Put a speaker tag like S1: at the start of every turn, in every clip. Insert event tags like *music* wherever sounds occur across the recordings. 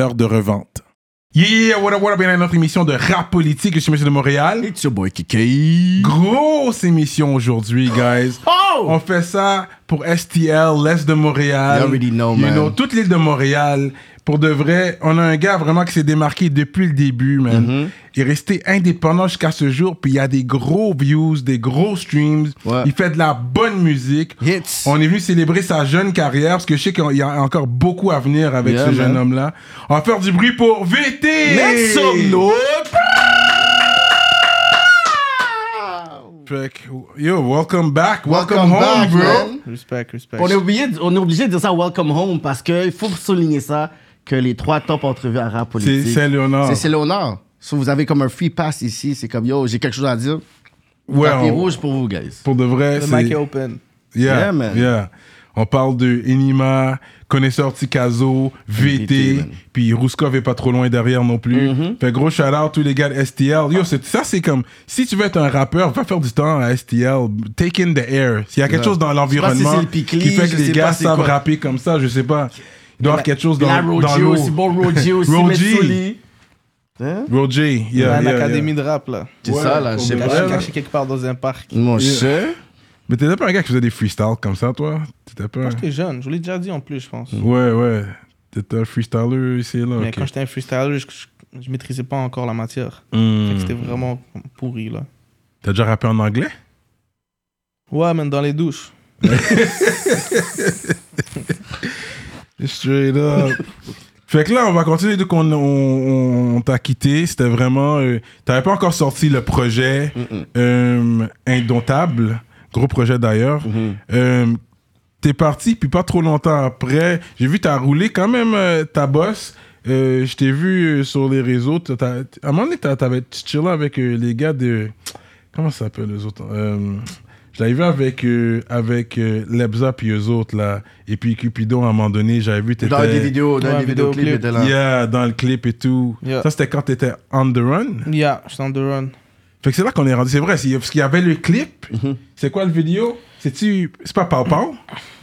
S1: de revente. Yeah, what up, what up, bienvenue à notre émission de rap politique, je suis Monsieur de Montréal.
S2: It's your boy Kiki.
S1: Grosse émission aujourd'hui, guys.
S2: Oh!
S1: On fait ça pour STL, l'Est de Montréal.
S2: You already know,
S1: You
S2: man.
S1: know, toute l'île de Montréal. Pour de vrai, on a un gars vraiment qui s'est démarqué depuis le début, man.
S2: Mm-hmm.
S1: Il est resté indépendant jusqu'à ce jour, puis il a des gros views, des gros streams.
S2: Ouais.
S1: Il fait de la bonne musique.
S2: Hits.
S1: On est venu célébrer sa jeune carrière, parce que je sais qu'il y a encore beaucoup à venir avec
S2: Yeah,
S1: ce jeune
S2: man.
S1: homme-là. On va faire du bruit pour VT!
S2: Make some noise.
S1: Fait que, Yo, welcome back, welcome,
S2: Welcome
S1: home,
S2: back,
S1: bro!
S2: man.
S3: Respect, respect.
S1: Ben,
S2: On est, obligé de, on est obligé de dire ça Welcome Home parce qu'il faut souligner ça que les trois top entrevues à rap politique.
S1: C'est Saint-Léonard.
S2: C'est Saint-Léonard. So, vous avez comme un free pass ici. C'est comme yo, j'ai quelque chose à dire.
S1: Ouais,
S2: Tapis
S1: on-
S2: rouge pour vous, guys.
S1: Pour de vrai,
S3: Le
S1: c'est...
S3: mic est open.
S1: Yeah,
S2: Yeah, man.
S1: yeah. On parle de Enima, Connaisseur Ticazo,
S2: VT,
S1: VT,
S2: man. Mm-hmm.
S1: puis Rouskov est pas trop loin derrière non plus. Fait gros shout out tous les gars de STL. Yo, c'est- ça c'est comme, si tu veux être un rappeur, va faire du temps à STL. Take in the air. S'il y a quelque chose dans
S2: Je sais
S1: l'environnement
S2: pas si c'est le Picli,
S1: qui fait
S2: je
S1: que les
S2: sais
S1: gars
S2: pas c'est
S1: savent
S2: quoi.
S1: rapper comme ça, je sais pas. Il doit y avoir quelque chose
S2: La
S1: dans, dans
S2: Roji
S1: l'eau.
S2: aussi, bon
S1: *laughs*
S2: Roji aussi,
S1: Roji.
S2: Metsouli. Hein?
S1: Roger,
S3: On a
S1: yeah,
S3: une
S1: yeah,
S3: académie
S1: yeah.
S3: de rap, là.
S2: C'est
S1: Ouais,
S2: ça, là,
S1: pour
S2: je sais
S1: de
S2: pas.
S1: vrai,
S3: Caché,
S1: là.
S3: caché quelque part dans un parc.
S2: Mon
S1: Yeah.
S2: chien.
S1: Mais t'étais pas un gars qui faisait des freestyles comme ça, toi? T'étais pas...
S3: Quand j'étais jeune, je vous l'ai déjà dit en plus, je pense.
S2: Mm,
S1: Ouais, ouais. T'étais un freestyler ici et là,
S3: Mais
S1: ok.
S3: quand j'étais un freestyler, je, je- je maîtrisais pas encore la matière.
S2: Mm.
S3: Fait que
S1: Hmm.
S3: C'était vraiment pourri, là.
S1: T'as déjà rappé en anglais?
S3: Ouais, même dans les douches.
S1: Straight up. fait que là, on va continuer. Donc, on, on- on- on t'a quitté. C'était vraiment. euh, T'avais pas encore sorti le projet euh, Indomptable. Gros projet d'ailleurs. Euh, T'es parti, puis pas trop longtemps après, j'ai vu t'as roulé quand même euh, ta bosse. Euh, je t'ai vu euh, sur les réseaux. T'as- t'as- à un moment donné, t'as- t'avais tu chillais avec euh, les gars de. Comment ça s'appelle les autres Euh, Je l'avais vu avec, euh, avec euh, Lebza puis eux autres, là. Et puis Cupidon, à un moment donné, j'avais vu.
S2: Dans
S1: t'étais-
S2: des vidéos, dans
S3: Ouais,
S2: des vidéoclips, était
S3: vidéoclip.
S2: là.
S1: Yeah, dans le clip et tout.
S3: Yeah.
S1: Ça, c'était quand t'étais on the run.
S3: Yeah, j'étais en the run.
S1: Fait que c'est là qu'on est rendu. C'est vrai, c'est- parce qu'il y avait le clip. C'est quoi le vidéo C'est-tu. C'est pas Pau Pau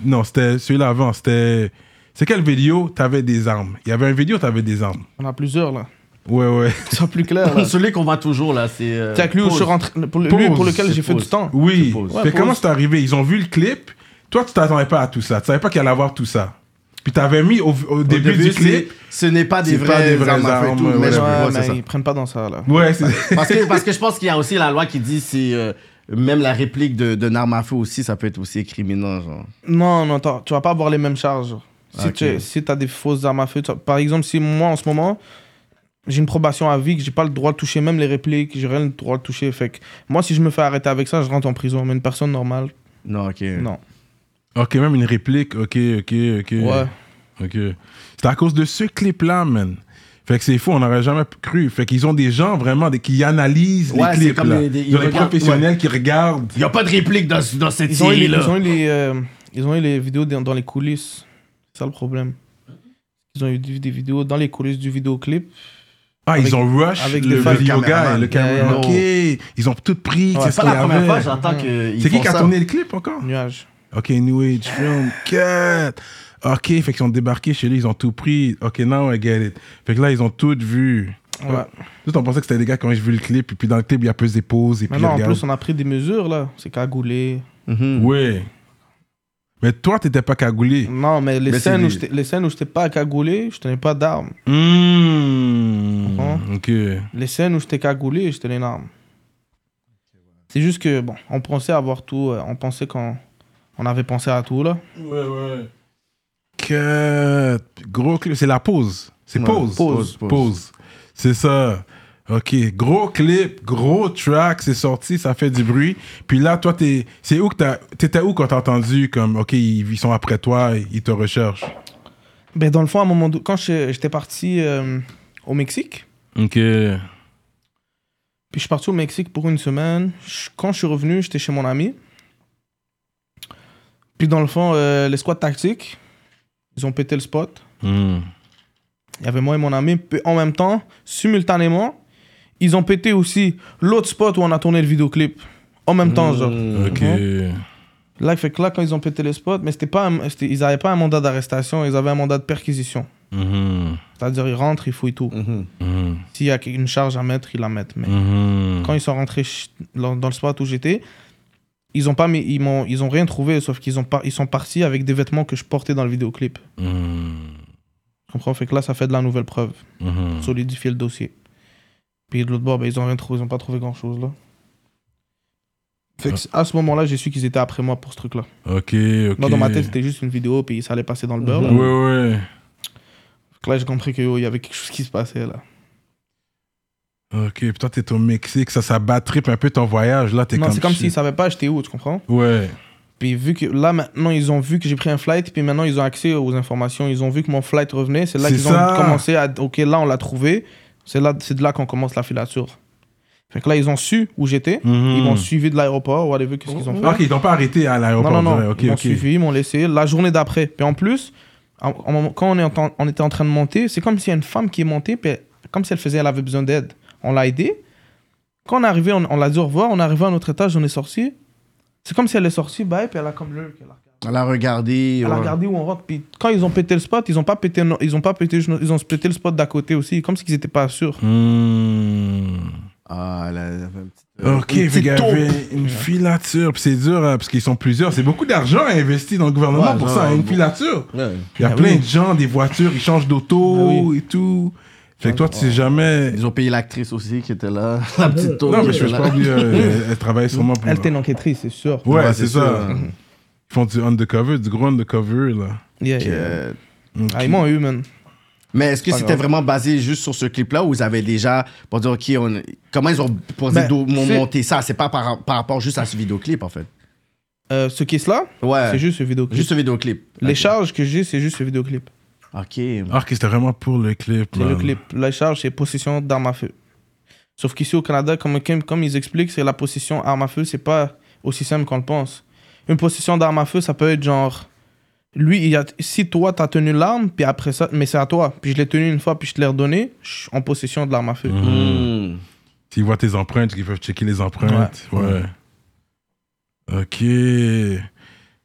S1: Non, c'était celui-là avant. C'était. C'est quelle vidéo T'avais des armes. Il y avait un vidéo, t'avais des armes.
S3: On a plusieurs, là. *laughs*
S1: Ouais, ouais.
S3: Ça plus clair,
S2: *laughs*
S3: là.
S2: Celui qu'on voit toujours, là, c'est. euh,
S3: T'as que lui, où je
S2: Pause.
S3: suis rentré- pour, le- lui,
S1: Pause,
S3: pour lequel
S2: c'est
S3: j'ai fait du
S2: pause.
S3: temps.
S1: Oui.
S2: suppose.
S1: Fait
S3: Ah, Ouais,
S1: comment
S3: pause.
S1: c'est arrivé Ils ont vu le clip. Toi, tu t'attendais pas à tout ça. Tu savais pas qu'il allait avoir tout ça. Puis t'avais mis au, au
S2: Au
S1: début, du
S2: c'est-
S1: clip.
S2: Ce n'est pas
S1: C'est
S2: des
S1: pas
S2: vraies
S1: des vraies
S2: armes à feu et
S1: armes,
S2: tout,
S1: ouais,
S2: mais
S1: ouais.
S2: je
S3: Ouais,
S2: vois, c'est
S3: mais
S2: ça.
S3: ils prennent pas dans ça, là.
S1: Ouais, *laughs* c'est.
S2: Parce que, parce que je pense qu'il y a aussi la loi qui dit c'est euh, même la réplique de- d'un arme à feu aussi, ça peut être aussi criminel. Genre.
S3: Non, non, attends, tu vas pas avoir les mêmes charges. Si
S2: Ok.
S3: tu si as des fausses armes à feu, tu vois. par exemple, si moi en ce moment, j'ai une probation à vie, que j'ai pas le droit de toucher même les répliques, j'ai rien le droit de toucher. Fait que moi, si je me fais arrêter avec ça, je rentre en prison. Mais une personne normale,
S2: Non, ok.
S3: non.
S1: ok, même une réplique. Ok, ok, ok.
S3: Ouais.
S1: Ok. C'est à cause de ce clip-là, man. Fait que c'est fou, on n'aurait jamais cru. Fait qu'ils ont des gens vraiment des- qui analysent
S2: Ouais,
S1: les
S2: c'est
S1: clips.
S2: comme
S1: là.
S2: des- des-
S1: Ils ont
S2: ils
S1: des
S2: regardent,
S1: professionnels qui regardent.
S2: Il n'y a pas de réplique dans, dans cette
S3: Ils ont, eu les,
S2: série-là.
S3: ils ont eu les, euh, ils ont eu les vidéos dans, dans les coulisses. C'est ça le problème. Ils ont eu des, des vidéos dans les coulisses du vidéoclip.
S1: Ah,
S3: Avec-
S1: ils ont rush
S3: avec
S1: le
S3: des fans.
S1: vidéo
S2: Le
S1: guy,
S2: caméraman.
S1: le caméraman.
S2: Yeah,
S1: Ok, ils ont tout pris.
S3: Ouais,
S1: c'est
S2: C'est
S1: ce
S2: pas
S1: qu'il
S2: la
S1: y
S2: première
S1: avait. Mm.
S2: fois, j'entends que. ils
S1: C'est qui
S2: font
S1: qui a
S2: ça.
S1: tourné le clip encore
S3: Nuage.
S1: Ok, New Age Film, cut. Ok, fait qu'ils ont débarqué chez lui, ils ont tout pris. Ok, now I get it. Fait que là, ils ont tout vu.
S2: Euh,
S3: Ouais.
S1: Tout on pensait que c'était des gars qui ont vu le clip, et puis dans le clip, il y a peu des pauses, et puis ils
S3: Maintenant, en
S1: regardent.
S3: plus, on a pris des mesures là. C'est cagoulé.
S2: Mhm.
S1: Ouais. Mais toi, t'étais pas cagoulé.
S3: Non, mais les,
S2: Mais c'est
S3: scènes, où
S2: des-
S3: j'étais- les scènes où j'étais pas cagoulé, je tenais pas d'armes.
S1: Mmh.
S3: Comprends?
S1: Ok.
S3: Les scènes où j'étais cagoulé, j'étais une arme. C'est juste que, bon, on pensait avoir tout, euh, on pensait qu'on on avait pensé à tout, là.
S1: Ouais, ouais. Que. Gros clip. C'est la pause. C'est
S2: Ouais,
S1: pause.
S2: pause,
S1: Pause.
S2: pause.
S1: C'est ça. OK, gros clip, gros track, c'est sorti, ça fait du bruit. Puis là, toi, t'es, c'est où que t'as, t'étais où quand t'as entendu comme, OK, ils, ils sont après toi, ils te recherchent.
S3: Ben, dans le fond, à un moment donné, quand je- j'étais parti euh, au Mexique,
S1: OK.
S3: Puis je suis parti au Mexique pour une semaine. Je- quand je suis revenu, j'étais chez mon ami. Puis dans le fond, euh, les squads tactiques, ils ont pété le spot.
S1: Hmm.
S3: Il y avait moi et mon ami. Puis en même temps, simultanément, ils ont pété aussi l'autre spot où on a tourné le vidéoclip. En même temps,
S2: Hmm.
S3: genre.
S1: OK.
S3: Là, fait que là, quand ils ont pété le spot, mais c'était pas, un- c'était- ils n'avaient pas un mandat d'arrestation, ils avaient un mandat de perquisition.
S1: Mhm.
S3: C'est-à-dire, ils rentrent, ils fouillent tout.
S2: Mm.
S1: Mhm.
S3: S'il y a une charge à mettre, ils la mettent. Mais
S1: Mhm.
S3: quand ils sont rentrés ch- dans, dans le spot où j'étais, ils ont pas mis, ils m'ont, ils ont rien trouvé, sauf qu'ils ont pas, ils sont partis avec des vêtements que je portais dans le vidéoclip.
S1: Mhm.
S3: Tu comprends Fait que là, ça fait de la nouvelle preuve,
S1: Mhm.
S3: solidifier le dossier. Puis de l'autre bord, ben, ils ont rien trouvé, ils ont pas trouvé grand chose là. Fait que à ce moment-là, j'ai su qu'ils étaient après moi pour ce truc-là.
S1: OK, OK. Mhm.
S3: Moi, dans ma tête, c'était juste une vidéo, puis ça allait passer dans le beurre. Là,
S1: Ouais, ouais.
S3: Fait que là j'ai compris qu'il y avait quelque chose qui se passait là.
S1: OK, puis toi, t'es au Mexique, ça, ça bat trip un peu ton voyage, là, t'es
S3: non,
S1: comme...
S3: c'est comme
S1: shit.
S3: s'ils savaient pas, j'étais où, tu comprends
S1: Ouais.
S3: Puis vu que là maintenant ils ont vu que j'ai pris un flight, puis maintenant ils ont accès aux informations, ils ont vu que mon flight revenait, c'est là
S1: C'est
S3: qu'ils
S1: ça.
S3: ont commencé à ok là on l'a trouvé, c'est là c'est de là qu'on commence la filature. Fait que là ils ont su où j'étais,
S1: Mhm.
S3: ils m'ont suivi de l'aéroport, whatever qu'est-ce qu'ils ont fait.
S1: OK, ils t'ont pas arrêté à l'aéroport.
S3: non non
S1: on dirait.
S3: non,
S1: OK,
S3: ils m'ont
S1: OK.
S3: suivi, ils m'ont laissé la journée d'après. Puis en plus, en- en moment- quand on, est en temps- on était en train de monter, c'est comme s'il y a une femme qui est montée, puis elle- comme si elle faisait, elle avait besoin d'aide. On l'a aidée. Quand on est arrivé, on, on l'a dit au revoir, on est arrivé à notre étage, on est sorti. C'est comme si elle est sortie, bye, puis elle a comme le. qu'elle a-
S2: On l'a regardé.
S3: elle a
S2: ouais.
S3: regardé où on rentre. Puis quand ils ont pété le spot, ils ont pas pété, no- ils ont pas pété, juste no- ils ont pété le spot d'à côté aussi, comme si ils étaient pas sûrs.
S1: Hmm.
S2: Ah, là, elle avait un petit. euh,
S1: Ok,
S2: une
S1: fait
S2: petite
S1: qu'il y
S2: taupe.
S1: avait une filature, puis c'est dur hein, parce qu'ils sont plusieurs. C'est beaucoup d'argent à investir dans le gouvernement
S2: Ouais,
S1: pour
S2: genre,
S1: ça, hein, une
S2: bon.
S1: filature.
S2: Ouais.
S1: Il y a
S3: Ah
S1: plein
S3: oui.
S1: de gens, des voitures, ils changent d'auto
S3: Ah
S1: et tout. Fait que toi, tu sais jamais.
S2: Ils ont payé l'actrice aussi qui était là, *laughs* la petite taupe.
S1: Non, mais
S2: qui
S1: je
S2: était
S1: peux
S2: là.
S1: pas oublier, euh, elle travaille
S3: *laughs*
S1: sûrement pour.
S3: Elle était une enquêtrice, c'est sûr.
S1: Ouais,
S2: Ouais,
S1: c'est
S2: c'est
S1: ça.
S2: sûr.
S1: Ils font du undercover, du gros undercover, là.
S3: Yeah,
S2: Fait que,
S3: yeah.
S2: euh,
S1: Ok.
S3: Ah, ils m'ont eu, man.
S2: Mais est-ce que
S3: Pas
S2: c'était
S3: grave.
S2: vraiment basé juste sur ce clip-là ou ils avaient déjà pour dire ok on... comment ils ont pour
S3: Ben,
S2: dire d'où m'ont
S3: c'est-
S2: monté ça c'est pas par, par rapport juste à ce vidéoclip en fait
S3: Euh, ce qui est là,
S2: ouais
S3: c'est
S2: juste...
S3: juste ce vidéoclip.
S2: ce vidéoclip
S3: Les
S2: Ok.
S3: charges que j'ai, c'est juste ce vidéoclip.
S2: ok
S1: Ah, que c'était vraiment pour le clip.
S3: C'est le
S1: man.
S3: clip. Les charges, c'est possession d'armes à feu. Sauf qu'ici au Canada, comme, comme, comme ils expliquent, c'est la possession arme à feu, c'est pas aussi simple qu'on le pense. Une possession d'arme à feu, ça peut être genre. Lui, il a, si toi, t'as tenu l'arme, puis après ça, mais c'est à toi. Puis je l'ai tenu une fois, puis je te l'ai redonné, je suis en possession de l'arme à
S1: Mmh.
S3: feu.
S2: Hmm.
S1: S'ils voient tes empreintes, ils peuvent checker les empreintes. Ouais. Ok.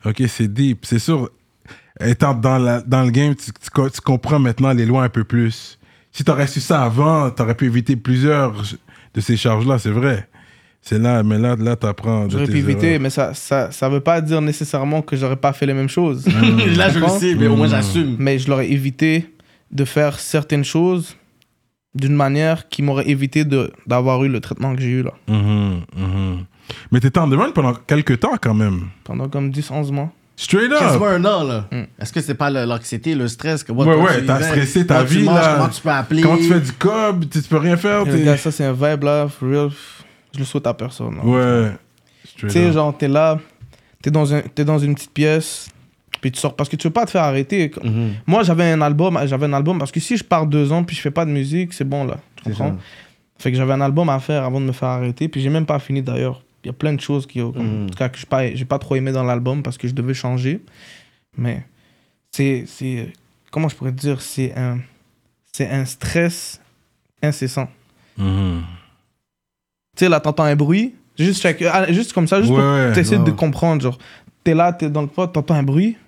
S1: Ok, c'est deep. C'est sûr, étant dans, la, dans le game, tu, tu co- tu comprends maintenant les lois un peu plus. Si t'aurais su ça avant, t'aurais pu éviter plusieurs de ces charges-là, c'est vrai. C'est là, mais là, là t'apprends. de
S3: J'aurais
S1: tes
S3: pu éviter,
S1: erreurs.
S3: mais ça, ça, ça veut pas dire nécessairement que j'aurais pas fait les mêmes choses.
S2: là je le
S3: Comprends?
S2: sais mais au moins j'assume
S3: Mais je l'aurais évité de faire certaines choses d'une manière qui m'aurait évité de- d'avoir eu le traitement que j'ai eu là.
S1: Mhm, mhm. Mais t'étais en demande pendant quelques temps quand même.
S3: Pendant comme 10-11 mois.
S1: Straight
S2: quasiment
S1: up.
S2: un an là
S3: Hmm.
S2: est-ce que c'est pas le- l'anxiété le stress que,
S1: Ouais, ouais, t'as stressé ta vie,
S2: tu manges,
S1: là.
S2: comment tu peux appeler
S1: Comment tu fais du cob, tu tu peux rien faire.
S3: Et
S1: t'es-
S3: le gars, ça c'est un vibe là, for real. Je le souhaite à personne. là.
S1: Ouais.
S3: Tu
S1: Straight
S3: sais,
S1: up.
S3: genre, t'es là, t'es dans, un, t'es dans une petite pièce, puis tu sors parce que tu veux pas te faire arrêter.
S2: Mhm.
S3: Moi, j'avais un album, j'avais un album parce que si je pars deux ans puis je fais pas de musique, c'est bon là. Tu
S2: C'est
S3: comprends
S2: ça.
S3: Fait que j'avais un album à faire avant de me faire arrêter, puis j'ai même pas fini d'ailleurs. Il y a plein de choses qui,
S2: Mhm.
S3: en tout cas, que j'ai pas, j'ai pas trop aimé dans l'album parce que je devais changer. Mais c'est, c'est comment je pourrais dire, c'est un, c'est un stress incessant.
S1: Mhm.
S3: tu sais, là, t'entends un bruit, juste, check- ah, juste comme ça, juste
S1: Ouais,
S3: pour
S1: ouais.
S3: t'essayer
S2: ouais,
S3: de
S2: ouais.
S3: comprendre. Genre, t'es là, t'es dans le pot, t'entends un bruit,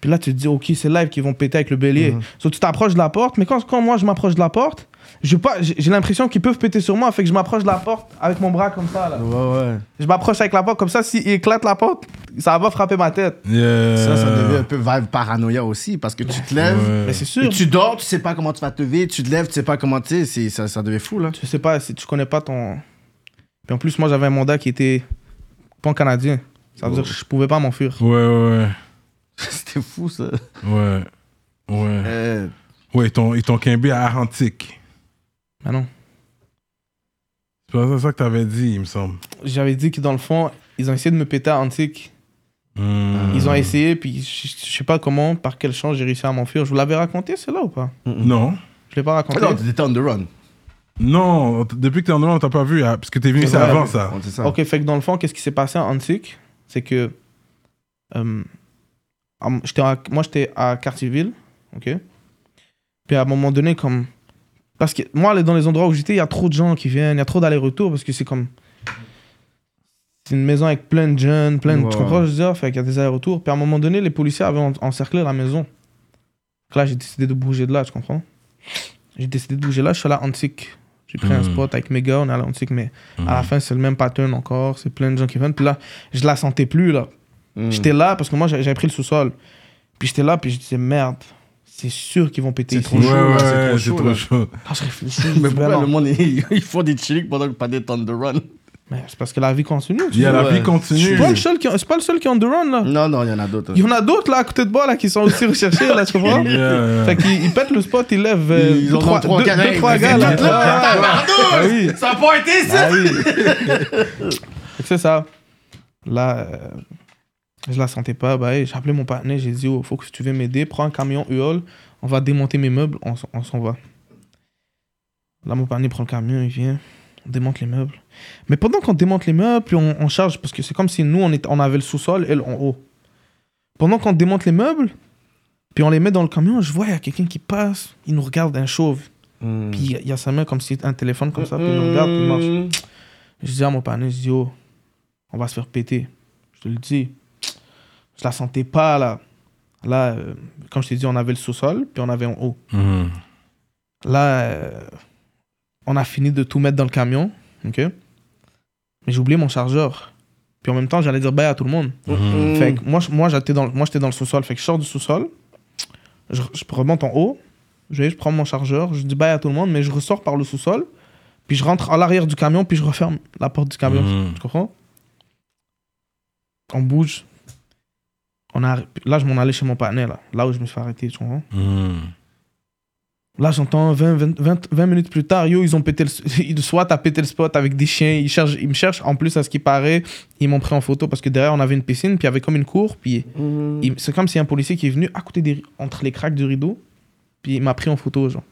S3: puis là, tu te dis, ok, c'est live qu'ils vont péter avec le bélier.
S2: Mhm.
S3: So, tu t'approches de la porte, mais quand, quand moi, je m'approche de la porte, j'ai pas- j'ai j'ai l'impression qu'ils peuvent péter sur moi, fait que je m'approche de la porte avec mon bras comme ça. Là.
S2: ouais ouais
S3: Je m'approche avec la porte comme ça, s'il éclate la porte, ça va frapper ma tête.
S1: Yeah.
S2: ça ça devient un peu vibe paranoïa aussi parce que tu te lèves
S1: Ouais.
S3: Mais c'est
S2: Et
S3: sûr. Tu...
S2: tu dors, tu sais pas comment tu vas te lever, tu te lèves, tu sais pas comment tu sais, c'est- ça, ça devait fou là. *laughs*
S3: sais pas, si tu connais pas ton. Puis en plus, moi, j'avais un mandat qui était pan-canadien. Ça veut dire que je pouvais pas m'enfuir.
S1: Ouais, ouais,
S2: C'était fou ça.
S1: ouais. Ouais. Ouais.
S2: Euh,
S1: Ouais, ils t'ont, ils t'ont quimbé à Arantique.
S3: Mais non.
S1: C'est pas ça que t'avais dit, il me semble.
S3: J'avais dit que dans le fond, ils ont essayé de me péter à Antique.
S1: Hmm.
S3: Ils ont essayé, puis je je sais pas comment, par quelle chance j'ai réussi à m'enfuir. Je vous l'avais raconté, celle-là ou pas
S1: Non.
S3: Je l'ai pas raconté.
S2: Ah Non, t'étais on the run.
S1: Non, t- depuis que t'es en Europe, on t'a pas vu, ah, parce que t'es venu
S3: C'est
S1: ici
S3: vrai.
S1: avant ça.
S2: On dit ça.
S3: Ok, fait que dans le fond, qu'est-ce qui s'est passé à Antique C'est que. euh, à- j'étais à- moi, j'étais à Cartierville. Ok. Puis à un moment donné, comme. Parce que moi, dans les endroits où j'étais, il y a trop de gens qui viennent, il y a trop d'allers-retours parce que c'est comme. C'est une maison avec plein de jeunes, plein de.
S2: Ouais.
S3: Tu comprends ce que je veux dire Fait qu'il y a des allers-retours. Puis à un moment donné, les policiers avaient en- encerclé la maison. Donc là, j'ai décidé de bouger de là, tu comprends J'ai décidé de bouger là, je suis allé à Antique. J'ai pris un
S1: Mhm.
S3: spot avec mes gars, on est allé à Antique, mais à la fin, c'est le même pattern encore. C'est plein de gens qui viennent. Puis là, je la sentais plus, là.
S2: Mm.
S3: J'étais là parce que moi, j'avais j'avais pris le sous-sol. Puis j'étais là, puis je disais, merde, c'est sûr qu'ils vont péter
S2: C'est
S3: ici.
S2: trop
S1: Ouais,
S2: chaud,
S1: ouais,
S2: là, c'est
S1: ouais,
S2: trop
S1: c'est
S2: chaud,
S1: trop
S2: là.
S1: chaud.
S3: Ah, je réfléchis.
S2: *laughs* Mais
S3: ben
S2: pourquoi
S3: non.
S2: le monde, ils, ils font des chillings pendant que pas des on the run
S3: Mais c'est parce que la vie continue. tu
S1: Il y a
S3: sais.
S1: la
S2: Ouais.
S1: vie continue.
S3: C'est pas le seul qui- c'est pas le seul qui est on the run, là.
S2: Non, non, il y en a d'autres.
S3: Il y en a d'autres, là, à côté de moi, là, qui sont aussi recherchés, là,
S2: *laughs*
S3: tu comprends
S1: Yeah.
S3: Fait qu'ils ils pètent le spot, ils lèvent euh,
S2: Ils
S3: deux,
S2: en ont
S3: trois,
S2: trois
S3: deux-
S2: carrés,
S3: deux, trois
S2: mais
S3: gars,
S2: c'est
S3: là.
S2: tout,
S3: Ouais, ouais, ouais.
S1: Ah
S2: *laughs*
S1: oui.
S2: Ça a pas été ça!
S3: Ah oui. Fait que c'est ça. Là, euh, je la sentais pas. Bah, hey, j'ai appelé mon partenaire, j'ai dit, oh, faut que tu viennes m'aider, prends un camion UOL, on va démonter mes meubles, on, s'en- on s'en va. Là, mon partenaire prend le camion, il vient, on démonte les meubles. Mais pendant qu'on démonte les meubles, puis on, on charge, parce que c'est comme si nous, on, est, on avait le sous-sol, elle en haut. Pendant qu'on démonte les meubles, puis on les met dans le camion, je vois, il y a quelqu'un qui passe, il nous regarde, un chauve.
S2: Hmm.
S3: Puis il y a- il y a sa main comme si un téléphone comme ça, puis il nous regarde, puis il marche. Je dis à mon panier, je dis, oh, on va se faire péter. Je te le dis. Je la sentais pas, là. Là, euh, comme je t'ai dit, on avait le sous-sol, puis on avait en haut.
S1: Hmm.
S3: Là, euh, on a fini de tout mettre dans le camion, ok? Mais j'ai oublié mon chargeur. Puis en même temps, j'allais dire bye à tout le monde.
S2: Hmm. Mm.
S3: Fait que moi, je- moi j'étais dans, le- moi, j'étais dans le sous-sol. Fait que je sors du sous-sol, je, je remonte en haut, je, vais, je prends mon chargeur, je dis bye à tout le monde, mais je ressors par le sous-sol, puis je rentre à l'arrière du camion, puis je referme la porte
S2: Ah,
S3: du camion.
S1: Mhm.
S3: Tu comprends On bouge. On a... Là, je m'en allais chez mon partenaire, là, là où je me suis arrêté, tu comprends
S1: Hmm.
S3: Là, j'entends 20, 20, 20, 20 minutes plus tard, yo, *laughs* ils ont pété le, le SWAT a pété le spot avec des chiens. Ils, cherchent, ils me cherchent. En plus, à ce qui paraît, ils m'ont pris en photo parce que derrière, on avait une piscine, puis il y avait comme une cour. Puis il- c'est comme si un policier qui est venu à côté des, ri- entre les cracks du rideau, puis il m'a pris en photo, genre.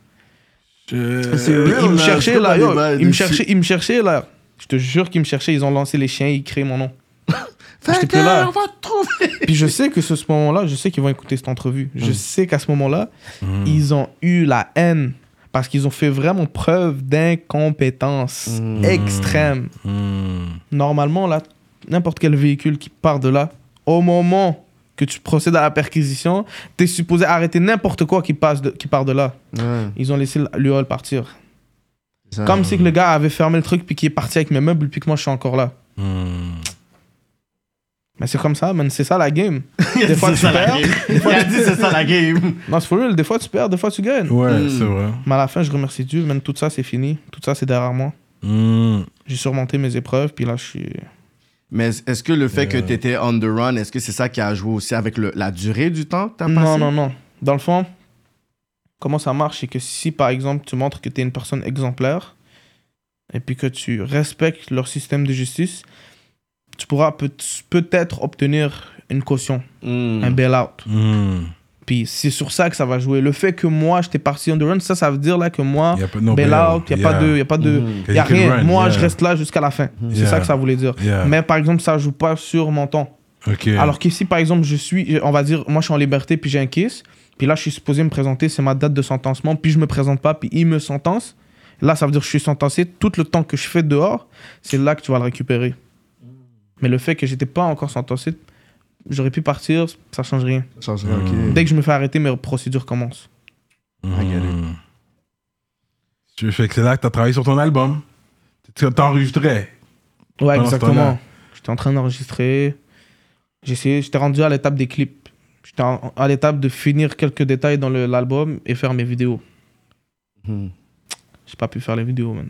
S2: Euh,
S3: Puis
S2: Ouais,
S3: ils
S2: on
S3: me
S2: a-
S3: cherchaient,
S2: je
S3: là,
S2: peux
S3: yo.
S2: pas débattre
S3: Ils me
S2: dessus.
S3: cherchaient, ils me cherchaient, là. Je te jure qu'ils me cherchaient. Ils ont lancé les chiens, ils créent mon nom. J'étais plus là.
S2: on va te trouver!
S3: Puis je sais que ce, ce moment-là, je sais qu'ils vont écouter cette entrevue. Je sais qu'à ce moment-là, ils ont eu la haine parce qu'ils ont fait vraiment preuve d'incompétence extrême.
S1: Hmm.
S3: Normalement, là, n'importe quel véhicule qui part de là, au moment que tu procèdes à la perquisition, tu es supposé arrêter n'importe quoi qui, passe de- qui part de là. Ils ont laissé l'UOL partir. Comme si que le gars avait fermé le truc puis qu'il est parti avec mes meubles puis que moi je suis encore là.
S1: Hmm.
S3: Mais c'est comme ça, man. C'est ça la game. Des
S2: Des
S3: fois,
S2: fois,
S3: tu
S2: ça la
S3: perds.
S2: game. Il a dit c'est ça la game!
S3: Non, c'est for real. Des fois tu perds, des fois tu gagnes.
S1: Ouais,
S2: Hmm.
S1: c'est vrai.
S3: Mais à la fin, je remercie Dieu, même tout ça, c'est fini. Tout ça, c'est derrière moi.
S1: Hmm.
S3: J'ai surmonté mes épreuves, puis là, je suis.
S2: Mais est- est-ce que le fait que tu étais on the run, est-ce que c'est ça qui a joué aussi avec le- la durée du temps que tu as passé?
S3: Non, non, non. Dans le fond, comment ça marche, c'est que si, par exemple, tu montres que tu es une personne exemplaire, et puis que tu respectes leur système de justice, tu pourras peut- peut-être obtenir une caution,
S2: Mm.
S3: un bail-out.
S1: Hmm.
S3: Puis c'est sur ça que ça va jouer. Le fait que moi, j'étais parti on the run, ça, ça veut dire là que moi,
S1: Y a pas de- non,
S3: bail-out, il
S1: bail-out,
S3: n'y a pas
S1: yeah. Mm-hmm.
S3: de. Y a pas de
S2: Mm.
S3: y a
S1: You can
S3: rien.
S1: run,
S3: Moi,
S1: yeah. Mm-hmm.
S3: je reste là jusqu'à la fin. C'est
S1: Yeah.
S3: ça que ça voulait dire.
S1: Yeah.
S3: Mais par exemple, ça joue pas sur mon temps.
S1: Ok.
S3: Alors qu'ici, par exemple, je suis, on va dire, moi je suis en liberté, puis j'ai un kiss, puis là je suis supposé me présenter, c'est ma date de sentencement, puis je me présente pas, puis il me sentence. Là, ça veut dire que je suis sentencé. Tout le temps que je fais dehors, c'est là que tu vas le récupérer. Mais le fait que j'étais pas encore sentencé, j'aurais pu partir, ça change rien.
S2: Ça serait ok.
S3: Dès que je me fais arrêter, mes procédures commencent.
S1: Hmm. Tu fais que c'est là que t'as travaillé sur ton album. Tu t'enregistrais.
S3: Ouais,
S1: Pendant ce temps-là.
S3: exactement. J'étais en train d'enregistrer. J'essayais, j'étais rendu à l'étape des clips. J'étais en- à l'étape de finir quelques détails dans le- l'album et faire mes vidéos.
S2: Hmm.
S3: J'ai pas pu faire les vidéos, man.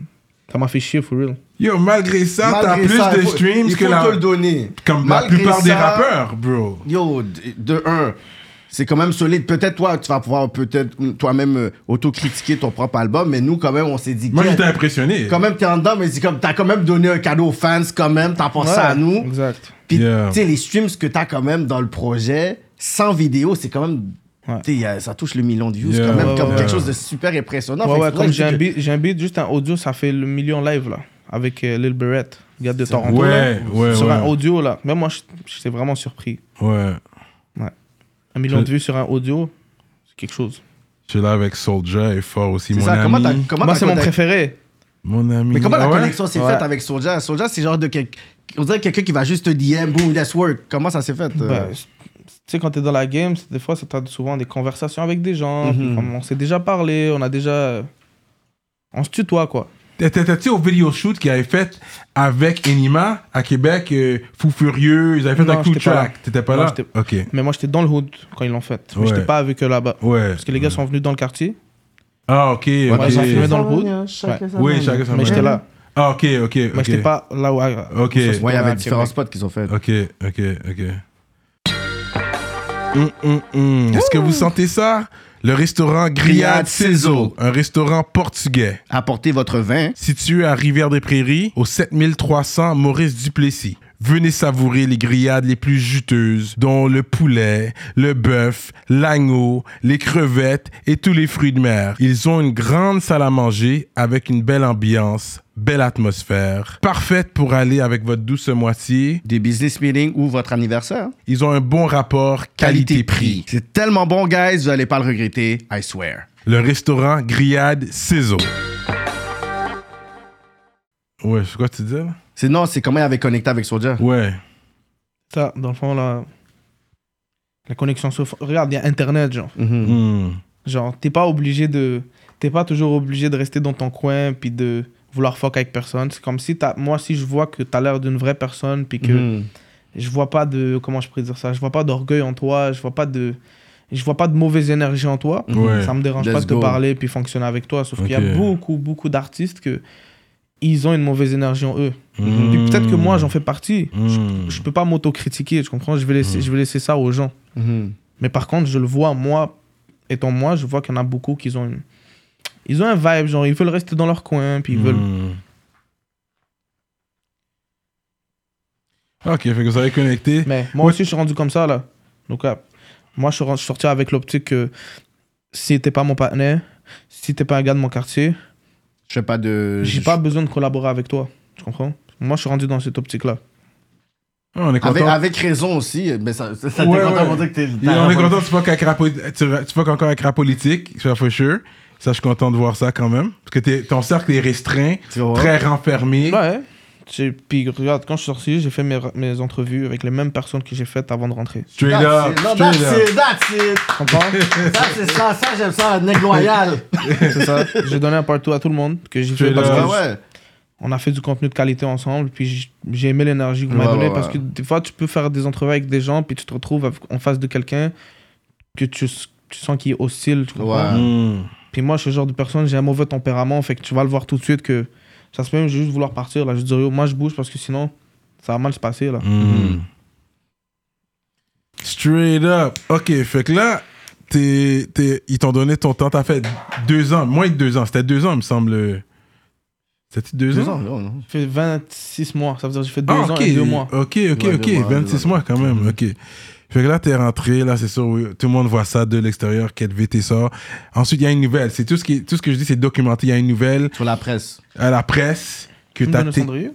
S3: Ça m'a fait chier, for real.
S1: Yo, malgré ça, t'as
S2: Malgré
S1: plus
S2: ça,
S1: de
S2: il faut-
S1: streams
S2: il
S1: que
S2: faut
S1: la,
S2: te le donner.
S1: comme la
S2: Malgré
S1: plupart des
S2: ça,
S1: rappeurs, bro.
S2: Yo, de, de un, c'est quand même solide. Peut-être toi, tu vas pouvoir peut-être mm, toi-même euh, autocritiquer ton propre album, mais nous, quand même, on s'est dit.
S1: Moi,
S2: Ken,
S1: j'étais impressionné.
S2: quand même, t'es en dedans, mais c'est comme, t'as quand même donné un cadeau aux fans, quand même, t'as
S1: Ah,
S2: pensé à nous.
S3: Exact.
S2: Puis,
S1: Yeah.
S2: tu sais, les streams que t'as quand même dans le projet, sans vidéo, c'est quand même.
S3: Ouais.
S2: tu sais, y a- ça touche le million de views,
S1: Yeah.
S2: quand même,
S3: Ouais,
S2: comme
S3: ouais,
S2: quelque
S1: ouais.
S2: chose de super impressionnant. Fait
S3: ouais,
S2: que
S3: ouais,
S2: c'est pour ça
S3: comme
S2: que je
S3: j'ai un,
S2: dis que-
S3: beat, j'ai un beat juste en audio, ça fait le million live là, avec euh, Lil Berrett, le gars de Toronto.
S1: Ouais,
S3: là.
S1: ouais,
S3: sur
S1: ouais.
S3: un audio là. Même moi, je- j'étais vraiment surpris.
S1: Ouais.
S3: Un million
S1: Je-
S3: de vues sur un audio, c'est quelque chose.
S1: Je suis là avec Soldier et Fort aussi,
S2: C'est
S1: mon
S2: ça,
S1: ami.
S2: comment t'as. comment
S3: moi,
S2: t'as
S3: c'est mon
S2: connecté-
S3: préféré.
S1: Mon ami.
S2: Mais comment la
S1: Ah ouais?
S2: connexion s'est
S3: Ouais.
S2: faite avec Soulja Soulja, c'est genre de quelqu'un. On dirait quelqu'un qui va juste te DM, boom, let's work. Comment ça s'est fait euh?
S3: Ben, c- tu sais, quand t'es dans la game, c'est- des fois, ça t'as souvent des conversations avec des gens.
S1: Mhm.
S3: puis comme on s'est déjà parlé, on a déjà. On se tutoie, quoi.
S1: T'étais- T'étais-tu au video shoot qu'ils avaient fait avec Enima à Québec, euh, Fou Furieux, ils avaient fait
S3: Non,
S1: un coup de
S3: j'étais pas là.
S1: track. T'étais pas
S3: Non,
S1: là?
S3: j'étais-
S1: Ok.
S3: Mais moi, j'étais dans le hood quand ils l'ont fait. Mais
S1: Ouais.
S3: j'étais pas avec eux là-bas.
S1: Ouais.
S3: Parce que les gars sont venus dans le quartier.
S1: Ah, ok. ok.
S3: ils ont filmé dans le hood. Ouais.
S1: Oui, chacun son
S3: Mais j'étais
S1: bonheur.
S3: là.
S1: Ah, ok, ok. ok.
S3: Mais j'étais pas là où. ah,
S1: Ok.
S3: où-
S2: Ouais, il y avait
S3: à
S2: différents
S3: Québec.
S2: spots qu'ils ont fait.
S1: Ok, ok, ok. Hum, hum, hum. Est-ce que vous sentez ça? Le restaurant Grillade
S2: Grillade
S1: Ciso,
S2: Sizzle.
S1: un restaurant portugais.
S2: Apportez votre vin.
S1: situé à Rivière-des-Prairies, au 7300 Maurice Duplessis. Venez savourer les grillades les plus juteuses, dont le poulet, le bœuf, l'agneau, les crevettes et tous les fruits de mer. Ils ont une grande salle à manger avec une belle ambiance, belle atmosphère, parfaite pour aller avec votre douce moitié.
S2: Des business meetings ou votre anniversaire.
S1: Ils ont un bon rapport qualité-prix.
S2: C'est tellement bon, guys, vous allez pas le regretter, I swear.
S1: Le restaurant Grillade Ciseaux. Ouais, c'est quoi tu dis là?
S2: C'est non, c'est comment il avait connecté avec Soulja.
S1: Ouais.
S3: Ça, dans le fond, là. La connexion se f- Regarde, il y a Internet, genre.
S2: Mhm.
S1: Hmm.
S3: Genre, t'es pas obligé de. T'es pas toujours obligé de rester dans ton coin puis de vouloir fuck avec personne. C'est comme si t'as. Moi, si je vois que t'as l'air d'une vraie personne puis que
S2: Mhm.
S3: je vois pas de. Comment je pourrais dire ça Je vois pas d'orgueil en toi, je vois pas de. Je vois pas de mauvaise énergie en toi.
S1: Ouais.
S3: Ça me dérange
S2: Let's
S3: pas de te
S2: go.
S3: parler puis fonctionner avec toi. Sauf qu'il y
S1: Ok.
S3: a beaucoup, beaucoup d'artistes que. Ils ont une mauvaise énergie en eux.
S1: Mm.
S3: Puis Peut-être que moi, j'en fais partie.
S1: Hmm.
S3: Je peux pas m'auto-critiquer, je comprends Je vais, laisser,
S1: Mm.
S3: je vais laisser ça aux gens.
S2: Mhm.
S3: Mais par contre, je le vois, moi, étant moi, je vois qu'il y en a beaucoup qui ont une... Ils ont un vibe, genre, ils veulent rester dans leur coin, puis ils veulent...
S1: Hmm. Ok, fait que vous avez connecté.
S3: Mais moi aussi, je suis rendu comme ça, là. Donc, là, moi, je suis ren- je suis sorti avec l'optique que si t'es pas mon partenaire, si t'es pas un gars de mon quartier,
S2: Je sais pas de.
S3: j'ai pas besoin de collaborer avec toi. Tu comprends Moi, je suis rendu dans cette optique-là.
S1: Ah, on est
S2: Avec,
S1: content.
S2: avec raison aussi, mais ça, ça, ça t'es
S1: Ouais,
S2: content
S1: ouais.
S2: pour dire que t'es.
S1: Et
S2: t'as-
S1: on est content, tu fuck, avec la po- tu, ra- tu fuck encore avec la politique, ça for sure. Ça, je suis content de voir ça quand même. Parce que t'es- ton cercle est restreint,
S2: Tu vois.
S1: très renfermé.
S3: Ouais. J'ai- Puis regarde, quand je suis sorti, j'ai fait mes, mes entrevues avec les mêmes personnes que j'ai faites avant de rentrer.
S1: Straight up,
S2: That's it. Non,
S1: straight up.
S2: that's it, that's it.
S3: Tu comprends
S2: Ça, c'est ça, ça, j'aime ça, un
S1: *laughs*
S2: nègre loyal.
S3: C'est ça. J'ai donné un partout à tout le monde que j'ai
S1: Tu es
S3: fait parce
S1: là.
S3: que
S2: Ah ouais.
S3: on a fait du contenu de qualité ensemble, puis j- j'ai aimé l'énergie que vous m'avez
S2: Ouais,
S3: donnée,
S2: ouais,
S3: parce
S2: ouais.
S3: que des fois, tu peux faire des entrevues avec des gens, puis tu te retrouves avec- en face de quelqu'un que tu, s- tu sens qui est hostile, tu comprends.
S2: Ouais.
S1: Hmm.
S3: Puis moi, je suis le genre de personne, j'ai un mauvais tempérament, fait que tu vas le voir tout de suite que ça se peut même juste vouloir partir, là. Je dirais, moi, je bouge parce que sinon, ça va mal se passer, là.
S2: Mm.
S1: Hmm. Straight up. Ok, fait que là, t'es- t'es- ils t'ont donné ton temps. T'as fait deux ans, moins de deux ans. C'était deux ans, me semble. C'était deux,
S2: Deux
S1: ans?
S2: ans, non, non.
S3: J'ai fait 26 mois, ça veut dire que j'ai fait 2
S1: Ah,
S3: ans
S1: ok,
S3: et 2 mois. Mm.
S1: Ok, ok,
S2: Ouais,
S1: ok.
S2: deux mois,
S1: 26
S2: deux
S1: mois quand même. Ok. Fait que là, t'es rentré, là, c'est sûr, oui, tout le monde voit ça de l'extérieur, quête VT sort. Ensuite, il y a une nouvelle. C'est tout ce, qui, tout ce que je dis, c'est documenté. Il y a une nouvelle
S2: Sur la presse.
S1: à la presse que
S3: Une
S1: t'as.
S3: bonne
S1: te-
S3: cendrier.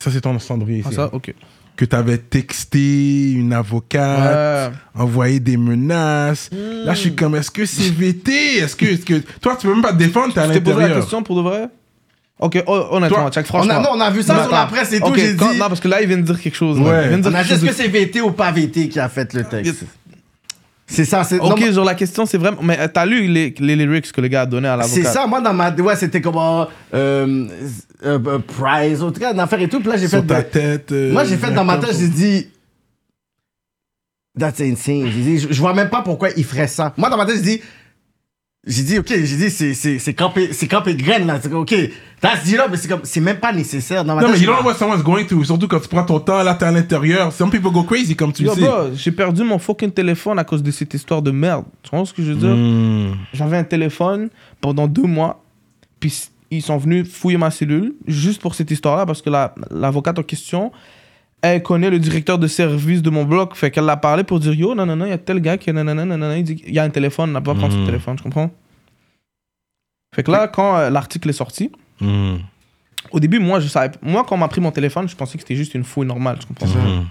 S1: Ça, c'est ton cendrier
S3: Ah,
S1: ici.
S3: ça, ok.
S1: Que t'avais texté une avocate, envoyé des menaces. Là, je
S2: Hmm.
S1: suis comme, est-ce que c'est VT Est-ce que, est-ce que. Toi, tu peux même pas te défendre, t'es à
S3: Tu t'es posé la
S1: l'intérieur.
S3: question pour de vrai Ok, oh,
S1: Toi-
S3: honnêtement, check,
S2: On
S3: franchement.
S2: a, non, on a vu ça
S3: Non,
S2: sur la
S3: attends.
S2: presse et tout,
S3: Ok,
S2: j'ai
S3: quand-
S2: dit.
S3: Non, parce que là, il vient de dire quelque chose. là.
S1: Ouais.
S3: Il vient de dire
S2: On a
S3: quelque
S2: dit est-ce
S3: chose
S2: que c'est VT ou pas VT qui a fait le texte C'est ça, c'est.
S3: de-
S2: non,
S3: Ok,
S2: mais-
S3: genre la question, c'est vraiment. Mais euh, t'as lu les, les lyrics que le gars a donné à l'avocat
S2: C'est ça, moi dans ma. Ouais, c'était comme. euh, euh, euh, euh, prize, en tout cas, une affaire et tout. Puis là, j'ai fait.
S1: Sur ta
S2: de-
S1: tête. euh,
S2: Moi, j'ai fait dans ma tête,
S1: n'importe
S2: j'ai dit. That's insane. J'ai dit, je je vois même pas pourquoi il ferait ça. Moi, dans ma tête, j'ai dit. J'ai dit, OK, j'ai dit, c'est- c'est c'est campé, c'est campé de graines, là. C'est comme, OK, t'as ce là mais c'est comme, c'est même pas nécessaire. Dans ma
S1: Non,
S2: tête,
S1: mais
S2: j'ai
S1: you don't know
S2: pas-
S1: what someone's going through. Surtout quand tu prends ton temps, là, t'es à l'intérieur. Some people go crazy, comme tu le
S3: Yo,
S1: sais.
S3: bro, j'ai perdu mon fucking téléphone à cause de cette histoire de merde. Tu vois ce que je veux dire?
S1: Hmm.
S3: J'avais un téléphone pendant deux mois, puis s- ils sont venus fouiller ma cellule juste pour cette histoire-là, parce que la- l'avocate en question, elle connaît le directeur de service de mon bloc, fait qu'elle l'a parlé pour dire Yo, non, non, non, il y a tel gars qui. Non, non, non, non, non, il dit Il y a un téléphone, on n'a pas
S2: Hmm.
S3: prendre son
S1: Mm.
S3: téléphone, tu comprends? Fait que là, quand euh, l'article est sorti,
S1: Hmm.
S3: au début, moi, je savais. Moi, quand on m'a pris mon téléphone, je pensais que c'était juste une fouille normale, tu comprends?
S1: Hmm.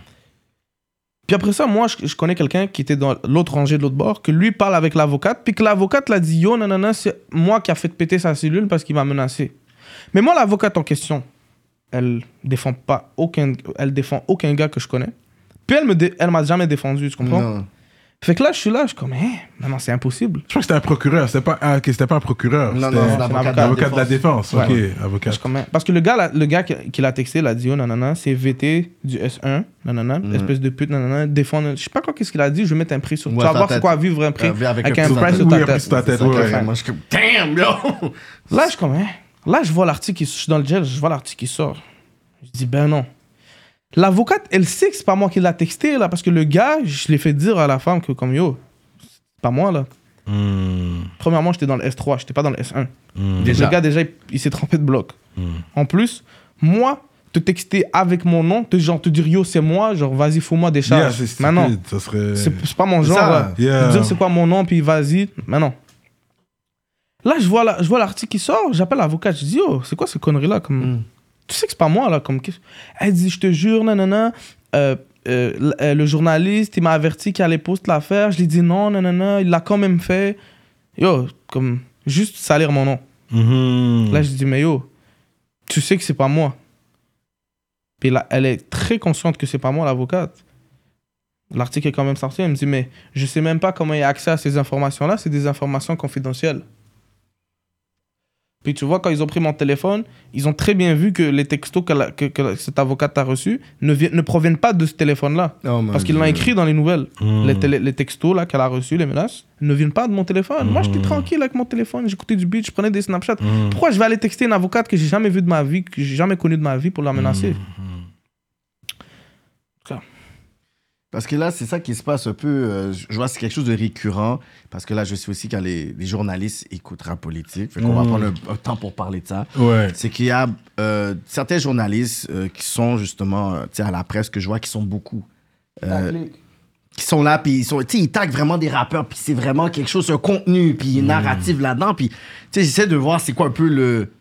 S3: Puis après ça, moi, je, je connais quelqu'un qui était dans l'autre rangée de l'autre bord, que lui parle avec l'avocate, puis que l'avocate l'a dit Yo, nanana, c'est moi qui a fait péter sa cellule parce qu'il m'a menacé. Mais moi, l'avocate en question, elle défend pas aucun, elle défend aucun gars que je connais. Puis elle me, dé- elle m'a jamais défendu, tu comprends
S2: Non.
S3: Fait que là, je suis là, je suis comme, eh, non, non, c'est impossible.
S1: Je crois que c'était un procureur. C'était pas, ah, ok, c'était pas un procureur.
S2: Non,
S1: c'était
S2: non, c'est
S3: c'est
S2: l'avocat de la
S1: l'avocat de la
S2: défense.
S1: défense. Ok, avocat.
S3: Je suis comme, eh. Parce que le gars, là, le gars qui, qui l'a texté, l'a dit, oh, nanana, c'est VT du S1, nanana,
S2: Mhm.
S3: espèce de pute, nanana, défendre. Je sais pas quoi, qu'est-ce qu'il a dit, je vais mettre un prix sur.
S2: Ouais,
S3: tu vas
S2: ta
S3: voir
S2: tête.
S3: c'est quoi vivre un prix
S2: Euh, avec
S3: avec,
S2: un prix
S3: un
S2: sur
S3: prix
S2: ta
S3: sur
S1: Oui,
S3: ta
S1: un prix
S3: tête.
S1: sur ta tête.
S2: C'est ça
S1: ouais,
S2: que
S1: ouais.
S2: fait. Moi, je suis comme, damn, yo!
S3: Là, je suis comme, hein. Là, je vois l'article, qui- je suis dans le gel, je vois l'article qui sort. Je dis, ben non. L'avocate, elle sait que c'est pas moi qui l'a texté, là, parce que le gars, je l'ai fait dire à la femme que, comme yo, c'est pas moi, là.
S1: Hmm.
S3: Premièrement, j'étais dans le S3, j'étais pas dans le S1.
S2: Déjà.
S3: Le gars, déjà, il, il s'est trompé de bloc.
S1: Hmm.
S3: En plus, moi, te texter avec mon nom, te, genre, te dire yo, c'est moi, genre, vas-y, fous-moi des
S1: Yeah,
S3: charges.
S1: c'est stupide. euh,
S3: Maintenant,
S1: Ça serait.
S3: c'est c'est pas mon
S2: C'est
S3: genre.
S2: ça.
S3: là.
S1: Yeah.
S3: Dire c'est quoi mon nom, puis vas-y. Maintenant. Là, je vois la- je vois l'article qui sort, j'appelle l'avocat, je dis, oh, c'est quoi ces conneries-là comme... Tu sais que c'est pas moi, là. Comme... qu'est-ce- Elle dit, je te jure, nanana. euh, euh, l- euh, le journaliste, il m'a averti qu'il allait poster l'affaire. Je lui ai dit non, nanana, il l'a quand même fait. Yo, comme, juste salir mon nom.
S1: Mhm.
S3: Là, je dis, mais yo, tu sais que c'est pas moi. Puis là, elle est très consciente que c'est pas moi, l'avocate. L'article est quand même sorti. Elle me dit, mais je sais même pas comment il y a accès à ces informations-là. C'est des informations confidentielles. Puis tu vois, quand ils ont pris mon téléphone, ils ont très bien vu que les textos que, la- que, que cette avocate a reçus ne, vi- ne proviennent pas de ce téléphone-là. Parce qu'ils l'ont écrit dans les nouvelles.
S1: Hmm.
S3: Les, télé- les textos là qu'elle a reçus, les menaces, ne viennent pas de mon téléphone. Moi, j'étais tranquille avec mon téléphone, j'écoutais du beat, je prenais des Snapchats. Pourquoi je vais aller texter une avocate que j'ai jamais vue de ma vie, que j'ai jamais connue de ma vie pour la menacer
S2: Parce que là, c'est ça qui se passe un peu. euh, je je vois, c'est quelque chose de récurrent. Parce que là, je sais aussi quand les, les journalistes écoutent rap politique. Fait qu'on va
S1: Mhm.
S2: prendre un, un temps pour parler de ça.
S1: Ouais.
S2: C'est qu'il y a euh, certains journalistes euh, qui sont justement euh, tu sais, à la presse que je vois qui sont beaucoup. Euh, qui sont là, puis ils sont, tu sais, ils taguent vraiment des rappeurs, puis c'est vraiment quelque chose, un contenu, puis
S3: Hmm.
S2: une narrative là-dedans, puis tu sais, j'essaie de voir c'est quoi un peu le,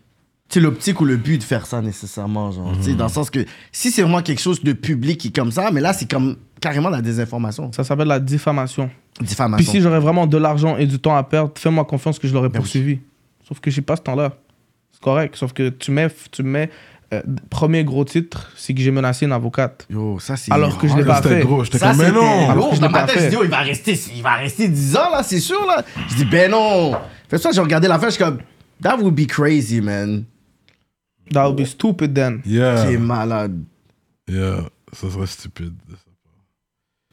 S2: tu sais, l'optique ou le but de faire ça nécessairement, genre, tu
S3: Hmm.
S2: sais, dans le sens que si c'est vraiment quelque chose de public qui est comme ça, mais là c'est comme carrément la désinformation,
S3: Ça s'appelle la diffamation. Puis
S2: diffamation.
S3: si j'aurais vraiment de l'argent et du temps à perdre, fais-moi confiance que je l'aurais
S2: Bien
S3: poursuivi. Sauf que j'ai pas ce temps-là. C'est correct. Sauf que tu mets, tu mets euh, premier gros titre, c'est que j'ai menacé une avocate.
S2: Yo, ça c'est.
S3: Alors que je l'ai
S1: Là,
S3: pas
S1: c'était
S3: fait.
S1: gros. J'étais
S2: Ah, Ça,
S1: comme, mais
S2: c'était-
S1: non.
S3: Alors
S2: Yo,
S3: que je
S2: dans
S3: l'ai
S2: ma
S3: pas
S2: tête,
S3: fait.
S2: je dis, yo, il va rester, il va rester 10 ans, là, c'est sûr, là. Je dis, ben non. Fait ça, j'ai regardé la fin, je suis comme, that would be crazy, man.
S3: That would be stupid then.
S1: Yeah.
S2: T'es malade.
S1: Yeah. Ça serait stupide.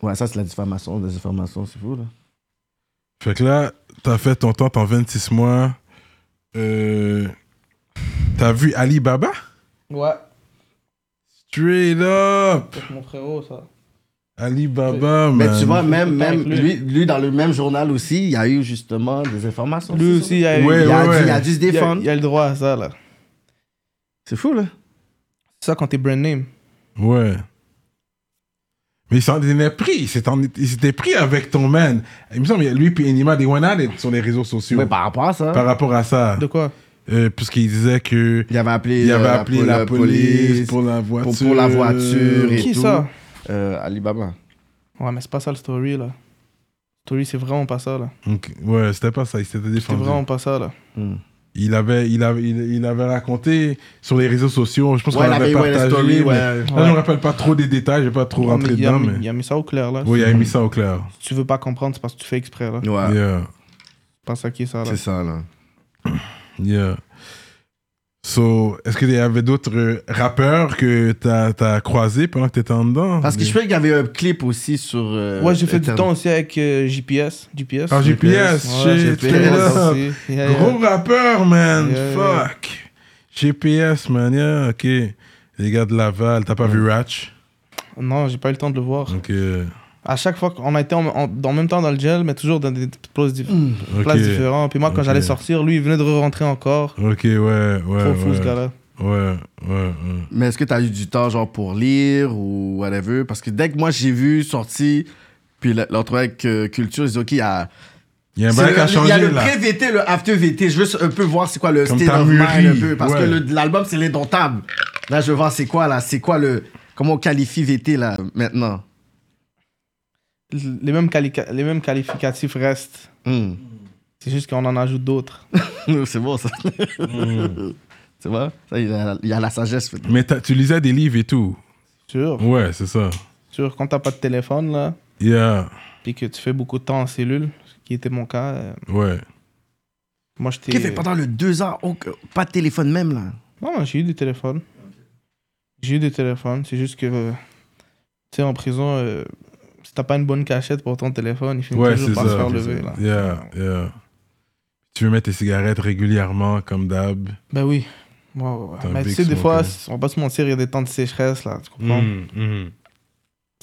S2: Ouais, ça, c'est la diffamation, la désinformation, c'est fou, là.
S1: Fait que là, t'as fait ton temps en 26 mois. Euh, t'as vu Ali Baba?
S3: Ouais,
S1: Straight up!
S3: mon frérot, ça.
S1: Ali Baba,
S2: Mais
S1: man.
S2: tu vois, même, même
S3: Avec
S2: lui,
S3: lui.
S2: lui, dans le même journal aussi, il y a eu justement des informations.
S3: Lui
S2: c'est ça?
S3: aussi, il y a, eu-
S1: Ouais,
S2: Il,
S3: il y a-
S2: a
S1: ouais,
S2: dû,
S1: ouais.
S2: il a dû se
S3: il y a-
S2: défendre.
S3: il y a le droit à ça, là.
S2: C'est fou, là.
S3: Ça, quand t'es brand name.
S1: Ouais. Mais il s'en est pris. Il s'est en- il s'était pris avec ton man. Il me semble, lui et Enima, des one at it sur les réseaux sociaux.
S2: Ouais, bah, par rapport à ça,
S1: Par rapport à ça.
S3: De quoi
S1: Euh, Puisqu'il disait que.
S2: il avait appelé,
S1: Il
S2: euh,
S1: avait appelé la, police pour la voiture.
S2: pour- pour la voiture et-
S3: Qui
S2: tout.
S3: ça
S2: euh, Alibaba.
S3: Ouais, mais c'est pas ça le story, là. Story, c'est vraiment pas ça, là.
S1: Donc, ouais, c'était pas ça. Il s'était
S3: C'est
S1: défendu.
S3: vraiment pas ça, là.
S1: Il, avait, il, avait, il, il avait raconté sur les réseaux sociaux. Je pense
S2: Ouais,
S1: qu'on
S2: il
S1: l'avait
S2: avait ouais, la
S1: partagé.
S2: story,
S1: mais-
S2: ouais.
S1: Là, je me rappelle pas trop des détails. J'ai pas trop
S3: Ouais, mais
S1: rentré
S3: il, a
S1: dedans.
S3: mis,
S1: Mais...
S3: il a mis ça au clair, là.
S1: Oui, il a mis ça au clair.
S3: Si tu veux pas comprendre, c'est parce que tu fais exprès, là.
S2: Ouais,
S1: Yeah.
S3: C'est pas ça qui est ça, là.
S2: c'est ça, là.
S1: Yeah. So, est-ce qu'il y avait d'autres euh, rappeurs que t'as as croisés pendant que t'étais en dedans
S2: Parce que
S1: Des-
S2: je sais qu'il y avait un clip aussi sur. euh,
S3: Ouais, j'ai fait du
S2: Internet.
S3: temps aussi avec euh, GPS. GPS.
S1: Ah, GPS,
S3: Ouais,
S1: shit,
S3: j'ai fait
S2: straight
S3: ça
S1: up.
S3: aussi. Yeah, yeah.
S1: Gros rappeur, man.
S3: Yeah, yeah.
S1: Fuck. GPS, man. Yeah, ok. Les gars de Laval, t'as pas vu Ratch
S3: Non, j'ai pas eu le temps de le voir.
S1: Donc, euh,
S3: À chaque fois qu'on a été en, en- en même temps dans le gel, mais toujours dans des places, diff-
S2: Mm.
S1: ok.
S3: places différentes. Puis moi, quand
S1: Ok.
S3: j'allais sortir, lui, il venait de rentrer encore.
S1: Ok, ouais, ouais.
S3: Trop
S1: ouais,
S3: fou, ce gars-là.
S1: Ouais, ouais, ouais.
S2: Mais est-ce que t'as eu du temps, genre, pour lire ou whatever? Parce que dès que moi, j'ai vu sorti, puis le- l'autre avec euh, Culture, ils ont dit, OK, il y a.
S1: Il y a un
S2: c'est
S1: bail
S2: le-
S1: qui a
S2: Il y a
S1: changé,
S2: le
S1: là.
S2: pré-VT, le after-VT. Je veux s- un peu voir c'est quoi le
S1: Comme
S2: state
S1: t'as
S2: of
S1: mûri,
S2: mind un peu. Parce
S1: ouais.
S2: que le- l'album, c'est l'indomptable. Là, je veux voir c'est quoi, là. C'est quoi le. Comment on qualifie VT, là, maintenant?
S3: Les mêmes, qualica- les mêmes qualificatifs restent.
S2: Hmm. *laughs*
S3: C'est juste qu'on en ajoute d'autres.
S2: c'est bon, ça. tu vois? Ça, il y, a- il y a la sagesse.
S1: Mm. Mais t'as- tu lisais des livres et tout.
S3: Sûr,
S1: Ouais, c'est ça.
S3: sûr. Quand t'as pas de téléphone, là,
S1: Yeah,
S3: puis que tu fais beaucoup de temps en cellule, ce qui était mon cas, euh,
S1: ouais.
S3: moi, j'étais...
S2: Qui fait pendant le deux ans, oh, que- pas de téléphone même, là.
S3: Non, non, j'ai eu des téléphones. J'ai eu des téléphones. C'est juste que, euh, tu sais, en prison, euh, si t'as pas une bonne cachette pour ton téléphone, il finit
S1: Ouais, c'est
S3: toujours par se
S1: ça.
S3: faire lever. Là.
S1: Yeah, yeah. Tu veux mettre tes cigarettes régulièrement, comme d'hab.
S3: Ben oui. Ouais, ouais, ouais.
S1: T'es un
S3: Mais tu
S1: big Hmm.
S3: sais, des fois,
S1: smoker.
S3: on va pas se mentir, il y a des temps de sécheresse, là, tu comprends?
S2: Mm,
S3: Tu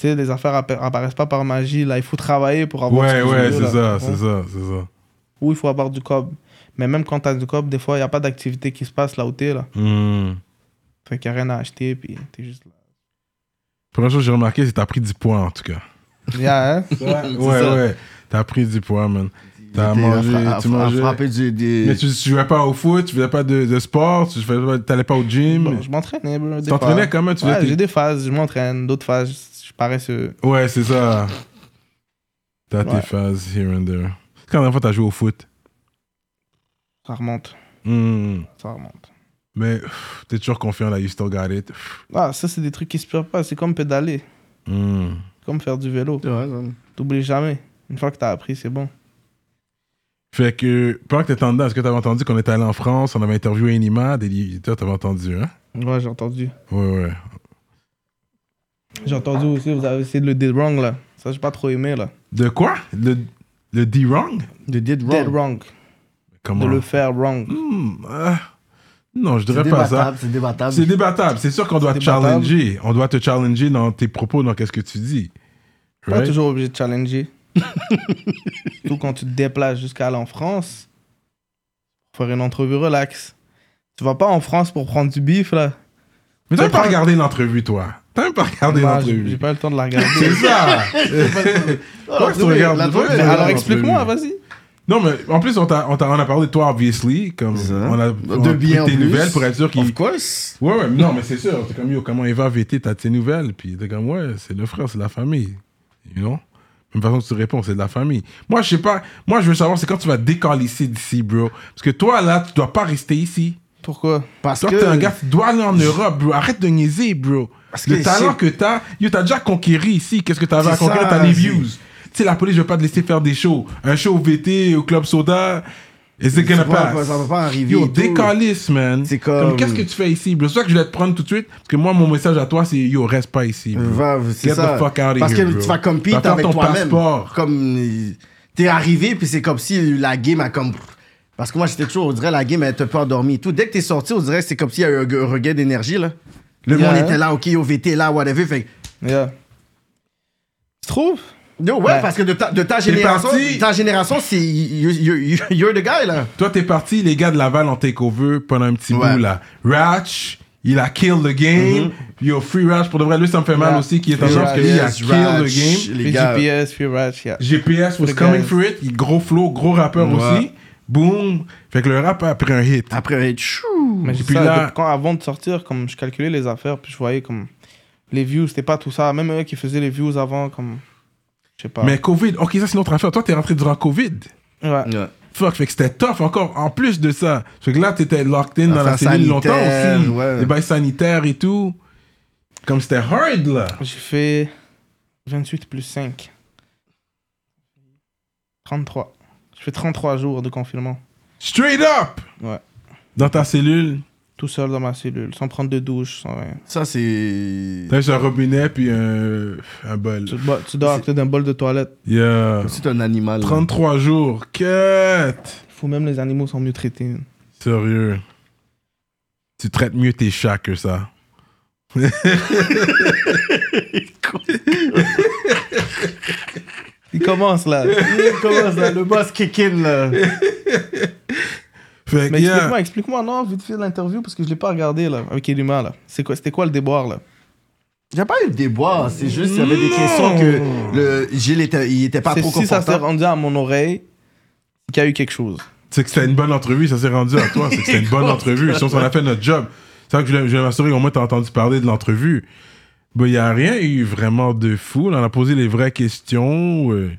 S3: sais, les affaires appa- apparaissent pas par magie, là. Il faut travailler pour avoir
S1: Ouais,
S3: ce que tu
S1: ouais,
S3: veux,
S1: c'est
S3: là,
S1: ça,
S3: tu
S1: c'est
S3: comprends?
S1: ça, c'est ça.
S3: Ou il faut avoir du cob. Mais même quand t'as du cob, des fois, il y a pas d'activité qui se passe là où t'es, là.
S1: Hmm.
S3: Fait qu'il y a rien à acheter, puis t'es juste
S1: *laughs*
S3: là.
S1: Première chose que j'ai remarqué, c'est que t'as pris du poids, en tout cas.
S3: Yeah, hein?
S1: Ouais, ouais. T'as pris du poids, man. T'as
S2: T'es
S1: mangé,
S2: à fra- à
S1: tu
S2: fra- à
S1: mangeais.
S2: frapper du- des-
S1: Mais tu, tu jouais pas au foot, tu faisais pas de, de sport, tu faisais pas- t'allais pas au gym.
S3: Bon, je m'entraînais, bro, des
S1: tu t'entraînais
S3: fois.
S1: comment tu faisais
S3: Ouais,
S1: tes-
S3: j'ai des phases, je m'entraîne, d'autres phases, je- je parais sur.
S1: Ouais, c'est ça. T'as
S3: Ouais.
S1: tes phases here and there. C'est quand la dernière fois t'as joué au foot.
S3: Ça remonte,
S1: Hmm.
S3: ça remonte.
S1: Mais pff, t'es toujours confiant là, you still got it. Pff,
S3: Ah, ça, c'est des trucs qui se perdent pas, c'est comme pédaler,
S1: hmm.
S3: comme faire du vélo.
S2: Ouais, ouais.
S3: T'oublies jamais. Une fois que t'as appris, c'est bon.
S1: Fait que pendant que t'étais en dedans, est-ce que t'avais entendu qu'on était allé en France, on avait interviewé Enima, des li- toi t'avais entendu, hein?
S3: Ouais, j'ai entendu.
S1: Ouais, ouais.
S3: J'ai entendu aussi, vous avez essayé de le dead wrong là. Ça, j'ai pas trop aimé là.
S1: De quoi? Le, le D-Wrong?
S2: De Did Wrong.
S3: Dead wrong.
S1: Comment?
S3: De le faire wrong.
S1: Hmm, ah. Non, je
S2: C'est
S1: dirais pas ça.
S2: débattable, c'est débattable.
S1: C'est débattable. C'est sûr qu'on doit te
S3: Débattable.
S1: challenger. On doit te challenger dans tes propos, dans qu'est-ce que tu dis.
S3: Pas
S1: Right?
S3: toujours obligé
S1: *laughs*
S3: de challenger. Surtout quand tu te déplaces jusqu'à aller en France. Pour faire une entrevue relax. Tu vas pas en France pour prendre du bif là.
S1: Mais t'as même pas
S3: T'as pas-
S1: regardé l'entrevue, toi. T'as même pas regardé
S3: Bah, j'ai j'ai
S1: l'entrevue.
S3: pas eu le temps de la regarder.
S1: *laughs* C'est ça. *laughs*
S2: Ah,
S1: Pourquoi que tu
S2: l'entrevue,
S1: regardes-
S2: l'entrevue,
S1: pourquoi que tu
S3: Mais
S1: regardes
S3: alors
S1: l'entrevue?
S3: explique-moi, vas-y.
S1: Non, mais en plus, on, t'a- on, t'a- on a parlé de toi, obviously. Comme
S2: C'est ça.
S1: on a, on a
S2: De bien
S1: pris
S2: en
S1: tes
S2: plus.
S1: nouvelles pour être sûr qu'il.
S2: Of course.
S1: Ouais, ouais, mais non, mais c'est sûr. T'es comme, yo, comment il va VT, t'as tes nouvelles. Puis t'es comme, ouais, c'est le frère, c'est la famille. You know? Même façon que tu réponds, c'est de la famille. Moi, je sais pas. Moi, je veux savoir, c'est quand tu vas décalisser d'ici, bro. Parce que toi, là, tu dois pas rester ici.
S3: Pourquoi
S2: Parce
S1: Toi,
S2: que.
S1: t'es un gars, tu dois aller en Europe, bro. Arrête de niaiser, bro.
S2: Parce
S1: le
S2: que
S1: talent
S2: c'est-
S1: que t'as, yo, t'as déjà conquéri ici. Qu'est-ce que t'avais à
S2: C'est
S1: conquérir?
S2: ça,
S1: T'as les
S2: c'est-
S1: views. Tu sais, la police, je vais pas te laisser faire des shows. Un show au VT, au Club Soda. Et c'est gonna
S2: c'est pas-
S1: pass.
S2: Ça va pas arriver.
S1: Yo,
S2: et tout.
S1: décalisse, man.
S2: C'est comme-
S1: Qu'est-ce que tu fais ici, bro? C'est pour ça que je voulais te prendre tout de suite. Parce que moi, mon message à toi, c'est yo, reste pas ici. bro.
S2: Va, c'est
S1: Get
S2: ça.
S1: the fuck out of
S2: Parce
S1: here,
S2: que
S1: bro.
S2: tu vas
S1: Va
S2: compete
S1: faire
S2: avec
S1: ton
S2: toi-même.
S1: passeport.
S2: Comme euh, t'es arrivé, puis c'est comme si la game a comme. Parce que moi, j'étais toujours, on dirait la game, elle t'a peu endormi et tout. Dès que t'es sorti, on dirait que c'est comme s'il y a eu un g- un regain d'énergie, là. Le
S3: Yeah.
S2: monde était là, ok, yo, VT là, whatever. Fait que,
S3: Yeah. Tu trouves
S2: yo, ouais,
S3: Ouais.
S2: parce que de ta, de ta génération,
S1: parti.
S2: de ta génération, c'est. you- you- you- You're the guy, là.
S1: Toi, t'es parti, les gars de Laval en takeover pendant un petit
S2: Ouais. Mm-hmm.
S1: bout, là. Ratch, il a kill the game. Yo, free Ratch, pour de vrai, lui, ça me fait mal
S3: Yeah.
S1: aussi qu'il est en
S3: Free
S1: genre, parce que lui, il a
S3: Ratch,
S1: kill
S2: Ratch,
S1: the game.
S2: Les
S3: Puis
S2: gars.
S3: GPS, puis Ratch, yeah.
S1: GPS was
S3: Free
S1: coming
S3: guys.
S1: for it. Il- Gros flow, gros rappeur
S2: Ouais.
S1: aussi. Boom. Fait que le rap a pris un hit.
S2: Après, tchou.
S3: Mais j'ai
S1: Puis
S3: ça,
S1: là-
S3: de- quand, avant de sortir, comme je calculais les affaires, puis je voyais comme les views, c'était pas tout ça. Même eux qui faisaient les views avant, comme. Je sais pas.
S1: Mais Covid, ok, ça, c'est une autre affaire. Toi, t'es rentré durant Covid.
S3: Ouais.
S2: Ouais.
S1: Fuck, fait que c'était tough encore, en plus de ça. Fait que là, t'étais locked in dans la
S2: Affaire
S1: cellule longtemps
S2: sanitaire,
S1: aussi.
S2: ouais.
S1: Les bails sanitaires et tout. Comme c'était hard, là.
S3: J'ai fait 28 plus 5. 33. Je fais 33 jours de confinement.
S1: Straight up!
S3: Ouais.
S1: Dans ta cellule,
S3: tout seul dans ma cellule, sans prendre de douche, sans rien.
S2: Ça, c'est.
S1: T'as juste un robinet puis un, un bol.
S3: Tu, bo- tu dors à côté d'un bol de toilette.
S1: Yeah.
S2: C'est un animal.
S1: 33 jours. Quête.
S3: Faut même les animaux sont mieux traités. man.
S1: Sérieux. Tu traites mieux tes chats que ça.
S3: Il commence
S2: *laughs*
S3: là. Il commence là.
S2: Le boss kick in, là.
S1: Fait que,
S3: Mais
S1: yeah.
S3: explique-moi, explique-moi, non, vite fait l'interview parce que je l'ai pas regardé là, avec Elima là. C'est quoi, c'était quoi le déboire là
S2: J'ai pas eu de déboire, c'est juste qu'il y avait des questions que le Gilles était, il était pas
S3: C'est
S2: trop
S3: si ça s'est
S2: confortable.
S3: rendu à mon oreille, c'est qu'il y a eu quelque chose.
S1: C'est que c'était une bonne entrevue, ça s'est rendu à toi. C'est que c'était une
S3: *laughs* Oh,
S1: bonne entrevue. Si on s'en a fait notre job. C'est vrai que je voulais- je vais m'assurer qu'au moins t'as entendu parler de l'entrevue. Ben, il n'y a rien eu vraiment de fou. Là, on a posé les vraies questions. euh,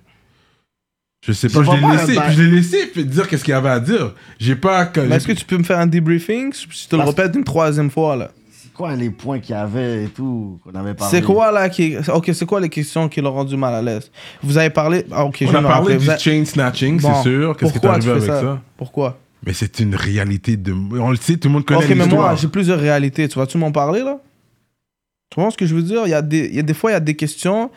S1: Je sais pas,
S2: Je
S1: je l'ai
S2: vois pas
S1: laissé.
S2: un
S1: puis Je l'ai laissé puis dire qu'est-ce qu'il y avait à dire. J'ai pas. que-
S3: Mais est-ce que tu peux me faire un debriefing Je te le
S2: Parce-
S3: répète une troisième fois là.
S2: C'est quoi les points qu'il y avait et tout qu'on avait parlé
S3: C'est quoi là qui. Ok, c'est quoi les questions qui l'ont rendu mal à l'aise Vous avez parlé. Ah, ok,
S1: On
S3: je
S1: a
S3: me
S1: parlé
S3: rappelais,
S1: du
S3: vous avez-
S1: chain snatching,
S3: Bon,
S1: c'est sûr. Qu'est-ce qui est
S3: pourquoi
S1: arrivé
S3: tu
S1: avec
S3: fais
S1: ça?
S3: Pourquoi
S1: Mais c'est une réalité de. On le sait, tout le monde connaît
S3: Ok, mais moi
S1: l'histoire.
S3: j'ai plusieurs réalités. Tu vas-tu m'en parler là Tu vois ce que je veux dire il y, a des, il y a des fois, il y a des questions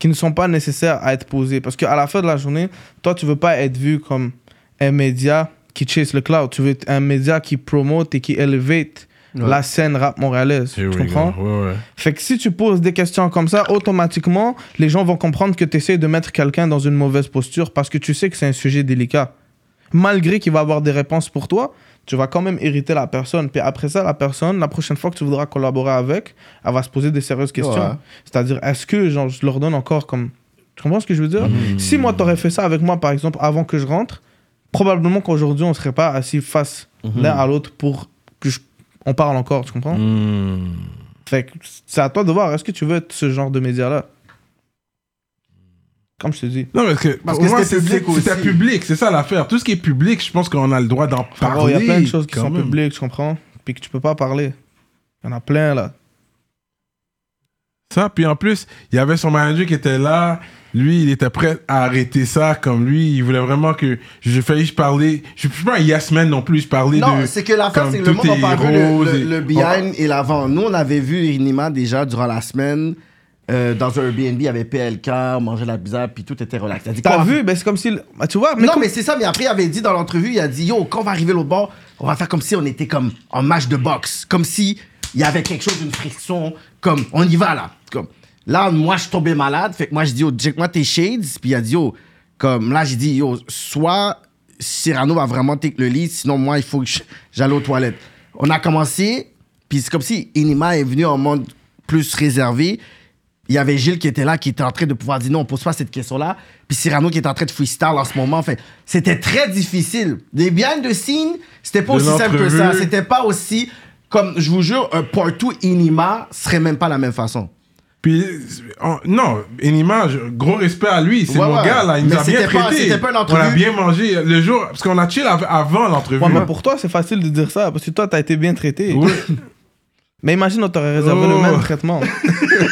S3: qui ne sont pas nécessaires à être posées. Parce qu'à la fin de la journée, toi, tu veux pas être vu comme un média qui chase le cloud. Tu veux être un média qui promote et qui élevate la scène rap montréalaise.
S1: Here we
S3: Tu
S1: go.
S3: comprends
S1: Ouais, ouais.
S3: Fait que si tu poses des questions comme ça, automatiquement, les gens vont comprendre que tu essaies de mettre quelqu'un dans une mauvaise posture parce que tu sais que c'est un sujet délicat. Malgré qu'il va avoir des réponses pour toi, tu vas quand même irriter la personne. Puis après ça, la personne, la prochaine fois que tu voudras collaborer avec, elle va se poser des sérieuses questions.
S2: Ouais.
S3: C'est-à-dire, est-ce que genre, je leur donne encore comme. Tu comprends ce que je veux dire Si moi, t'aurais fait ça avec moi, par exemple, avant que je rentre, probablement qu'aujourd'hui, on serait pas assis face l'un à l'autre pour que je- on parle encore, tu comprends
S1: Hmm.
S3: fait que c'est à toi de voir, est-ce que tu veux être ce genre de média-là Comme je te dis.
S1: Non, parce que,
S2: Parce
S1: pour
S2: que
S1: moi, c'est
S2: c'était public
S1: c'est- c'est un
S2: aussi.
S1: public, c'est ça l'affaire. Tout ce qui est public, je pense qu'on a le droit d'en
S3: Frérot,
S1: parler.
S3: Ah Il y a plein de choses qui
S1: quand
S3: sont
S1: même.
S3: publiques, tu comprends Puis que tu peux pas parler. Il y en a plein, là.
S1: Ça, puis en plus, il y avait son manager qui était là. Lui, il était prêt à arrêter ça comme lui. Il voulait vraiment que je failli parler. Je suis pas un yes man non plus. Je parlais de.
S2: Non, c'est que l'affaire,
S1: comme
S2: c'est que
S1: tout
S2: le monde
S1: est
S2: a pas vu le,
S1: rose
S2: le-
S1: et-
S2: le behind et l'avant. Nous, on avait vu Inima déjà durant la semaine euh, dans un Airbnb, il y avait PLK, on mangeait la pizza, puis tout était relax. Il a dit,
S3: T'as
S2: Quand-
S3: vu ben, C'est comme si. le- Ah, tu vois mais
S2: non,
S3: comme-
S2: mais c'est ça, mais après, il avait dit dans l'entrevue, il a dit, yo, quand on va arriver l'autre bord, on va faire comme si on était comme en match de boxe. Comme si il y avait quelque chose, une friction, comme on y va là. Comme, là, moi, je suis tombé malade, fait que moi, je dis, yo, check-moi tes shades, puis il a dit, yo, comme là, j'ai dit, yo, soit Cyrano va vraiment take le lead, sinon moi, il faut que je- j'aille aux toilettes. On a commencé, puis c'est comme si Inima est venu en mode plus réservé. Il y avait Gilles qui était là, qui était en train de pouvoir dire non, on pose pas cette question-là. Puis Cyrano qui est en train de freestyle en ce moment. Fait, c'était très difficile. Les behind the scenes, c'était pas
S1: De
S2: aussi simple que ça.
S1: l'entrevue.
S2: C'était pas aussi. Comme, je vous jure, un partout Inima serait même pas la même façon.
S1: Puis, en- non, une image, gros respect à lui, c'est
S2: Ouais,
S1: mon
S2: ouais.
S1: gars là, il nous
S2: Mais
S1: a bien
S2: c'était pas-
S1: traité.
S2: c'était pas une
S1: on
S2: entrevue.
S1: a bien mangé le jour, parce qu'on a chill av- avant l'entrevue.
S3: Ouais, mais pour toi, c'est facile de dire ça, parce que toi, t'as été bien traité.
S1: Oui.
S3: *laughs* Mais imagine, on t'aurait réservé
S1: Oh.
S3: le même traitement.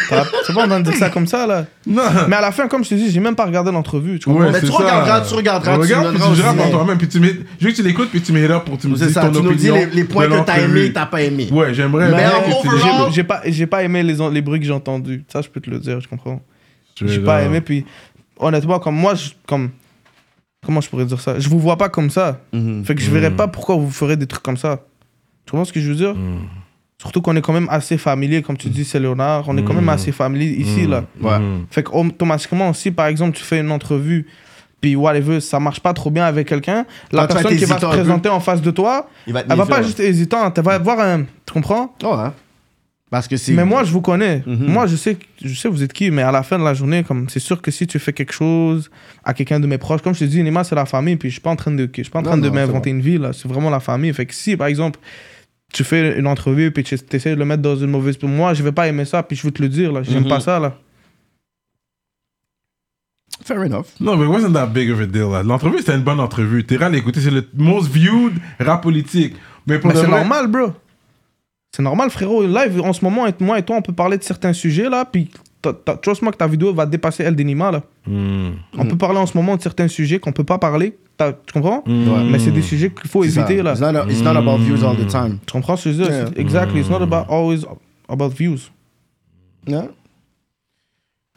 S3: T'as- c'est pas en train de dire ça comme ça, là.
S1: Non.
S3: Mais à la fin, comme je te dis, j'ai même pas regardé l'entrevue. Tu comprends
S1: Ouais,
S2: Mais
S1: c'est
S2: tu
S1: ça.
S2: regarderas, tu regarderas,
S1: On
S2: tu
S1: regarde,
S2: nous
S1: puis tu
S2: donneras
S1: jugeras
S2: aussi.
S1: par toi-même, puis tu mets, je veux que tu l'écoutes, puis tu mets là pour tu me
S2: C'est
S1: dis
S2: ça,
S1: ton
S2: tu
S1: opinion.
S2: nous dis les, les points
S1: de
S2: que t'as aimés
S1: l'entrevue.
S2: et t'as pas aimé.
S1: Ouais, j'aimerais
S2: Mais
S1: bien
S2: en
S1: que tu
S2: overall,
S3: J'ai- J'ai pas, j'ai pas aimé les, on- les bruits que j'ai entendus. Ça, je peux te le dire, je comprends.
S1: Je
S3: J'ai
S1: vais
S3: pas
S2: Euh,
S1: là.
S3: aimé. Puis, honnêtement, comme moi, je, comme. Comment je pourrais dire ça Je vous vois pas comme ça.
S2: Mhm.
S3: Fait que je
S2: Hmm.
S3: verrais pas pourquoi vous ferez des trucs comme ça. Tu comprends ce que je veux dire
S2: Hmm.
S3: Surtout qu'on est quand même assez familier, comme tu dis, c'est Léonard. On est quand même
S2: Hmm.
S3: assez familier ici, là.
S1: Mhm.
S3: Fait que automatiquement, si par exemple, tu fais une entrevue. Puis, whatever, ça marche pas trop bien avec quelqu'un. La
S2: Toi, tu vas
S3: personne qui va se
S2: t'hésitant un peu.
S3: présenter en face de toi,
S2: Il va te
S3: elle va
S2: niaiser,
S3: pas
S2: ouais.
S3: juste hésitante. Elle va voir un. Tu comprends
S2: Ouais. Oh, hein. Parce que c'est.
S3: mais moi, je vous connais. Moi, je sais, je sais vous êtes qui, mais à la fin de la journée, comme c'est sûr que si tu fais quelque chose à quelqu'un de mes proches, comme je te dis, Nima, c'est la famille, puis je suis pas en train de, je suis pas en train
S2: Non,
S3: de
S2: non,
S3: m'inventer une vie là. C'est vraiment la famille. Fait que si, par exemple, tu fais une entrevue puis tu essaies de le mettre dans une mauvaise, moi, je vais pas aimer ça, puis je vais te le dire là. J'aime
S2: Mhm.
S3: pas ça là.
S2: Fair enough.
S1: Non, mais it wasn't that big of a deal. là. L'entrevue, c'était une bonne entrevue. T'es à l'écouter, c'est le most viewed rap politique. Mais pour
S3: Mais
S1: de
S3: c'est
S1: vrai-
S3: normal, bro. C'est normal, frérot. Live, en ce moment, et- moi et toi, on peut parler de certains sujets là, puis t'as- t'as- trust moi que ta vidéo va dépasser elle des Nima là.
S1: Hmm.
S3: On peut parler en ce moment de certains sujets qu'on peut pas parler t'as- tu comprends
S1: Mm.
S3: Mais Hmm. c'est des sujets qu'il faut
S2: C'est ça.
S3: éviter là.
S2: It's not, a- it's not about views all the time.
S3: Tu comprends ce que je veux dire
S2: Yeah.
S3: C'est- Exactly. It's not about always about views.
S2: Yeah.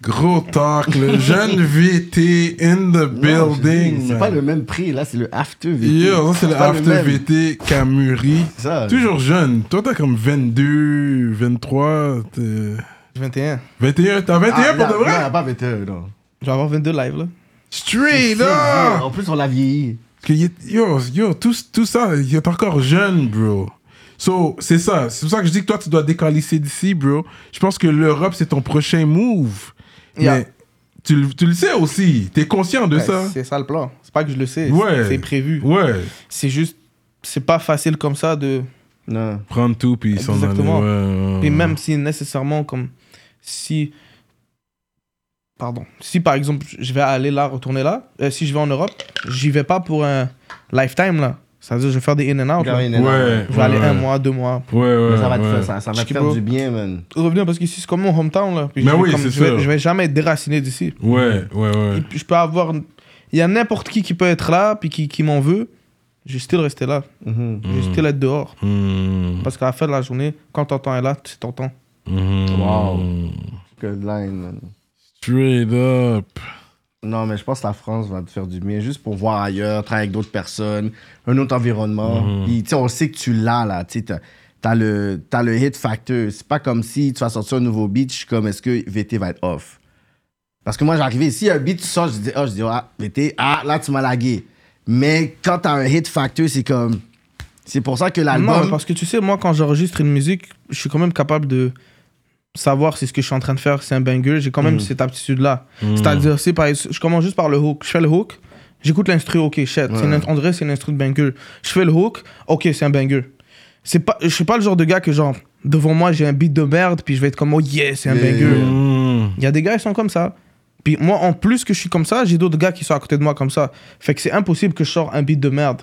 S1: Gros talk, le
S2: *laughs*
S1: jeune VT in the
S2: Non, je dis,
S1: building.
S2: C'est pas
S1: man.
S2: le même prix, là, c'est le after VT.
S1: Yo, ça c'est le
S2: pas
S1: After
S2: même.
S1: VT Camuri.
S2: C'est ça.
S1: Toujours jeune. Toi, t'as comme 22, 23, t'es-
S3: 21.
S1: 21. T'as 21
S2: Ah,
S1: pour
S2: là,
S1: de vrai?
S2: là, pas 21, non.
S3: Je vais avoir 22 lives là.
S1: Straight
S2: Ah,
S1: up!
S2: En plus, on l'a vieilli.
S1: Que y- Yo, yo, tout, tout ça, il est encore jeune, bro. So, c'est ça. C'est pour ça que je dis que toi, tu dois décalisser d'ici, bro. Je pense que l'Europe, c'est ton prochain move.
S3: Yeah.
S1: Mais tu, le- tu le sais aussi. T'es conscient de
S3: Ouais,
S1: ça.
S3: C'est ça le plan. C'est pas que je le sais.
S1: Ouais.
S3: c'est- C'est prévu.
S1: Ouais.
S3: C'est juste, c'est pas facile comme ça de.
S2: Non.
S1: Prendre tout, puis s'en aller.
S3: Exactement.
S1: Ouais, ouais, ouais.
S3: Et même si nécessairement, comme si. Pardon. Si par exemple, je vais aller là, retourner là, euh, si je vais en Europe, j'y vais pas pour un lifetime là. Ça veut dire, je vais faire des in and out. là.
S2: Gary
S3: Je
S1: Ouais.
S2: Nenard,
S1: ouais,
S3: vais aller
S1: ouais.
S3: un mois, deux mois.
S1: Ouais, ouais.
S2: Ça va te
S1: ouais.
S2: faire, ça, ça va te
S3: Je sais
S2: faire
S3: pas.
S2: du bien, man.
S3: Revenir parce qu'ici, c'est comme mon hometown là. Puis
S1: Mais
S3: je vais
S1: oui,
S3: comme-
S1: c'est
S3: je,
S1: sûr.
S3: vais, je vais jamais être déraciné d'ici.
S1: Ouais, ouais, ouais.
S3: Et puis, Je peux avoir. Il y a n'importe qui qui peut être là, puis qui, qui m'en veut. Je vais still rester là.
S2: Mhm.
S3: Je vais still être dehors.
S1: Hmm,
S3: Parce qu'à la fin de la journée, quand ton temps est là, c'est ton temps.
S1: hmm.
S2: Wow. Good line, man.
S1: Straight up.
S2: Non, mais je pense que la France va te faire du bien juste pour voir ailleurs, travailler avec d'autres personnes, un autre environnement. Puis, tu sais, on sait que tu l'as, là. Tu sais, t'as- t'as le, t'as le hit factor. C'est pas comme si tu vas sortir un nouveau beat, je suis comme, est-ce que VT va être off? Parce que moi, j'arrivais ici, un beat, tu sors, je dis, oh, je dis, ah, VT, ah, là, tu m'as lagué. Mais quand t'as un hit factor, c'est comme. C'est pour ça que
S3: Non, mais
S2: l'album.
S3: parce que tu sais, moi, quand j'enregistre une musique, je suis quand même capable de savoir si ce que je suis en train de faire, c'est un banger. J'ai quand même cette aptitude-là. C'est-à-dire, si par- je commence juste par le hook. Je fais le hook, j'écoute l'instru, ok, shit. c'est une- on dirait que c'est une instru de banger. Je fais le hook, ok, c'est un banger. C'est pas, je suis pas le genre de gars que, genre, devant moi, j'ai un beat de merde, puis je vais être comme, oh yeah, c'est un
S2: Yeah,
S3: banger.
S2: yeah.
S1: Hmm.
S3: Il y a des gars, ils sont comme ça. Puis moi, en plus que je suis comme ça, j'ai d'autres gars qui sont à côté de moi comme ça. Fait que c'est impossible que je sorte un beat de merde.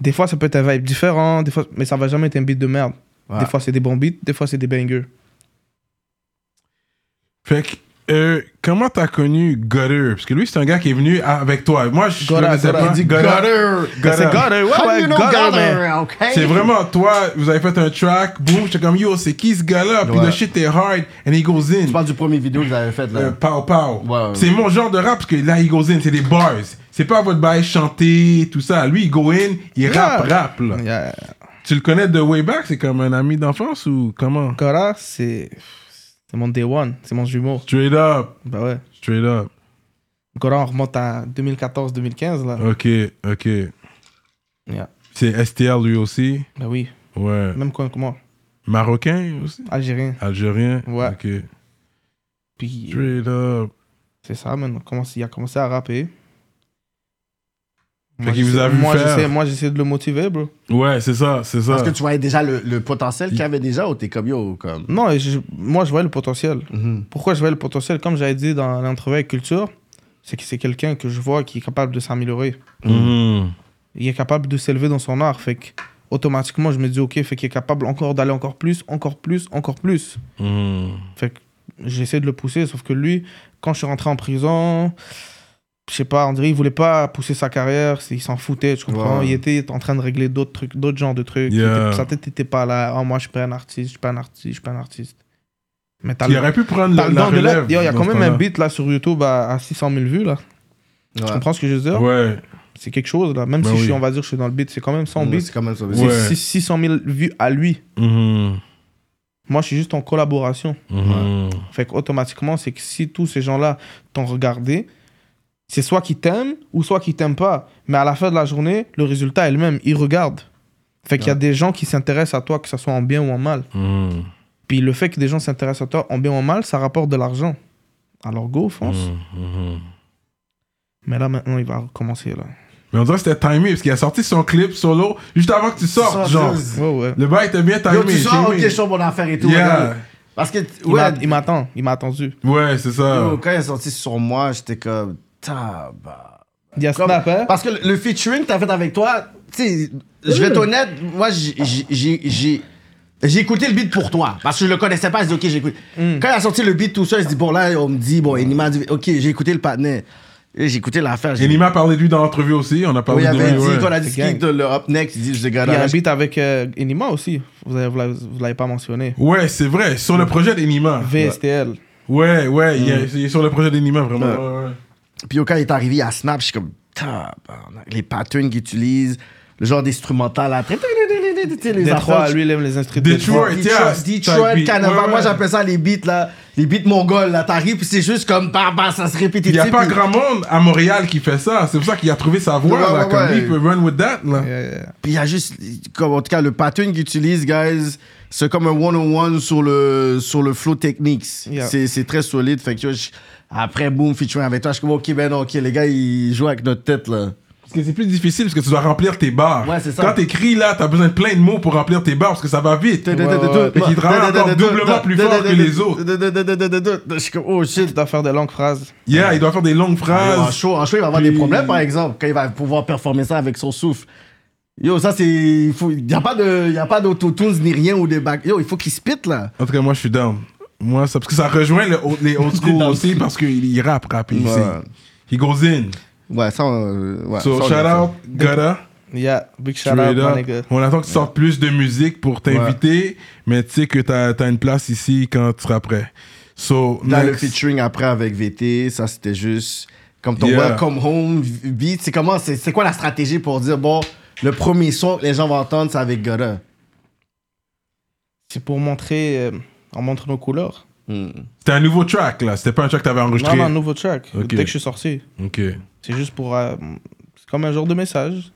S3: Des fois, ça peut être un vibe différent, des fois, mais ça va jamais être un beat de merde.
S2: Ouais.
S3: Des fois, c'est des bons beats, des fois, c'est des bangers.
S1: Fait que, euh, comment t'as connu Gutter? Parce que lui, c'est un gars qui est venu avec toi. Moi, je
S3: Gutter,
S1: connaissais
S3: Gutter.
S1: pas.
S3: Il dit
S1: Gutter.
S3: C'est gutter, ouais,
S2: How
S3: ouais,
S2: you know
S3: gutter,
S2: Gather,
S3: man.
S2: OK?
S1: C'est vraiment toi, vous avez fait un track, boum, j'étais comme yo, c'est qui ce gars-là? Puis
S2: Ouais.
S1: le shit est hard, and he goes in.
S2: Je parle du premier vidéo que vous avez fait, là.
S1: Euh, pow pow.
S2: Ouais.
S1: C'est mon genre de rap, parce que là, il goes in, c'est des bars. C'est pas votre bail chanter, tout ça. Lui, il go in, il rappe,
S3: Yeah.
S1: rappe. là.
S3: Yeah.
S1: Tu le connais de way back? C'est comme un ami d'enfance ou comment?
S3: Gutter, c'est. C'est mon day one, c'est mon jumeau.
S1: Straight up,
S3: Bah ouais.
S1: straight up.
S3: Gutter, on remonte à 2014-2015, là.
S1: Ok, ok.
S3: Yeah.
S1: C'est STL lui aussi?
S3: Bah oui,
S1: Ouais.
S3: même coin que moi,
S1: Marocain aussi?
S3: algérien.
S1: Algérien?
S3: Ouais.
S1: Ok.
S3: Puis
S1: Straight up.
S3: C'est ça, man. On commence- il a commencé à rapper.
S1: Fait
S3: Moi,
S1: qu'il vous
S3: j'essaie-
S1: a vu
S3: moi,
S1: faire.
S3: j'essaie- Moi, j'essaie de le motiver, bro.
S1: Ouais, c'est ça, c'est ça.
S2: Parce que tu voyais déjà le, le potentiel qu'il y avait déjà ou t'es comme yo, comme.
S3: Non, et je- moi, je voyais le potentiel.
S2: Mhm.
S3: Pourquoi je voyais le potentiel Comme j'avais dit dans l'entrevue avec Culture, c'est que c'est quelqu'un que je vois qui est capable de s'améliorer.
S1: Mhm.
S3: Il est capable de s'élever dans son art. Fait que, automatiquement, je me dis, OK, fait qu'il est capable encore d'aller encore plus, encore plus, encore plus.
S1: Mhm.
S3: Fait que j'essaie de le pousser, sauf que lui, quand je suis rentré en prison, je sais pas, on dirait il voulait pas pousser sa carrière, c'est- il s'en foutait, tu comprends
S2: Ouais.
S3: Il était en train de régler d'autres trucs, d'autres genres de trucs. Il
S1: Yeah.
S3: était- sa tête était pas là, oh, moi je suis pas un artiste, je suis pas un artiste, je suis pas un artiste. Mais t'as
S1: Il
S3: le,
S1: aurait pu prendre
S3: t'as
S1: la,
S3: le
S1: la
S3: don de là.
S1: relève.
S3: Il y a
S1: dans
S3: quand
S1: ce
S3: même un
S1: temps-là.
S3: beat là sur YouTube à, à 600 000 vues là. Tu
S2: Ouais.
S3: comprends ce que je veux dire
S1: Ouais.
S3: C'est quelque chose là, même
S1: Ben
S3: si je suis,
S1: oui.
S3: on va dire, je suis dans le beat, c'est quand même 100
S2: Ouais,
S3: beats,
S2: C'est quand même ça.
S1: Ouais.
S3: c'est 600 000 vues à lui.
S1: Mhm.
S3: Moi je suis juste en collaboration.
S1: Mhm.
S3: Fait qu'automatiquement, c'est que si tous ces gens-là t'ont regardé, c'est soit qu'ils t'aiment ou soit qu'ils t'aiment pas. Mais à la fin de la journée, le résultat est le même. Ils regardent. Fait qu'il y a des gens qui s'intéressent à toi, que ce soit en bien ou en mal.
S1: Mhm.
S3: Puis le fait que des gens s'intéressent à toi en bien ou en mal, ça rapporte de l'argent. Alors go, fonce.
S1: Mhm.
S3: Mais là, maintenant, il va recommencer. Là.
S1: Mais on dirait que c'était timé, parce qu'il a sorti son clip solo juste avant que tu sortes, genre.
S3: Ouais, ouais.
S1: Le bail était bien timé.
S2: Yo, tu sors,
S1: timé.
S2: ok, je sors mon affaire et tout.
S1: Yeah.
S2: regarde. Parce que,
S3: Il
S2: ouais,
S3: m'a- il m'attend. Il m'a attendu.
S1: Ouais, c'est ça.
S2: yo, quand il est sorti sur moi, j'étais comme, tabac.
S3: Il y a
S2: Comme-
S3: Snap, hein?
S2: Parce que le, le featuring que t'as fait avec toi, tu sais, je vais
S3: Mm.
S2: être honnête, moi, j'ai- j'ai- j'ai. j'ai- J'ai écouté le beat pour toi, parce que je le connaissais pas, je
S3: Mm.
S2: dis ok, j'écoute. Quand il a sorti le beat tout seul, je dis bon là, on me dit, bon, il m'a dit, ok, j'ai écouté le patinet. Et J'ai écouté l'affaire. j'ai-
S1: Enima a parlé de lui dans l'entrevue aussi. On a
S2: Oui,
S1: parlé
S2: il
S1: de lui.
S2: avait dit,
S1: ouais.
S2: quand on a dit
S3: Gang.
S2: de l'Europe Next, il dit, je
S3: Il
S2: regarde
S3: habite avec euh, Enima aussi. Vous avez- vous l'avez vous l'avez pas mentionné.
S1: Ouais, c'est vrai. Sur le projet d'Enima.
S3: VSTL.
S1: Ouais, ouais. Il, est, il est sur le projet d'Enima, vraiment.
S2: Ouais.
S1: Ouais, ouais.
S2: Puis quand il est arrivé à Snap, je suis comme, tabarnak, les patterns qu'il utilise, le genre d'instrumental là, très- les affaires,
S3: Détroit,
S2: tu-
S3: lui, il aime les instruments.
S1: Detroit,
S2: Detroit,
S1: yeah, type
S2: Detroit,
S1: beat.
S2: Canada,
S1: Ouais,
S2: moi
S1: ouais.
S2: j'appelle ça les beats là, les beats mongols là, t'arrives puis c'est juste comme bah bah ça se répète.
S1: Il n'y a pas grand monde à Montréal qui fait ça. C'est pour ça qu'il a trouvé sa voie.
S2: Ouais,
S1: là,
S2: ouais,
S1: comme
S2: ouais.
S1: lui, il peut run with that. Là.
S3: Yeah, yeah.
S2: Puis il y a juste, comme, en tout cas, le pattern qu'ils utilisent, guys, c'est comme un one-on-one sur le, sur le flow techniques.
S3: Yeah.
S2: C'est, c'est très solide. Fait que, tu vois, je- après, boom, featuring avec toi, je suis comme, ok, ben non, ok, les gars, ils jouent avec notre tête, là.
S1: Parce que c'est plus difficile parce que tu dois remplir tes barres.
S2: Ouais, c'est ça.
S1: Quand t'écris là, t'as besoin de plein de mots pour remplir tes barres parce que ça va vite.
S2: Et
S1: Fait qu'ils travaillent encore doublement plus fort que les autres.
S2: Je suis comme, oh
S3: Tu
S2: shit.
S3: dois faire des longues phrases.
S1: Yeah, il doit faire des longues
S2: En
S1: phrases.
S2: show, en show, il va avoir
S1: Puis-
S2: des problèmes, par exemple, quand il va pouvoir performer ça avec son souffle. Yo, ça, c'est. Il faut... y a pas de- y a pas d'autotunes ni rien ou des bacs. Yo, il faut qu'il spit, là.
S1: En tout cas, moi, je suis down. Moi, ça, parce que ça rejoint le old- les old school aussi parce qu'il il rappe, rappe. Il,
S2: Ouais.
S1: sait. He goes in.
S2: Ouais, ça. euh, ouais,
S1: So,
S2: ça, on
S1: shout
S2: l'a
S1: out, Gutta.
S3: Yeah, big shout out,
S1: Straight
S3: my
S1: up.
S3: nigga.
S1: On attend que tu sortes plus de musique pour t'inviter, mais tu sais que t'as as une place ici quand tu seras prêt. So,
S2: Dans le
S1: next.
S2: featuring après avec VT, ça c'était juste comme ton
S1: Yeah.
S2: Welcome Home beat. C'est comment, c'est c'est quoi la stratégie pour dire bon, le premier son que les gens vont entendre, c'est avec Gora.
S3: C'est pour montrer. euh, on montre nos couleurs.
S2: Hmm.
S1: C'était un nouveau track là, c'était pas un track que t'avais
S3: Non,
S1: enregistré.
S3: non, nouveau track.
S1: Ok.
S3: Dès que je suis sorti.
S1: Ok.
S3: C'est juste pour. euh, c'est comme un genre de message.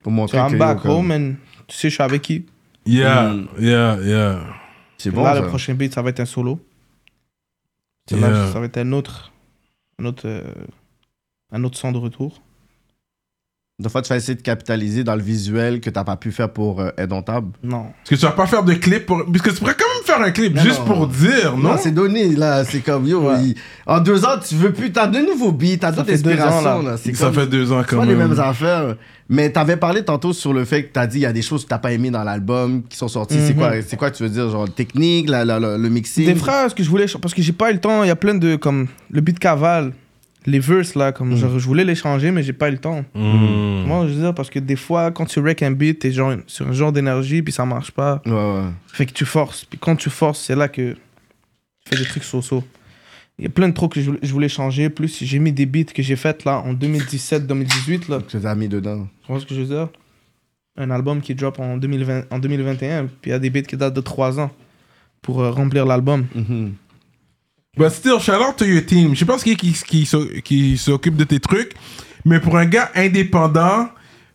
S2: Pour montrer
S3: So I'm
S2: que,
S3: back
S2: yo,
S3: home and tu sais, je suis avec qui.
S1: Yeah,
S2: Mm.
S1: yeah, yeah.
S2: C'est bon.
S3: Là,
S2: ça.
S3: le prochain beat, ça va être un solo. C'est
S1: Yeah.
S3: Là, ça va être un autre. Un autre. euh, un autre son de retour.
S2: Des fois, tu vas essayer de capitaliser dans le visuel que t'as pas pu faire pour euh, Indomptable.
S3: Non.
S1: Parce que tu vas pas faire de clip pour. Parce que tu pourrais quand même faire un clip
S2: Non,
S1: juste
S2: non.
S1: pour dire, non?
S2: Non, c'est donné, là. C'est comme, yo,
S3: Ouais.
S2: il- en deux ans, tu veux plus. T'as de nouveaux beats, t'as d'autres
S3: fait deux ans,
S2: inspirations,
S3: là.
S2: là. C'est
S1: ça
S2: comme-
S1: fait deux ans
S2: C'est
S1: quand
S2: pas
S1: même.
S2: les mêmes affaires. Mais t'avais parlé tantôt sur le fait que t'as dit il y a des choses que t'as pas aimées dans l'album qui sont sorties. C'est
S3: Mhm.
S2: quoi C'est quoi que tu veux dire Genre le technique, la- la- la- le mixing
S3: Des phrases que je voulais. Parce que j'ai pas eu le temps. Il y a plein de. Comme le beat cavale. Les verses, là.
S2: Mm.
S3: Comme genre, je voulais les changer, mais j'ai pas eu le temps.
S1: Mm.
S3: Moi, je veux dire, parce que des fois, quand tu wreck un beat, t'es genre sur un genre d'énergie, puis ça marche pas.
S2: Ouais, ouais.
S3: Fait que tu forces. Puis quand tu forces, c'est là que tu fais des trucs so-so. Il y a plein de trucs que je voulais- je voulais changer. Plus, j'ai mis des beats que j'ai faites là en 2017-2018. Là.
S2: Que t'as mis dedans.
S3: Tu vois ce que je veux dire? Un album qui drop en, 2020, en 2021, puis il y a des beats qui datent de 3 ans pour euh, remplir l'album.
S1: But still, shout out to your team. Je sais pas ce qui, qui, qui, s'o- qui s'occupe de tes trucs, mais pour un gars indépendant,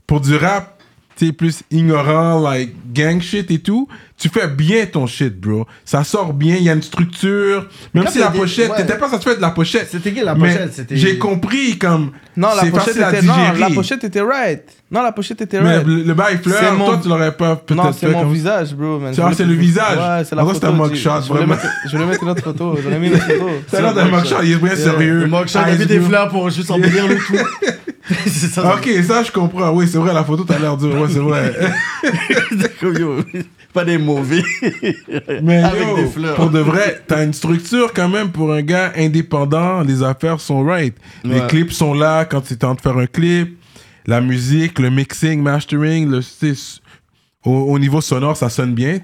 S1: pour du rap, tu sais, plus ignorant, like gang shit et tout, tu fais bien ton shit, bro. Ça sort bien, il y a une structure. Même
S2: Comme
S1: si la
S2: des-
S1: pochette,
S2: ouais.
S1: t'étais pas satisfait de la pochette.
S2: C'était qui, la
S1: Mais
S2: pochette? C'était-
S1: J'ai compris, comme.
S3: Non, la
S1: c'est
S3: pochette,
S1: facile à
S3: était, non,
S1: digérer.
S3: la pochette était right. Non, la pochette était
S1: Mais
S3: right.
S1: le, le bail
S3: C'est
S1: fleur,
S3: mon-
S1: toi, tu l'aurais pas peut-être
S3: Non, c'est
S1: fait
S3: mon
S1: comme-
S3: visage, bro. man.
S1: C'est- ah, c'est le visage.
S3: Ouais, c'est la
S1: Ah, ça,
S3: photo.
S1: c'est un mugshot,
S3: je, je voulais
S1: vraiment.
S3: mettre, je voulais mettre une autre photo. J'en ai mis une autre
S1: *laughs*
S3: photo.
S1: Ça a l'air d'un mugshot, il est bien sérieux.
S2: Le mugshot, il a
S1: Eyes
S2: mis des
S1: blue.
S2: fleurs pour juste embellir le tout. *laughs* c'est ça.
S1: Ok, ça je comprends. Oui, c'est vrai, la photo, t'as l'air dure. Ouais, c'est vrai.
S3: *laughs*
S2: c'est comme, yo, Pas des mauvais.
S1: Mais
S2: Avec
S1: yo,
S2: des fleurs.
S1: pour de vrai, t'as une structure quand même pour un gars indépendant. Les affaires sont right. Les
S2: Ouais.
S1: clips sont là quand tu tentes de faire un clip. La musique, le mixing, mastering, le, c'est- au, au niveau sonore, ça sonne bien.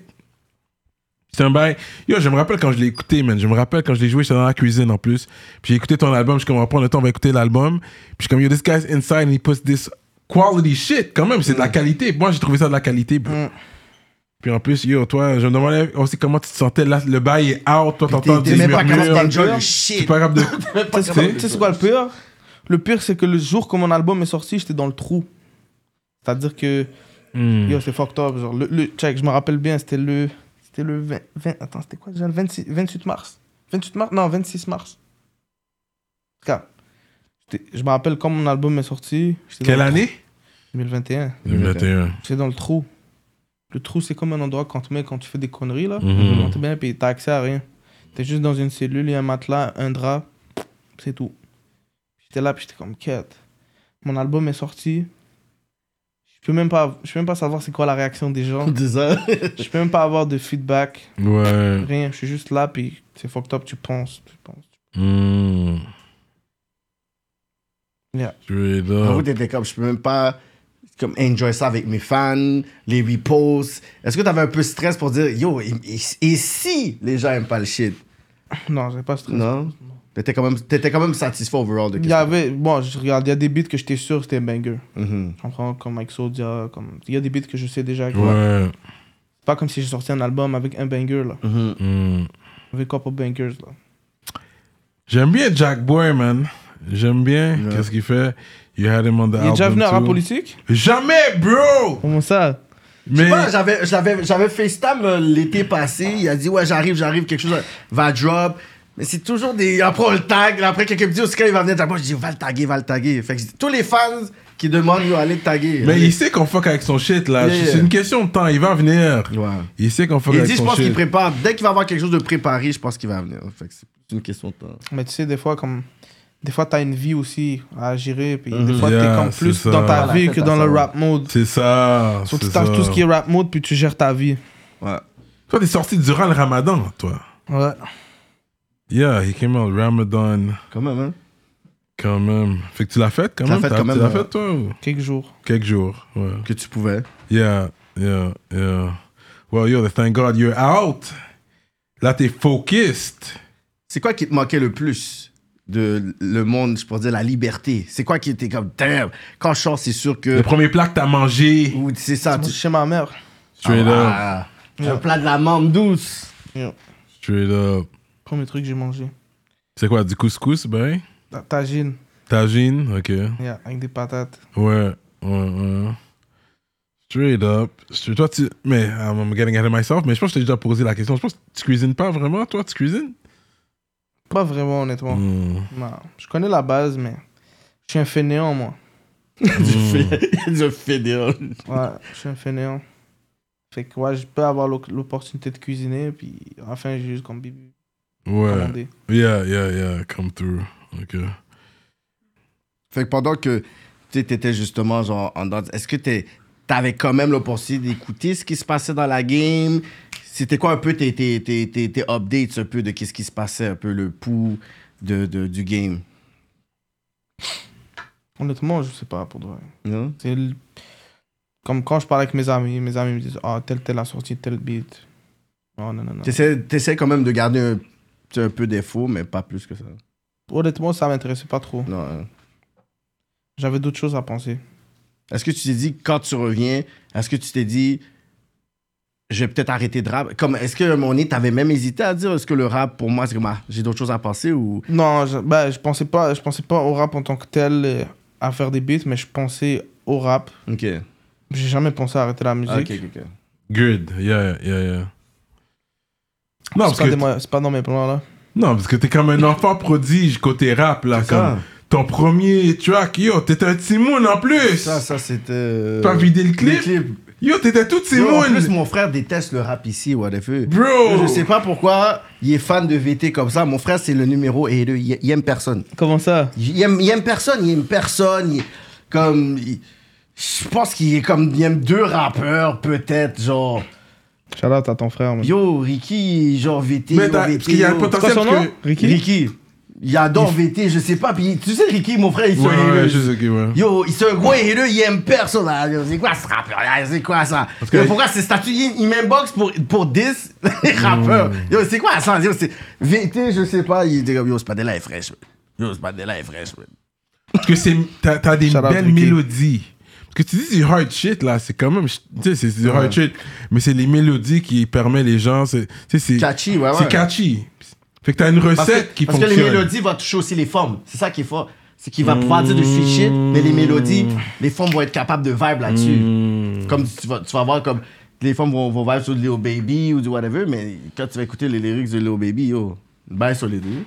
S1: C'est un bail. Yo, je me rappelle quand je l'ai écouté, man. Je me rappelle quand je l'ai joué, j'étais dans la cuisine en plus. Puis j'ai écouté ton album, je suis comme, on va prendre le temps, on va écouter l'album. Puis je suis comme, yo, this guy's inside and he puts this quality shit quand même. C'est de
S2: Mm.
S1: la qualité. Moi, j'ai trouvé ça de la qualité. bro.
S3: Mm.
S1: Puis en plus, yo, toi, je me demandais aussi comment tu te sentais. Là, le bail est out. Toi, t'entends
S2: T'es
S1: des
S2: même pas capable
S1: murmures.
S2: d'enjoy le
S1: T'es
S2: shit.
S1: pas capable de.
S3: Tu sais- tu sais c'est quoi le pire Le pire, c'est que le jour que mon album est sorti, j'étais dans le trou. C'est-à-dire que,
S2: Mm.
S1: Hmm.
S3: yo, c'est fucked up. Genre, le, le- check, je me rappelle bien, c'était le. C'était le 20, 20 Attends, c'était quoi déjà Le 26 28 mars. 28 mars Non, 26 mars. En tout cas, j'étais- je me rappelle quand mon album est sorti. j'étais dans
S1: Quelle
S3: le
S1: année
S3: trou. 2021.
S1: 2021.
S3: J'étais dans le trou. Le trou, c'est comme un endroit quand tu mets, quand tu fais des conneries, là.
S1: Mhm.
S3: Quand t'es bien, puis t'as accès à rien. T'es juste dans une cellule, il y a un matelas, un drap, c'est tout. J'étais là, puis j'étais comme quête. Mon album est sorti. Je peux même pas, je peux même pas savoir c'est quoi la réaction
S1: *laughs*
S3: des gens.
S2: Dis ça.
S3: je peux même pas avoir de feedback,
S1: Ouais.
S3: rien. Je suis juste là, puis c'est fucked up, tu penses, tu penses.
S1: Mm.
S3: Yeah.
S1: Straight up.
S2: Vous, t'étais comme, je peux même pas comme enjoy ça avec mes fans, les reposts. Est-ce que t'avais un peu de stress pour dire, yo, et, et- et si les gens aiment pas le shit?
S3: Non, j'ai pas stressé.
S2: Non? T'étais quand, même- t'étais quand même satisfait overall de
S3: Il y avait, bon, je regarde, il y a des beats que j'étais sûr que c'était banger.
S2: Mhm.
S3: Je comprends, comme avec Soulja, comme. Il y a des beats que je sais déjà. que-
S1: Ouais.
S3: C'est pas comme si j'ai sorti un album avec un banger, là.
S2: Mhm.
S1: Hmm.
S3: Avec couple bangers, là.
S1: J'aime bien Jack Boy, man. J'aime bien. Qu'est-ce qu'il fait? You had him on the
S3: Il est déjà
S1: album
S3: venu à la
S1: too.
S3: politique
S1: Jamais, bro!
S3: Comment ça
S2: Je sais
S1: Mais.
S2: pas, j'avais, j'avais, j'avais FaceTime euh, l'été passé. Il a dit, ouais, j'arrive, j'arrive, quelque chose euh, va drop. Mais c'est toujours des. Après, on le tag. Là, après, quelqu'un me dit, aussi quand il va venir, moi, je dis, va le taguer, va le taguer. Fait que c'est- tous les fans qui demandent, yo, allez le taguer.
S1: Mais
S2: Allez.
S1: il sait qu'on fuck avec son shit là.
S2: Yeah.
S1: C'est une question de temps. Il va venir.
S2: Ouais.
S1: Il sait qu'on fuck
S2: Il
S1: avec
S2: dit, je
S1: son
S2: pense qu'il
S1: shit.
S2: prépare. Dès qu'il va avoir quelque chose de préparé, je pense qu'il va venir. Fait que c'est une question de temps.
S3: Mais tu sais, des fois, comme. Des fois, t'as une vie aussi à gérer, puis des
S1: Mhm.
S3: fois,
S1: Yeah,
S3: t'es comme
S1: c'est
S3: plus
S1: ça.
S3: dans ta
S2: Voilà,
S3: vie
S2: c'est
S3: que
S2: ça,
S3: dans
S2: ça
S3: le
S2: va.
S3: rap mode.
S1: C'est ça.
S3: Faut que tu
S1: c'est ça.
S3: tâches tout ce qui est rap mode, puis tu gères ta vie.
S2: Ouais.
S1: Toi, t'es sorti durant le ramadan, toi.
S3: Ouais.
S1: Yeah, he came out Ramadan
S2: Quand même, hein.
S1: quand même. Fait que tu l'as fait quand
S2: Tu l'as
S1: même?
S2: fait
S1: T'as-
S2: quand même,
S1: Tu l'as
S2: euh,
S1: fait toi ou?
S3: Quelques jours.
S1: Quelques jours, ouais.
S2: Que tu pouvais.
S1: Yeah, yeah, yeah. Well, yo, thank God you're out. Là, t'es focused.
S2: C'est quoi qui te manquait le plus de le monde, je pourrais dire, la liberté? C'est quoi qui était comme, damn, quand je sors, c'est sûr que.
S1: Le premier plat que t'as mangé.
S2: Ou c'est ça.
S3: Moi,
S2: tu-
S3: Chez ma mère.
S1: Straight up.
S2: Ah, Un plat de la menthe douce. *laughs*
S1: Straight up.
S3: Premier truc que j'ai mangé.
S1: C'est quoi, du couscous, ben?
S3: La tagine.
S1: Tagine, ok.
S3: Yeah, avec des patates.
S1: Ouais, ouais, ouais. Straight up. Straight- Toi, tu. Mais, I'm, I'm getting ahead of myself, mais je pense que je t'ai déjà posé la question. Je pense que tu cuisines pas vraiment, toi, tu cuisines?
S3: Pas vraiment, honnêtement.
S2: Mhm.
S1: Mm.
S3: Non. Je connais la base, mais je suis un fainéant, moi.
S1: Mm.
S2: du, fé- *laughs* du fédéral.
S3: Ouais, je suis un fainéant. Fait que, ouais, je peux avoir l'oc- l'opportunité de cuisiner, puis enfin, j'ai juste comme bibi
S1: Ouais.
S3: commandé.
S1: Yeah, yeah, yeah. Come through. Ok.
S2: Fait que pendant que tu étais justement genre en dedans, est-ce que tu avais quand même l'opportunité d'écouter ce qui se passait dans la game? C'était quoi un peu tes, tes, tes, tes, tes updates un peu de qu'est-ce qui se passait, un peu le pouls de, de- du game?
S3: Honnêtement, je sais pas pour de vrai.
S2: Non?
S3: C'est le- Comme quand je parle avec mes amis, mes amis me disent Ah, tel, tel a sorti tel beat. Oh, non, non, non.
S2: T'essaies t'essaies quand même de garder un, t'sais, un peu défaut, mais pas plus que ça.
S3: Honnêtement, ça m'intéressait pas trop.
S2: Non, hein.
S3: J'avais d'autres choses à penser.
S2: Est-ce que tu t'es dit, quand tu reviens, est-ce que tu t'es dit, je vais peut-être arrêter de rap? Comme, est-ce que, à un moment donné, t'avais même hésité à dire, est-ce que le rap, pour moi, c'est comme, ah, j'ai d'autres choses à penser ou...
S3: Non, je, ben, je, pensais pas, je pensais pas au rap en tant que tel, euh, à faire des beats, mais je pensais au rap.
S2: Ok.
S3: J'ai jamais pensé à arrêter la musique.
S1: Ah,
S2: Ok, ok, ok.
S1: Good. Yeah, yeah, yeah. Non, parce
S3: C'est pas,
S1: que
S3: des mo- c'est pas dans mes plans là.
S1: Non, parce que t'es comme un enfant prodige côté rap, là.
S2: C'est ça.
S1: Comme ton premier track, yo, t'étais un Timoun en plus.
S2: Ça, ça, c'était. euh,
S1: T'as vidé le clip?
S2: les clips.
S1: Yo, t'étais tout
S2: Yo, en plus,
S1: Timoun.
S2: mon frère déteste le rap ici, what the fuck.
S1: Bro!
S2: Je sais pas pourquoi il est fan de VT comme ça. Mon frère, c'est le numéro et le- il il aime personne.
S3: Comment ça
S2: Il aime, il aime personne, il aime personne. il- comme. il- je pense qu'il est comme. Il aime deux rappeurs, peut-être, genre.
S3: Shout out à ton frère. man.
S2: Yo, Ricky, genre VT.
S1: Mais
S2: yo,
S1: t'as-
S2: VT,
S1: parce qu'il y a
S2: yo.
S1: le potentiel.
S3: C'est quoi son
S1: Parce
S3: nom
S1: que-
S3: Ricky
S2: Ricky. Il adore VT, je sais pas. Puis tu sais, Ricky, mon frère, il euh, se
S1: Ouais, ouais,
S2: il-
S1: ouais, je sais que, ouais.
S2: Yo, il- c'est un gros hater, il aime personne. Ah, yo, C'est quoi ce rappeur là C'est quoi ça
S1: que-
S2: Yo, Pourquoi ces statues Il, il m'inbox pour, pour 10 les *laughs* rappeurs.
S1: Hmm.
S2: Yo, c'est quoi ça Yo, c'est. VT, je sais pas. Il était comme Yo, Spadella est fraîche. man. Yo, Spadella est fraîche. man.
S1: Parce que c'est, t'as, t'as des
S3: Shout out
S1: belles
S3: Ricky.
S1: mélodies. Parce que tu dis du hard shit, là, c'est quand même, tu sais, c'est du hard shit. Mais c'est les mélodies qui permettent les gens, c'est, tu sais, c'est.
S2: Catchy, ouais, ouais.
S1: C'est catchy. Fait que t'as une
S2: Parce que-
S1: recette qui
S2: parce
S1: fonctionne.
S2: que les mélodies vont toucher aussi les formes. C'est ça qui est fort. C'est qu'il va
S1: Hmm.
S2: pouvoir dire du sweet shit, mais les mélodies, les formes vont être capables de vibe là-dessus.
S1: Hmm.
S2: Comme tu vas, tu vas voir comme. Les formes vont, vont vibe sur du Lil Baby ou du whatever, mais quand tu vas écouter les lyrics de Lil Baby, yo, bye sur les deux.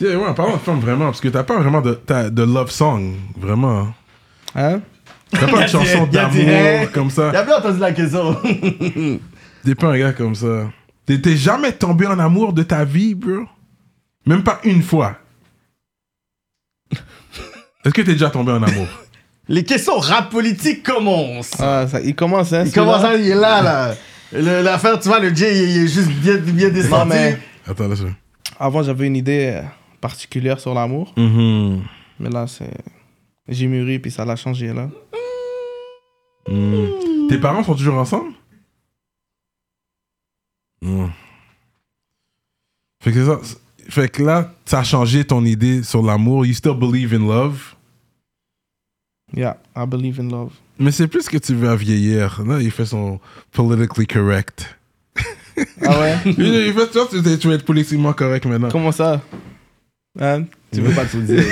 S1: Yeah, ouais, en parlant de femmes, vraiment, parce que t'as pas vraiment de, t'as de love song, vraiment.
S3: Hein
S1: T'as pas de
S2: *laughs* Il y a
S1: chanson
S2: des- il y a des-
S1: d'amour comme ça.
S2: T'as bien entendu la question. *laughs*
S1: T'es pas un gars comme ça. T'es t'es jamais tombé en amour de ta vie, bro? Même pas une fois. Est-ce que t'es déjà tombé en amour?
S2: Les questions rap politique commencent.
S3: ah, ça, Il commence, hein
S2: Il
S3: celui-là.
S2: commence à, il est là, là. Le- L'affaire, tu vois, le J, il, il est juste bien, bien descendu.
S3: mais-
S1: Attends, là, ça.
S3: Avant, j'avais une idée euh, particulière sur l'amour, mais là, c'est J'ai mûri, puis ça l'a changé, là.
S1: Hmm. Tes parents sont toujours ensemble? Hmm. Fait que c'est ça. Fait que là, ça a changé ton idée sur l'amour. You still believe in love.
S3: Yeah, I believe in love.
S1: Mais c'est plus que tu veux à vieillir. Là, il fait son politically correct.
S3: Ah
S2: *laughs* Mm.
S3: ouais?
S1: Il, il fait ça, tu, tu vas être politiquement correct maintenant.
S3: Comment ça? Hein?
S2: Tu veux pas tout dire.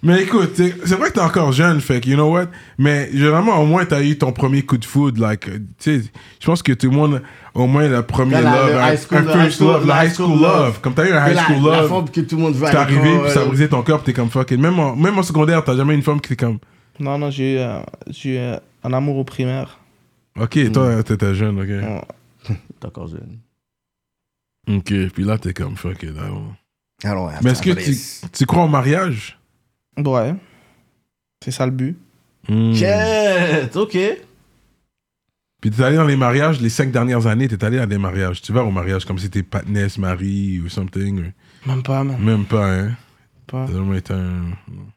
S1: Mais écoute, c'est c'est vrai que t'es encore jeune, fait que, you know what? Mais généralement, au moins, t'as eu ton premier coup de foudre. Like, euh, tu sais, je pense que tout le monde, au moins, le premier
S2: Là,
S1: love,
S2: la- le
S1: un,
S2: high school-
S1: un
S2: le
S1: first
S2: high school-
S1: love,
S2: le
S1: le high school love.
S2: love.
S1: Comme t'as eu un high
S2: la,
S1: school
S2: la
S1: love,
S2: forme que tout le monde veut à
S1: t'es arrivé,
S2: l'école,
S1: puis ça a
S2: euh,
S1: brisé ton corps, puis t'es comme fuck it. Même en, même en secondaire, t'as jamais une femme qui est comme,
S3: Non, non, j'ai eu, euh, j'ai eu, euh, un amour au primaire.
S2: Mm.
S1: ok, toi, t'étais jeune, ok.
S3: Ouais.
S2: T'es encore jeune. Ah.
S1: Ok, puis là, t'es comme fuck it. I don't-
S2: Alors,
S1: Mais est-ce que tu, tu crois au mariage?
S3: Ouais. C'est ça le but.
S1: Hmm.
S2: Shit, ok.
S1: Puis t'es allé dans les mariages, les cinq dernières années, t'es allé à des mariages. Tu vas au mariage comme si t'es patness, mari ou something.
S3: Même pas, même
S1: Même pas, hein.
S3: pas.
S1: Ça doit être un-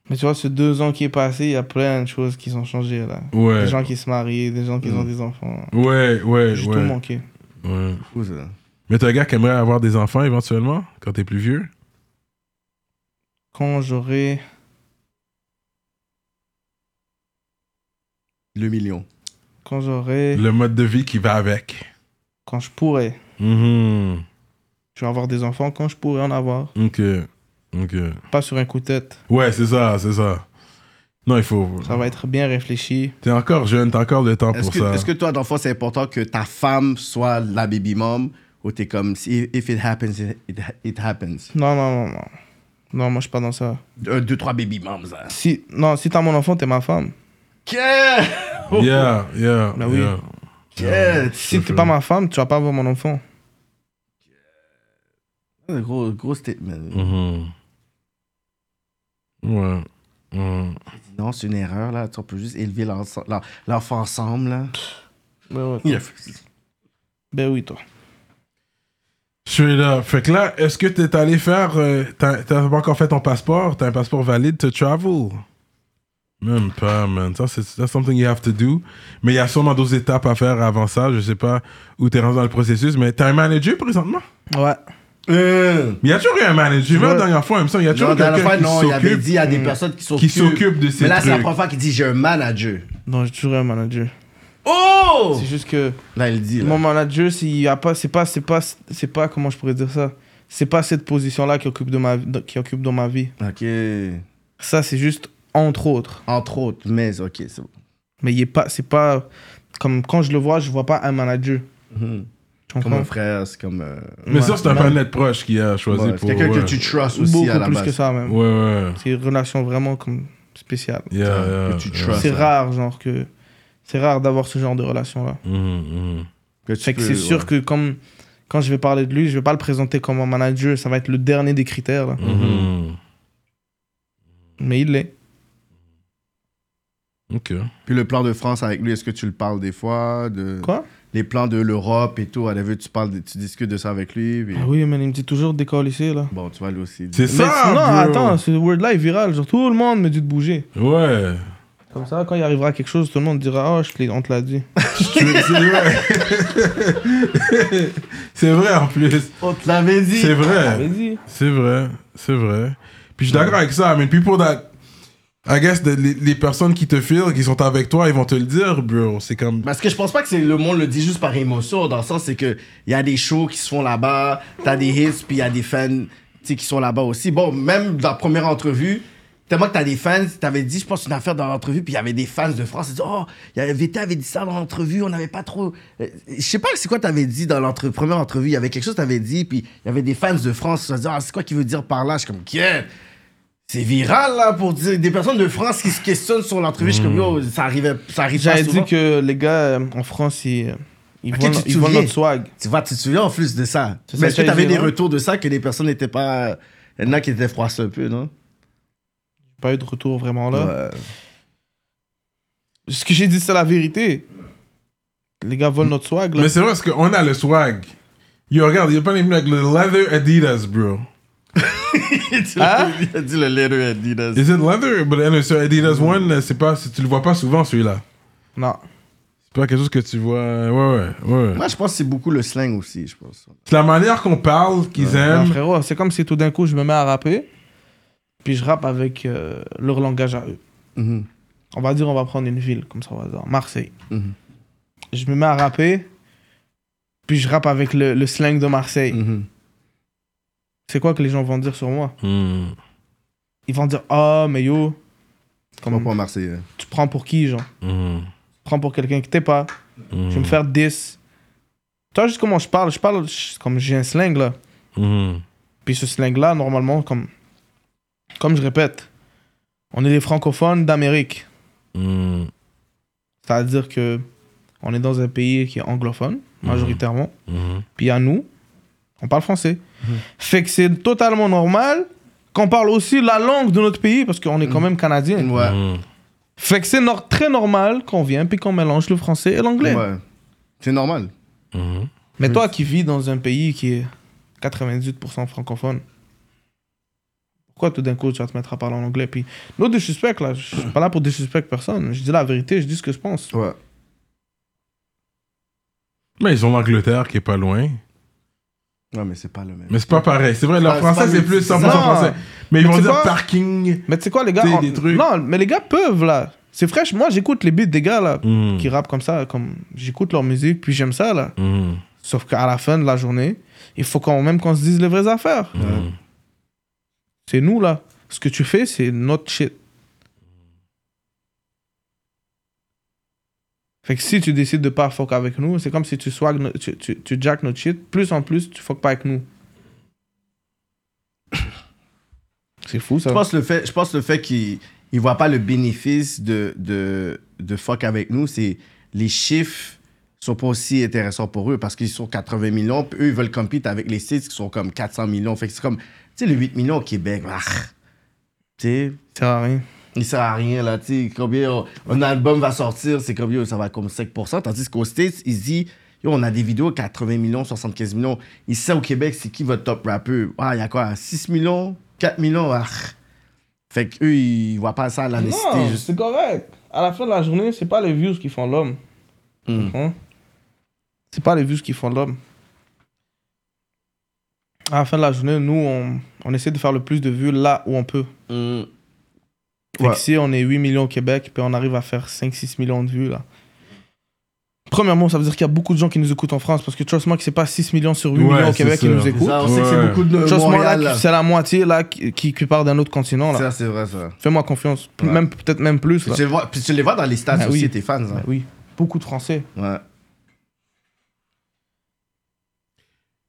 S3: Mais tu vois, ces deux ans qui est passé, il y a plein de choses qui sont changées, là.
S1: Ouais.
S3: Des gens qui se marient, des gens qui ont des enfants.
S1: Ouais, ouais,
S3: J'ai tout
S1: ouais.
S3: manqué.
S1: ouais.
S2: Fou, ça.
S1: Mais t'es un gars qui aimerait avoir des enfants éventuellement, quand t'es plus vieux.
S3: Quand j'aurai
S2: Le million.
S3: quand j'aurai
S1: Le mode de vie qui va avec.
S3: quand je pourrai
S1: Mhm.
S3: je vais avoir des enfants quand je pourrai en avoir
S1: Ok. Ok.
S3: pas sur un coup de tête
S1: Ouais, c'est ça, c'est ça. Non, il faut.
S3: ça va être bien réfléchi
S1: T'es encore jeune, t'as encore le temps
S2: Est-ce
S1: pour
S2: que,
S1: ça.
S2: est-ce que toi, dans le fond, c'est important que ta femme soit la baby mom ou t'es comme si if it happens, it, it happens.
S3: non non non non non moi je suis pas dans ça
S2: Un, deux, trois baby moms. Là.
S3: si non si t'as mon enfant t'es ma femme
S2: Yeah!
S1: Yeah, yeah.
S3: Bah oui.
S1: yeah.
S2: Yeah!
S3: si t'es pas ma femme tu vas pas avoir mon enfant
S2: Un Gros, gros statement.
S1: Mhm. Ouais. Mm-hmm. Ouais.
S2: Non, c'est une erreur, là. Tu sais, On peut juste élever l'ense- l'en- l'enfant ensemble, là.
S3: ben, ouais.
S2: Yeah.
S3: ben oui toi
S1: Straight up. Fait que là, est-ce que t'es allé faire. euh, t'as t'as pas encore fait ton passeport? T'as un passeport valide to travel? Même pas, man. Ça, c'est that's something you have to do. Mais il y a sûrement d'autres étapes à faire avant ça. Je sais pas où t'es rendu dans le processus, mais t'as un manager présentement?
S3: ouais
S2: Euh,
S1: Il y a toujours eu un manager. Même
S3: Ouais.
S1: la dernière fois, il me semble, il y a
S2: Non,
S1: toujours
S2: dans la
S1: quelqu'un
S2: fois,
S1: qui
S2: non, il avait dit
S1: s'occupe.
S2: à des personnes qui
S1: Qui
S2: s'occupent.
S1: s'occupent de ces
S2: Mais là, c'est la
S1: trucs.
S2: première fois qu'il dit j'ai un manager.
S3: non j'ai toujours un manager
S2: Oh!
S3: c'est juste que
S2: Là, il dit. Là.
S3: mon manager s'il y a pas c'est pas c'est pas c'est pas comment je pourrais dire ça c'est pas cette position là qui occupe de ma qui occupe dans ma vie
S2: Ok.
S3: ça c'est juste entre autres
S2: Entre autres, mais ok, c'est bon.
S3: Mais il est pas, c'est pas comme quand je le vois, je vois pas un manager.
S2: Mhm.
S3: Tu comprends?
S2: Comme un frère, c'est comme. euh,
S1: Mais
S3: Ouais.
S1: ça, c'est un panel proche qui a choisi
S2: ouais, c'est
S1: pour.
S2: quelqu'un
S1: ouais.
S2: que tu trustes aussi
S3: Beaucoup
S2: à la
S3: plus
S2: base.
S3: que ça même.
S1: Ouais, ouais.
S3: C'est une relation vraiment comme spéciale.
S1: Yeah,
S2: Que
S1: yeah,
S2: tu
S1: yeah.
S2: trust.
S3: C'est
S2: ça.
S3: rare genre que c'est rare d'avoir ce genre de relation là.
S1: Mhm, mhm.
S2: Que tu
S3: Fait que
S2: peux,
S3: c'est sûr
S2: ouais.
S3: que comme quand je vais parler de lui, je vais pas le présenter comme un manager, ça va être le dernier des critères là.
S1: Mhm.
S2: Mm-hmm.
S3: Mais il l'est.
S1: Ok.
S2: Puis le plan de France avec lui, est-ce que tu le parles des fois de...
S3: Quoi
S2: Les plans de l'Europe et tout, à la vue, tu, parles de- tu discutes de ça avec lui. puis-
S3: Ah oui, mais il me dit toujours décolle ici là.
S2: Bon, tu vois, lui aussi. il dit-
S1: C'est
S3: Mais
S1: ça!
S3: non,
S1: bro.
S3: attends, ce word là est viral, genre tout le monde me dit de bouger.
S1: Ouais.
S3: Comme ça quand il arrivera quelque chose, tout le monde dira "Oh, je te l'ai- on te
S2: *laughs*
S3: l'a dit."
S1: Tu veux- C'est vrai. c'est vrai en plus.
S2: On te l'avait dit.
S1: C'est
S3: J'avais
S1: vrai.
S3: dit.
S1: C'est vrai. C'est vrai. Puis je suis d'accord avec ça. Mais puis pour that, I guess the- les, les personnes qui te filent, qui sont avec toi, ils vont te le dire, bro. C'est
S3: Mm.
S1: comme.
S2: Parce que je pense pas que c'est le monde le dit juste par émotion, dans le sens c'est que il y a des shows qui se font là-bas, t'as des hits, puis il y a des fans tu sais, qui sont là-bas aussi. Bon, même dans la première entrevue, tellement que t'as des fans, t'avais dit, je pense, une affaire dans l'entrevue, puis il y avait des fans de France, ils disaient, oh, il y avait- VT avait dit ça dans l'entrevue, on n'avait pas trop. Euh, Je sais pas c'est quoi t'avais dit dans l'entre première entrevue, il y avait quelque chose t'avais dit, puis il y avait des fans de France, ils se disaient, ah, c'est quoi qu'il veut dire par là? Je suis comme, yeah! C'est viral là pour dire des personnes de France qui se questionnent sur l'entrevue. Je suis comme yo, ça arrivait, ça arrive pas
S3: Mm. J'avais
S2: souvent.
S3: dit que les gars euh, en France, ils, euh, ils,
S2: Ok,
S3: volent,
S2: tu te
S3: ils volent
S2: souviens.
S3: notre swag.
S2: Tu vois, tu te souviens en plus de ça. hein?
S3: C'est
S2: Mais
S3: ça
S2: est-ce que
S3: que
S2: tu avais
S3: j'ai dit,
S2: des
S3: ouais.
S2: retours de ça que les personnes n'étaient pas. Il y en a qui étaient froisses un peu, non?
S3: J'ai Pas eu de retour vraiment là. Ce que j'ai dit, c'est la vérité. Les gars volent notre swag là.
S1: Mais c'est vrai parce qu'on a le swag. Yo, regarde, il y a pas les avec le leather Adidas, bro.
S3: Hein?
S2: *laughs* Il a dit le letter Adidas.
S1: Is it leather? But anyway, so Adidas One, euh, c'est pas, c'est- tu le vois pas souvent celui-là.
S3: Non.
S1: C'est pas quelque chose que tu vois. Ouais, ouais, ouais.
S2: Moi, je pense que c'est beaucoup le slang aussi, je pense.
S1: C'est la manière qu'on parle qu'ils
S3: Non,
S1: aiment.
S3: frérot, c'est comme si tout d'un coup je me mets à rapper, puis je rappe avec euh, leur langage à eux.
S2: Mhm.
S3: On va dire, on va prendre une ville, comme ça, on va dire, Marseille.
S2: Mhm.
S3: Je me mets à rapper, puis je rappe avec le, le slang de Marseille.
S2: Mhm.
S3: C'est quoi que les gens vont dire sur moi
S1: Hmm.
S3: Ils vont dire, ah, mais yo,
S2: Comment
S3: comme,
S2: pas Marseille
S3: tu prends pour qui, genre
S1: Hmm.
S3: Tu prends pour quelqu'un que t'es pas. Je vais me faire 10. Tu vois juste comment je parle Je parle je- comme j'ai un slang, là.
S1: Hmm.
S3: Puis ce slang-là, normalement, comme, comme je répète, on est les francophones d'Amérique.
S1: Hmm.
S3: C'est-à-dire que on est dans un pays qui est anglophone, majoritairement. Puis à nous, on parle français. Fait que c'est totalement normal qu'on parle aussi la langue de notre pays, parce qu'on est quand même canadien.
S2: Ouais.
S3: Fait que c'est nor- très normal qu'on vienne puis qu'on mélange le français et l'anglais.
S2: ouais. C'est normal.
S3: Mais toi qui vis dans un pays qui est 98% francophone, pourquoi tout d'un coup tu vas te mettre à parler en anglais Puis, no disrespect là, je suis pas là pour disrespect personne. Je dis la vérité, je dis ce que je pense.
S2: Ouais.
S1: Mais ils ont l'Angleterre qui est pas loin.
S2: Non, mais c'est pas le même.
S1: Mais c'est pas pareil. C'est vrai,
S2: Ah,
S1: leur
S2: c'est
S1: français,
S2: pas
S1: c'est
S2: le-
S1: plus 100%
S3: Non.
S1: français. Mais ils
S3: Mais
S1: vont
S3: tu
S1: dire
S3: vois-
S1: parking.
S3: Mais tu sais quoi, les gars
S1: T'sais,
S3: on-
S1: des trucs.
S3: Non, mais les gars peuvent là. C'est fraîche. Moi, j'écoute les beats des gars là
S1: Mm.
S3: qui rappent comme ça. Comme j'écoute leur musique, puis j'aime ça là.
S1: Hmm.
S3: Sauf qu'à la fin de la journée, il faut quand même qu'on se dise les vraies affaires. C'est nous là. Ce que tu fais, c'est notre shit. Fait que si tu décides de pas fuck avec nous, c'est comme si tu swag, no- tu, tu, tu jack notre shit. Plus en plus, tu fuck pas avec nous. *coughs* C'est fou ça.
S2: Je pense le fait, je pense le fait qu'ils ne voient pas le bénéfice de, de, de fuck avec nous, c'est les chiffres sont pas aussi intéressants pour eux parce qu'ils sont 80 millions, puis eux ils veulent compete avec les sites qui sont comme 400 millions. Fait que c'est comme, tu sais, le 8 millions au Québec, ah, tu sais,
S3: Ça sert à rien.
S2: il sert à rien là, tu sais, combien on- un album va sortir, c'est comme, yo, ça va comme 5%, tandis qu'aux States, ils disent, yo, on a des vidéos 80 millions, 75 millions. Ici, au Québec, c'est qui votre top rappeur? Ah, il y a quoi, 6 millions, 4 millions, ah. Fait qu'eux, ils voient pas ça à la nécessité,
S3: Non,
S2: juste.
S3: c'est correct. À la fin de la journée, c'est pas les views qui font l'homme. Tu
S2: Mm.
S3: comprends? C'est pas les views qui font l'homme. À la fin de la journée, nous, on, on essaie de faire le plus de vues là où on peut.
S2: Mm.
S3: Fait
S2: Ouais.
S3: que si on est 8 millions au Québec, puis on arrive à faire 5-6 millions de vues, là. Premièrement, ça veut dire qu'il y a beaucoup de gens qui nous écoutent en France, parce que trust moi que c'est pas 6 millions sur 8
S1: Ouais,
S3: millions au
S1: c'est
S3: Québec qui
S1: ça.
S3: nous écoutent.
S2: Ça, on sait que
S1: Ouais.
S2: c'est beaucoup de
S3: Trust moi, là,
S2: Montréal, là.
S3: qui- c'est la moitié là, qui, qui, qui part d'un autre continent. là.
S2: Ça, c'est vrai, ça.
S3: Fais-moi confiance. P-
S2: Ouais.
S3: Même, Peut-être même plus.
S2: Puis
S3: là.
S2: tu, les vois, puis tu les vois dans les stats
S3: Ben
S2: aussi,
S3: oui.
S2: tes fans,
S3: Ben
S2: hein.
S3: oui, beaucoup de Français.
S2: Ouais.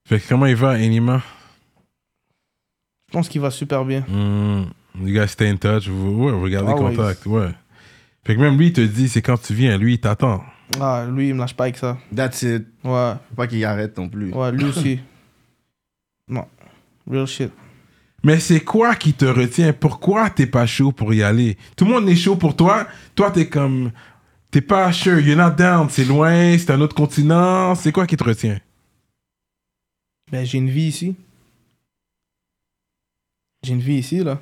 S1: Fait que comment il va, Anima?
S3: Je pense qu'il va super bien.
S1: Hmm. You guys stay in touch. Vous, ouais, vous gardez
S3: Always.
S1: contact. Ouais. Fait que même lui, il te dit, c'est quand tu viens. Lui, il t'attend.
S3: Ah, lui, il me lâche pas avec ça.
S2: That's it.
S3: Ouais,
S2: Faut pas qu'ils arrêtent non plus.
S3: ouais,
S2: *laughs*
S3: lui aussi. Non, real shit.
S1: Mais c'est quoi qui te retient? Pourquoi t'es pas chaud pour y aller? Tout le monde est chaud pour toi. Toi, t'es comme. T'es pas sure. You're not down. C'est loin. C'est un autre continent. C'est quoi qui te retient?
S3: Ben, j'ai une vie ici. J'ai une vie ici, là.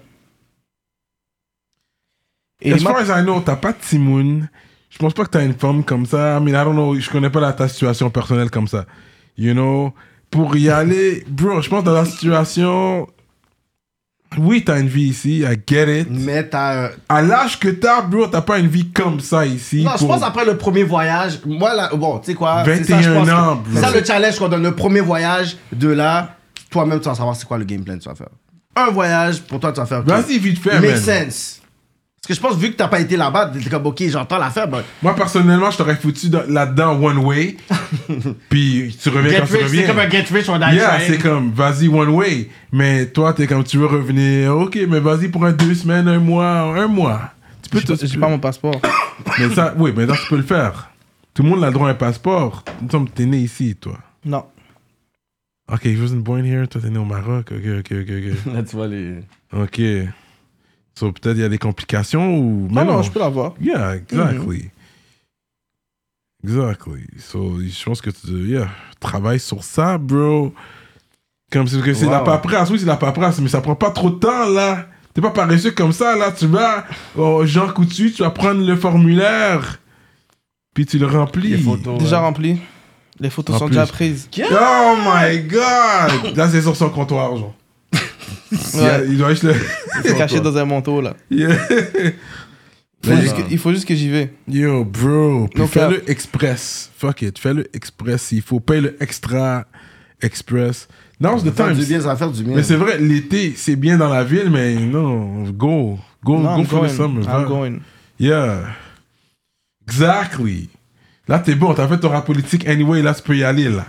S3: Et
S1: as
S3: il m'a-
S1: far as I know, t'as pas de Timoun. Je pense pas que t'as une femme comme ça. I mean, I don't know. Je connais pas la- ta situation personnelle comme ça. You know? Pour y aller, bro, je pense que dans la situation. Oui, t'as une vie ici. I get it.
S2: Mais t'as. un-
S1: À l'âge que t'as, bro, t'as pas une vie comme ça ici.
S2: Non, je
S1: pour-
S2: pense après le premier voyage, moi là, bon, tu sais quoi, c'est ça, je
S1: 21
S2: pense que-
S1: ans, bro.
S2: C'est ça le challenge qu'on donne le premier voyage de là, toi-même tu vas savoir c'est quoi le game plan que tu vas faire. Un voyage pour toi tu vas faire. ok.
S1: Vas-y, vite fait,
S2: Make
S1: man.
S2: sense. Parce que je pense vu que t'as pas été là-bas, t'es comme ok j'entends l'affaire, ben,
S1: Moi, personnellement, je t'aurais foutu dans- là-dedans one
S2: *laughs*
S1: way. puis tu reviens
S2: get
S1: quand tu
S2: rich,
S1: reviens.
S2: c'est comme un get rich on a
S1: yeah, c'est comme vas-y one way. Mais toi, t'es comme tu veux revenir. Ok, mais vas-y pour un deux semaines, un mois, un mois. Tu peux
S3: j'ai pas-
S1: te-
S3: j'ai pas mon passeport.
S1: Mais ça, oui, mais ça, tu peux le faire. Tout le monde a droit à un passeport. Il me semble que t'es né ici, toi.
S3: Non.
S1: Ok, you wasn't born here. Toi, t'es né au Maroc. Ok, ok, ok,
S2: Là tu vois les.
S3: *laughs*
S1: ok. ok. So, peut-être il y a des complications ou.
S3: Non,
S1: Mais
S3: Ah non, je peux l'avoir.
S1: Yeah, exactly. Exactly. So, je pense que tu yeah, travaille sur ça, bro. Comme c'est que c'est de la
S2: Wow.
S1: paperasse, oui, c'est de la paperasse, mais ça prend pas trop de temps, là. T'es pas paresseux comme ça, là. Tu vas au Jean Coutu, tu vas prendre le formulaire, puis tu le remplis.
S4: Les photos.
S3: Déjà
S4: ouais.
S3: rempli. Les photos
S1: En
S3: sont
S1: plus.
S3: déjà prises.
S1: Oh my god! Là, c'est sur son comptoir, genre. Il y a-
S3: Ouais.
S1: Il doit juste le. *laughs*
S3: C'est caché dans un manteau, là.
S1: Yeah.
S3: Faut juste que- il faut juste que j'y vais.
S1: Yo, bro. puis
S3: No cap.
S1: Fais-le express. Fuck it. Fais-le express s'il faut. Paye le extra express. Now's the
S2: Faire
S1: time.
S2: du bien, ça va faire du bien.
S1: Mais c'est vrai, l'été, c'est bien dans la ville, mais non, go. Go,
S3: Non,
S1: go
S3: I'm
S1: for
S3: going.
S1: the summer.
S3: I'm
S1: va.
S3: going.
S1: Yeah. Exactly. Là, t'es bon. T'as fait ton rap politique anyway. Là, tu peux y aller, là.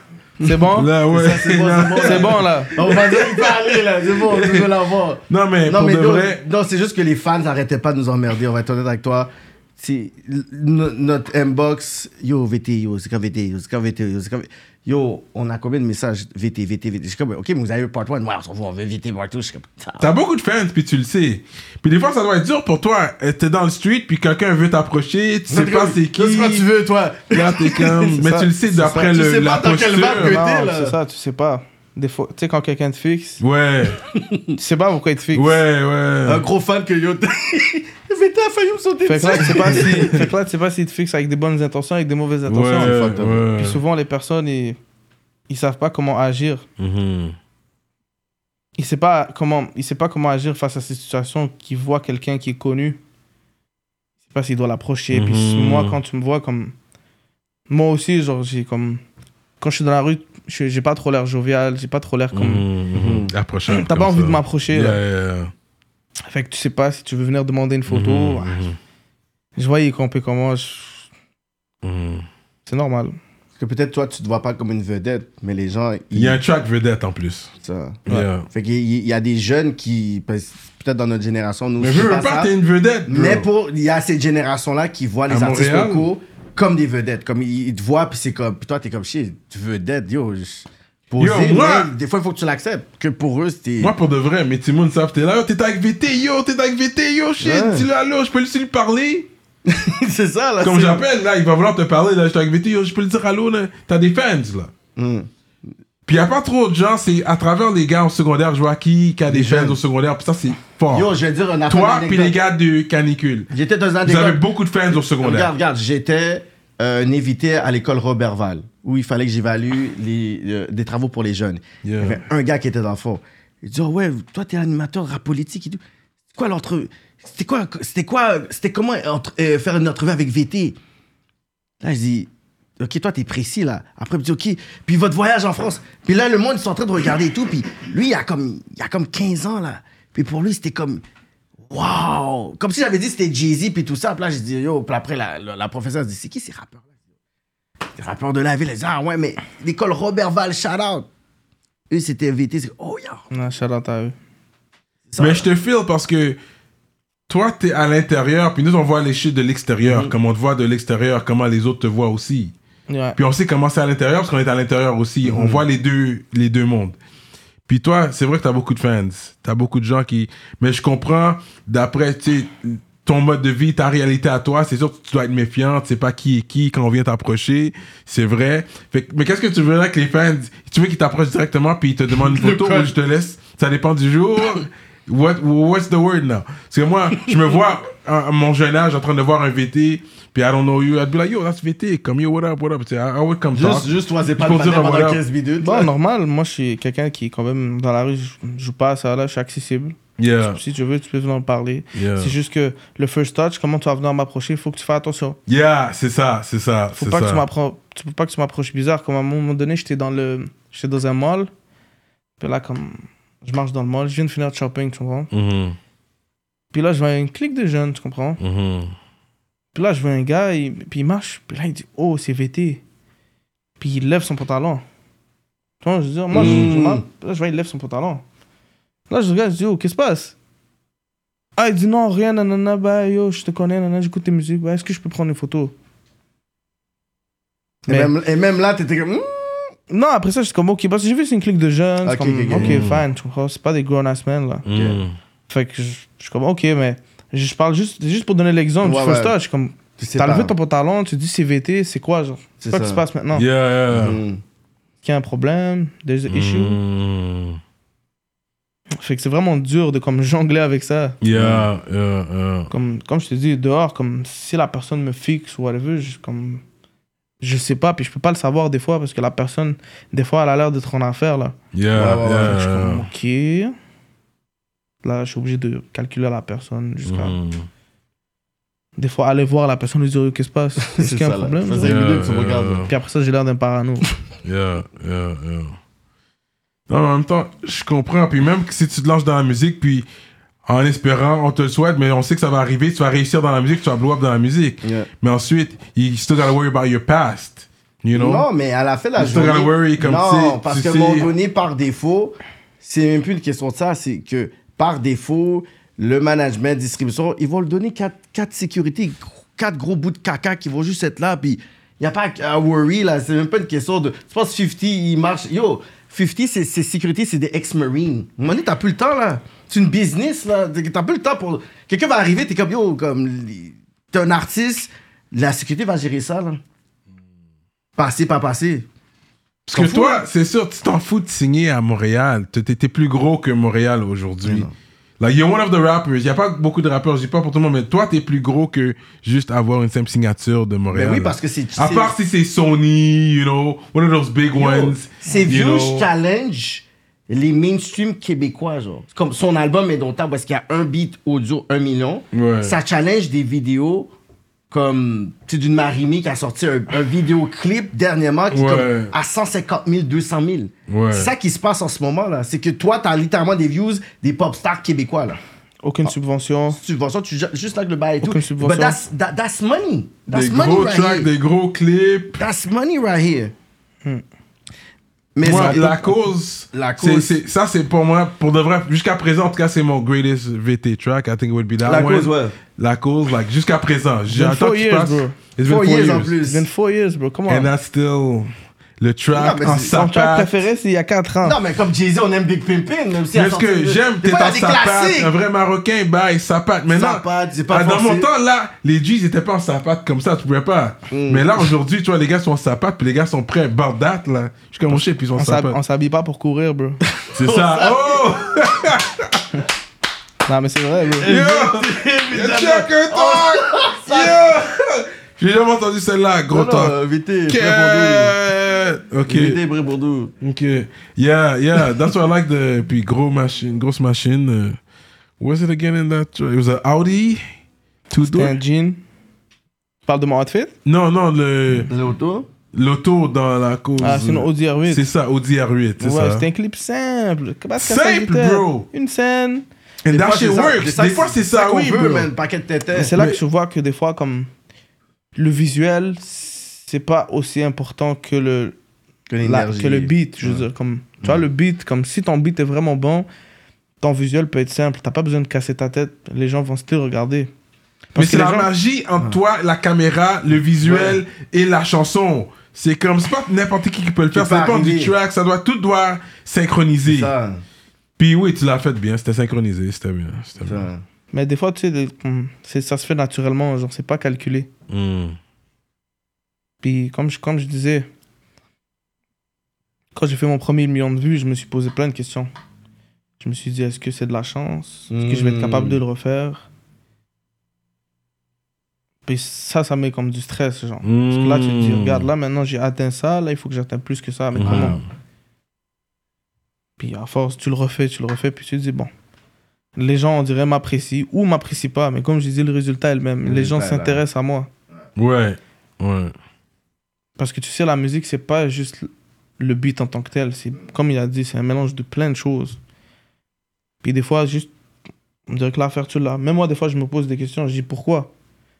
S1: *laughs*
S3: C'est bon
S1: Là, ouais. Là.
S3: Oh, C'est bon, là.
S2: On va dire qu'il peut aller, là. C'est bon, je veux l'avoir.
S1: Non, mais
S2: Non,
S1: pour
S2: mais
S1: de
S2: non,
S1: vrai.
S2: non, c'est juste que les fans n'arrêtaient pas de nous emmerder, on va être honnête avec toi. C'est l- no- notre inbox, yo, VT, yo, c'est quand VT, yo, c'est quand VT, yo, c'est quand VT. Yo, on a combien de messages VT, VT, VT? Je suis comme, ok, mais vous avez eu part 1, ouais, on s'en fout, on veut VT part 2. Je suis comme, putain.
S1: *laughs* T'as beaucoup de fans, puis tu le sais. Puis des fois, ça doit être dur pour toi. Euh, T'es dans le street, puis quelqu'un veut t'approcher, tu sais pas c'est qui.
S2: Qu'est-ce que tu veux, toi?
S1: Là, t'es comme.
S3: C'est
S1: Mais
S3: ça,
S1: tu le sais
S3: c'est
S1: d'après
S2: ça. Tu
S1: le-
S2: sais
S1: la
S2: pas dans quel
S1: posture.
S2: vibe que-
S3: Non,
S2: Péter, là.
S3: c'est ça, tu sais pas. Des fois, tu sais, quand quelqu'un te fixe,
S1: Ouais,
S3: tu sais pas pourquoi il te fixe.
S1: ouais,
S2: Un
S1: ouais.
S2: gros fan que yo. *laughs* VT a failli me sauter
S3: Fait que là, tu sais
S2: dessus.
S3: pas si, fait que là, tu sais pas s'il te fixe avec des bonnes intentions, avec des mauvaises
S1: Ouais,
S3: intentions.
S2: fucked up.
S1: ouais.
S3: Puis souvent, les personnes, ils, ils savent pas comment agir.
S1: Mhm.
S3: Ils savent pas comment, ils savent pas comment agir face à ces situations qui voient quelqu'un qui est connu. Ils savent pas s'ils doivent l'approcher. Puis
S1: Mhm.
S3: moi, quand tu me vois comme, moi aussi, genre, j'ai comme, quand je suis dans la rue, je- j'ai pas trop l'air jovial, j'ai pas trop l'air comme,
S1: Mhm. Approchable
S3: t'as pas
S1: comme
S3: envie
S1: ça.
S3: de m'approcher.
S1: Yeah,
S3: là.
S1: yeah, yeah.
S3: Fait que tu sais pas si tu veux venir demander une photo.
S1: Mhm,
S3: Ah, Je vois, il est campé comment. je-
S1: mhm.
S3: C'est normal.
S2: Parce que peut-être toi, tu te vois pas comme une vedette, mais les gens,
S1: Il y a un track vedette en plus.
S2: ça.
S1: Yeah.
S2: Fait qu'il il y a des jeunes qui, parce- peut-être dans notre génération, nous,
S1: Mais
S2: je
S1: je
S2: sais
S1: veux
S2: ça.
S1: pas, t'es une vedette. bro.
S2: Mais pour, il y a cette génération-là qui voit les
S1: À
S2: artistes
S1: Montréal.
S2: locaux comme des vedettes. Comme ils, ils te voient, puis c'est comme, puis toi, t'es comme shit, tu vedette, yo. je- Posé,
S1: Yo, moi-
S2: mais des fois, il faut que tu l'acceptes. Que pour eux, c'était.
S1: Moi, *laughs* pour de vrai, mes timons savent, t'es là, yo, t'es avec VT, yo, t'es avec VT, yo, shit,
S2: Ouais.
S1: dis-le, allô, je peux lui- lui parler.
S2: c'est ça, là.
S1: Comme
S2: c'est-
S1: j'appelle, là, il va vouloir te parler, là, je suis avec VT, yo, je peux le dire allô, là. T'as des fans, là.
S2: Hmm.
S1: Puis y a pas trop de gens, c'est à travers les gars au secondaire, je vois qui, qui a des fans au secondaire, puis ça, c'est fort.
S2: Yo, je vais dire un
S1: Toi,
S2: affaire
S1: puis
S2: d'anecdote.
S1: les gars du canicule.
S2: J'étais dans un
S1: Vous avez
S2: école-
S1: beaucoup de fans au
S2: Regarde,
S1: secondaire.
S2: regarde, j'étais euh, un évité à l'école Robert-Val, où il fallait que j'évalue les, euh, des travaux pour les jeunes.
S1: Yeah.
S2: Il y avait un gars qui était dans le fond. Il dit, Ah ouais, toi, t'es animateur rap politique et tout. C'est quoi l'entre... C'était quoi, c'était quoi, c'était comment entre- euh, faire une entrevue avec VT? Là, je dis, OK, toi, t'es précis, là. Après, il me dit, OK, puis votre voyage en France. Puis là, le monde, ils sont en train de regarder et tout. Puis lui, il a comme, il a comme 15 ans, là. Puis pour lui, c'était comme, waouh! Comme si j'avais dit c'était Jay-Z, puis tout ça. Puis là, j'ai dit, yo, puis après, la, la, la professeure elle dit, c'est qui ces rappeurs-là? Les rappeurs de la ville, elle dit, ah ouais, mais l'école Robert Val, shout out. Eux, c'était invité, c'est, oh, yo.
S3: Non, shout out à eux.
S2: Ça,
S1: Mais je te feel parce que toi, t'es à l'intérieur, puis nous, on voit les shit de
S2: Hmm.
S1: l'extérieur, comme on te voit de l'extérieur, comment les autres te voient aussi.
S3: Ouais.
S1: Puis on sait comment c'est à l'intérieur, parce qu'on est à l'intérieur aussi.
S2: Hmm.
S1: On voit les deux, les deux mondes. Puis toi, c'est vrai que t'as beaucoup de fans. T'as beaucoup de gens qui... Mais je comprends, d'après, tu sais, ton mode de vie, ta réalité à toi, c'est sûr que tu dois être méfiant, tu sais pas qui est qui quand on vient t'approcher, c'est vrai. Fait que- mais qu'est-ce que tu veux là que les fans... Tu veux qu'ils t'approchent directement puis ils te demandent
S2: *laughs*
S1: une photo ou je te laisse... Ça dépend du jour. What, what's the word now? Parce que moi, je me vois à à mon jeune âge en train de voir un VT, puis I don't know you, I'd be like, yo, that's VT, comme yo, what up, what up. Tu sais, I, I would come talk.
S2: Juste, juste, toi, c'est pas
S1: Pour
S2: le panel
S1: dire,
S2: pendant
S1: voilà.
S2: 15 minutes.
S3: Bon,
S2: là.
S3: Bah, normal, moi je suis quelqu'un qui, quand même, dans la rue, je je joue pas à ça, là, je suis accessible.
S1: Yeah,
S3: Si tu veux, tu peux venir me parler.
S1: Yeah.
S3: C'est juste que le first touch, comment tu vas venir m'approcher, il faut que tu fasses attention.
S1: yeah c'est ça, c'est ça.
S3: Faut
S1: c'est
S3: pas
S1: ça.
S3: que tu m'appro- tu peux pas que tu m'approches bizarre. Comme à un moment donné, j'étais dans le, j'étais dans un mall. Puis là, comme je marche dans le mall, je viens de finir de shopping, tu comprends.
S1: Mhm,
S3: Puis là, je vois une clique de jeunes, tu comprends.
S1: mhm.
S3: Puis là, je vois un gars, il- puis il marche, puis là, il dit Oh, c'est VT. Puis il lève son pantalon. Tu vois, je veux dire, moi, je- je,
S2: Mm.
S3: marche, puis là, je vois, il lève son pantalon. Là, je regarde, je dis Oh, qu'est-ce qui se passe Ah, il dit Non, rien, nanana, bah yo, je te connais, nanana, j'écoute tes musiques, bah, est-ce que je peux prendre une photo
S2: et,
S3: mais-
S2: même, et même là, t'étais comme, Hmm,
S3: Non, après ça, je suis comme Ok, parce que j'ai vu, c'est une clique de jeunes. c'est
S2: Ok,
S3: comme,
S2: ok, ok.
S3: ok, fine, tu comprends, c'est pas des grown-ass men, là.
S1: Mhm.
S3: Fait que je, je suis comme Ok, mais je, je parle juste, juste pour donner l'exemple
S2: Ouais,
S3: du first
S2: ouais.
S3: touch, comme
S2: tu sais
S3: T'as
S2: pas.
S3: levé ton pantalon, tu dis CVT, c'est quoi, genre
S2: C'est
S3: C'est quoi
S2: ça.
S3: qui se passe maintenant
S1: Yeah, yeah.
S2: Hmm.
S3: Qu'il y a un problème, there's an issue.
S1: Mhm.
S3: Fait que c'est vraiment dur de comme jongler avec ça.
S1: Yeah, yeah, yeah.
S3: Comme, comme je te dis, dehors, comme si la personne me fixe ou whatever, je, comme, je sais pas, puis je peux pas le savoir des fois parce que la personne, des fois, elle a l'air d'être en affaire là.
S1: Yeah,
S3: Ouais, ouais, ouais,
S1: yeah,
S3: je suis
S1: yeah.
S3: comme, ok. Là, je suis obligé de calculer la personne jusqu'à.
S1: Mm.
S3: Des fois, aller voir la personne, lui dire
S1: *laughs*
S3: qu'est-ce qui se passe. Est-ce qu'il y a un
S4: ça, là.
S3: problème
S4: Je faisais
S3: là?
S4: une vidéo,
S1: Yeah,
S4: tu me regardes.
S1: yeah.
S3: Puis après ça, j'ai l'air d'un parano.
S1: Yeah, yeah, yeah. Non, mais en même temps, je comprends. Puis même que si tu te lances dans la musique, puis en espérant, on te le souhaite, mais on sait que ça va arriver, tu vas réussir dans la musique, tu vas blow up dans la musique.
S4: Yeah.
S1: Mais ensuite, you still gotta worry about your past. You know?
S2: Non, mais à la fin de la
S1: It's not
S2: journée.
S1: gonna worry, comme
S2: non,
S1: si-
S2: parce
S1: tu
S2: que
S1: sais-
S2: mon donné par défaut, c'est même plus une question de ça, c'est que par défaut, le management, distribution, ils vont le donner quatre, quatre sécurités, gros- quatre gros bouts de caca qui vont juste être là, puis il n'y a pas à worry, là, c'est même pas une question de. Tu penses 50, il marche. Yo, 50, c'est c'est sécurité, c'est des ex-marines. À un moment donné, t'as plus le temps, là. C'est une business, là. T'as plus le temps pour. Quelqu'un va arriver, t'es comme, yo, comme. T'es un artiste, la sécurité va gérer ça, là. Passé, pas passé.
S1: Parce que
S2: T'en fous, hein?
S1: toi, c'est sûr, tu t'en fous de signer à Montréal. T'es- T'es t'es plus gros que Montréal aujourd'hui. Like, you're one of the rappers. Il a pas beaucoup de rappeurs, je dis pas pour tout le monde, mais toi, t'es plus gros que juste avoir une simple signature de Montréal.
S2: Ben oui, parce que c'est-
S1: À
S2: c'est-
S1: part si c'est Sony, you know, one of those big
S2: Yo,
S1: ones.
S2: C'est
S1: you
S2: vieux,
S1: know.
S2: je challenge les mainstream québécois, genre. C'est Comme son album est domptable parce qu'il y a un beat audio, un million.
S1: Ouais.
S2: Ça challenge des vidéos comme, tu sais, d'une Marimé qui a sorti un, un vidéoclip dernièrement qui est
S1: Ouais.
S2: comme à 150 000, 200 000.
S1: Ouais.
S2: C'est ça qui se passe en ce moment, là. C'est que toi, t'as littéralement des views des pop stars québécois, là.
S1: Ah.
S3: Aucune subvention.
S2: Subvention, tu gères juste là que le bail et tout.
S3: Aucune subvention.
S2: But that's, that- that's money. That's
S1: Des
S2: money
S1: gros
S2: right
S1: tracks,
S2: here.
S1: des gros clips.
S2: That's money right here.
S3: Hmm.
S2: Mais
S1: Moi,
S2: ça-
S1: la cause,
S2: La
S1: c'est-
S2: cause.
S1: c'est- ça c'est pour moi, pour de vrai, jusqu'à présent, en tout cas, c'est mon greatest VT track. I think it would be that
S2: La
S1: one.
S2: cause, ouais.
S1: La cause, like, jusqu'à présent. J'attends
S3: four
S1: que tu
S3: years,
S1: passes.
S3: bro.
S1: It's been
S2: Four
S1: four
S2: years en
S1: years.
S2: plus.
S3: It's been four years, bro. Come
S1: And
S3: on.
S1: that's still le
S2: Non,
S1: track
S2: mais
S1: en
S2: c'est-
S3: Ton track
S1: sapate.
S3: préféré, c'est il y a 4 ans.
S2: Non, mais comme Jay-Z, on aime Big Pimpin. Même si
S1: Mais ce que j'aime, t'es en sapate. Un
S2: classique.
S1: vrai Marocain, bye, sapate. Maintenant,
S2: Sapate, c'est pas
S1: ah, dans
S2: forcé.
S1: mon temps, là, les G's étaient pas en sapate comme ça, tu pouvais pas.
S2: Mm.
S1: Mais là, aujourd'hui, tu vois, les gars sont en sapate, puis les gars sont prêts, bordate, là. Je suis comme, oh shit, puis ils sont en
S3: On s'hab- on
S1: sapate.
S3: s'habille pas pour courir,
S1: *laughs*
S3: bro.
S1: C'est
S2: *laughs*
S1: ça. Oh!
S3: non, mais c'est vrai, bro.
S1: Yo! Yo, check un talk! Yo! *laughs* J'ai jamais entendu celle-là, gros talk.
S2: Vité,
S1: Que- Ok.
S2: Bré Bourdou.
S1: Ok. Yeah, yeah. That's what I like the puis gros machine, grosse machine. Uh, was it again in that? It was an Audi. Two
S3: T'es
S1: door.
S3: un jean. Tu parles de mon outfit
S1: Non, non, le
S2: L'auto.
S1: l'auto dans la cause.
S3: Ah, c'est une Audi R8.
S1: C'est ça, Audi R8, c'est
S3: Ouais,
S1: ça.
S3: c'était un clip simple. Comment est-ce que ça
S1: Simple,
S3: s'agitait?
S1: bro.
S3: Une scène.
S1: And that shit works. Des fois, c'est ça, oui,
S2: veut,
S1: bro.
S2: man. Paquet de
S3: Et
S2: tétins.
S3: c'est là
S1: Mais-
S3: que je vois que des fois, comme le visuel, c'est pas aussi important que le,
S2: Que
S3: la- que le beat. Je veux dire, comme, tu vois, le beat, comme si ton beat est vraiment bon, ton visuel peut être simple. T'as pas besoin de casser ta tête. Les gens vont still regarder.
S1: Mais
S3: Parce que
S1: c'est
S3: les
S1: la
S3: gens-
S1: magie entre toi, la caméra, le visuel et la chanson. C'est comme, c'est pas n'importe qui qui peut le faire,
S2: Qui
S1: ça
S2: peut
S1: dépend du
S2: arriver.
S1: track, ça doit, tout doit synchroniser.
S2: Ça,
S1: Puis oui, tu l'as fait bien, c'était synchronisé, c'était bien. c'était bien.
S2: ça.
S3: Mais des fois, tu sais, des- comme, c'est- ça se fait naturellement. Genre, c'est pas calculé.
S1: Mm.
S3: Puis comme je, comme je disais, quand j'ai fait mon premier million de vues, je me suis posé plein de questions. Je me suis dit, est-ce que c'est de la chance Est-ce que je vais être capable de le refaire Puis ça, ça met comme du stress, genre. Parce que là, tu
S1: Hmm.
S3: te dis, regarde, là, maintenant, j'ai atteint ça, là, il faut que j'atteigne plus que ça, mais comment Puis à force, tu le refais, tu le refais, puis tu te dis, bon, les gens, on dirait, m'apprécient ou m'apprécient pas, mais comme je disais, le résultat est le même.
S2: Le
S3: les gens
S2: résultat est là.
S3: s'intéressent à moi.
S1: Ouais, ouais.
S3: Parce que tu sais, la musique, c'est pas juste le beat en tant que tel. C'est, comme il a dit, c'est un mélange de plein de choses. Puis des fois, juste, on dirait que l'affaire, tu l'as. Même moi, des fois, je me pose des questions. Je dis pourquoi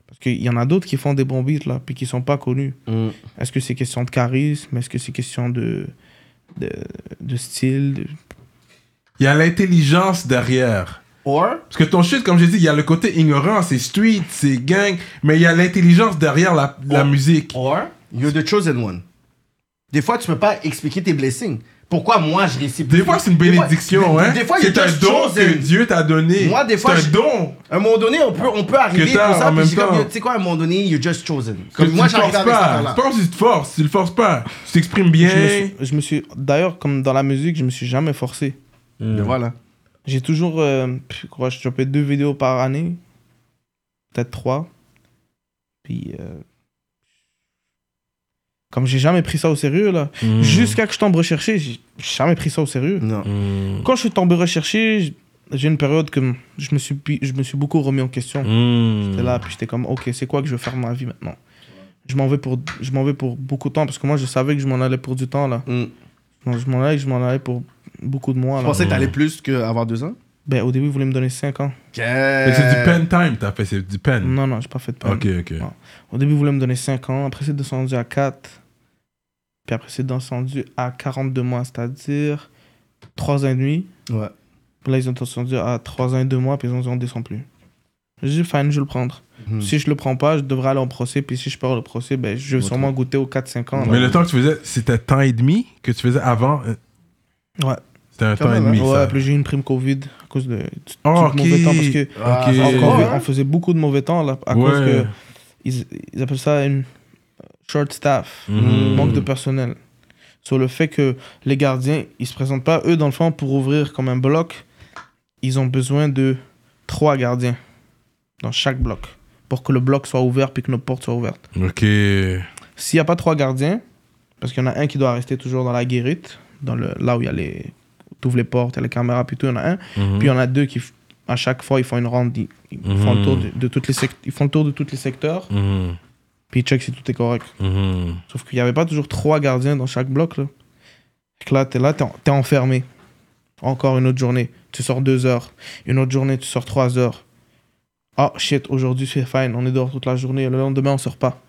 S3: Parce qu'il y en a d'autres qui font des bons beats, là, puis qui sont pas connus. Est-ce que c'est question de charisme Est-ce que c'est question de, de, de style de-
S1: Il y a l'intelligence derrière.
S2: Or,
S1: Parce que ton shit, comme j'ai dit, il y a le côté ignorant, c'est street, c'est gang, mais il y a l'intelligence derrière la, la
S2: Oh.
S1: musique.
S2: or, you're the chosen one. Des fois, tu peux pas expliquer tes blessings. Pourquoi moi, je réussis plus
S1: Des fois, c'est une
S2: Des fois-
S1: bénédiction,
S2: des-
S1: hein.
S2: Des fois, il
S1: c'est
S2: y a
S1: un don que Dieu t'a donné.
S2: Moi, des fois,
S1: C'est
S2: je-
S1: un don.
S2: À un moment donné, on peut, on peut arriver
S1: t'as
S2: comme ça,
S1: en
S2: puis
S1: même
S2: j'ai comme,
S1: temps.
S2: yo, tu sais quoi, à un moment donné, you're just chosen.
S1: Que
S2: Comme moi,
S1: tu le
S2: j'arrive
S1: forces
S2: avec cette
S1: pas.
S2: affaire-là.
S1: C'est pas comme si tu te forces, tu le forces pas. Tu t'exprimes bien.
S3: Je me suis, je me suis- d'ailleurs, comme dans la musique, je me suis jamais forcé.
S2: Mais Voilà.
S3: J'ai toujours, euh, pff, quoi, je chopais deux vidéos par année, peut-être trois. Puis, euh, comme j'ai jamais pris ça au sérieux, là, jusqu'à que je tombe recherché, j'ai jamais pris ça au sérieux.
S2: Non.
S5: Mm.
S3: Quand je suis tombé recherché, j- j'ai une période que je me suis, pi- je me suis beaucoup remis en question.
S5: Mm.
S3: J'étais là, puis j'étais comme, ok, c'est quoi que je veux faire de ma vie maintenant Je m'en vais pour, je m'en vais pour beaucoup de temps parce que moi, je savais que je m'en allais pour du temps là.
S2: Mm.
S3: Donc, je m'en allais, je m'en allais pour beaucoup de mois
S2: Je
S3: là.
S2: pensais que t'allais plus qu'avoir deux ans.
S3: Ben, au début, ils voulaient me donner 5 ans.
S1: Fait que C'est
S2: Euh,
S1: du pen time, t'as fait, c'est du pen.
S3: Non, non, j'ai pas fait de peine.
S1: Hmm. Ok, ok.
S3: Non. Au début, ils voulaient me donner 5 ans. Après, c'est descendu à 4. Puis après, c'est descendu à 42 mois, c'est-à-dire 3 ans et demi.
S2: Ouais.
S3: Puis là, ils ont descendu à 3 ans et 2 mois, puis ils ont dit on descend plus. J'ai dit, fine, je vais le
S1: Hmm.
S3: prendre.
S2: Mhm.
S3: Si je le prends pas, je devrais aller en procès. Puis si je perds le procès, ben, je vais
S2: Votre-
S3: sûrement goûter aux 4-5 ans. là.
S1: Mais le temps que tu faisais, c'était temps et demi que tu faisais avant. euh,
S3: Ouais.
S1: C'était un
S2: Quand
S1: temps et
S2: même, hein.
S1: demi,
S3: hein. Ouais,
S1: ça.
S3: puis j'ai eu une prime Covid à cause de tout,
S1: Ah,
S3: tout le mauvais
S1: ok.
S3: temps. Parce que
S2: Ah,
S1: Ok.
S2: ça, c'est
S3: en
S1: Et-
S3: Covid,
S2: encore,
S3: on
S2: hein?
S3: faisait beaucoup de mauvais temps là, à cause
S1: Ouais.
S3: que ils, ils appellent ça une short staff,
S1: Mhm.
S3: manque de personnel. Sur le fait que les gardiens, ils se présentent pas, eux, dans le fond, pour ouvrir comme un bloc, ils ont besoin de trois gardiens dans chaque bloc pour que le bloc soit ouvert puis que nos portes soient ouvertes.
S1: Ok.
S3: S'il n'y a pas trois gardiens, parce qu'il y en a un qui doit rester toujours dans la guérite, dans le, là où il y a les. T'ouvres les portes, il y a les caméras, puis tout, il y en a un.
S1: Mhm.
S3: Puis il y en a deux qui, f- à chaque fois, ils font une ronde, ils, ils font, le tour de, de toutes les sect- ils font le tour de tous les secteurs,
S1: Mhm.
S3: puis ils checkent si tout est correct.
S1: Mhm.
S3: Sauf qu'il n'y avait pas toujours trois gardiens dans chaque bloc. Là, Fait que là t'es là, t'es en- t'es enfermé. Encore une autre journée, tu sors deux heures. Une autre journée, tu sors trois heures. Ah shit, aujourd'hui c'est fine, on est dehors toute la journée. Le lendemain, on sort pas.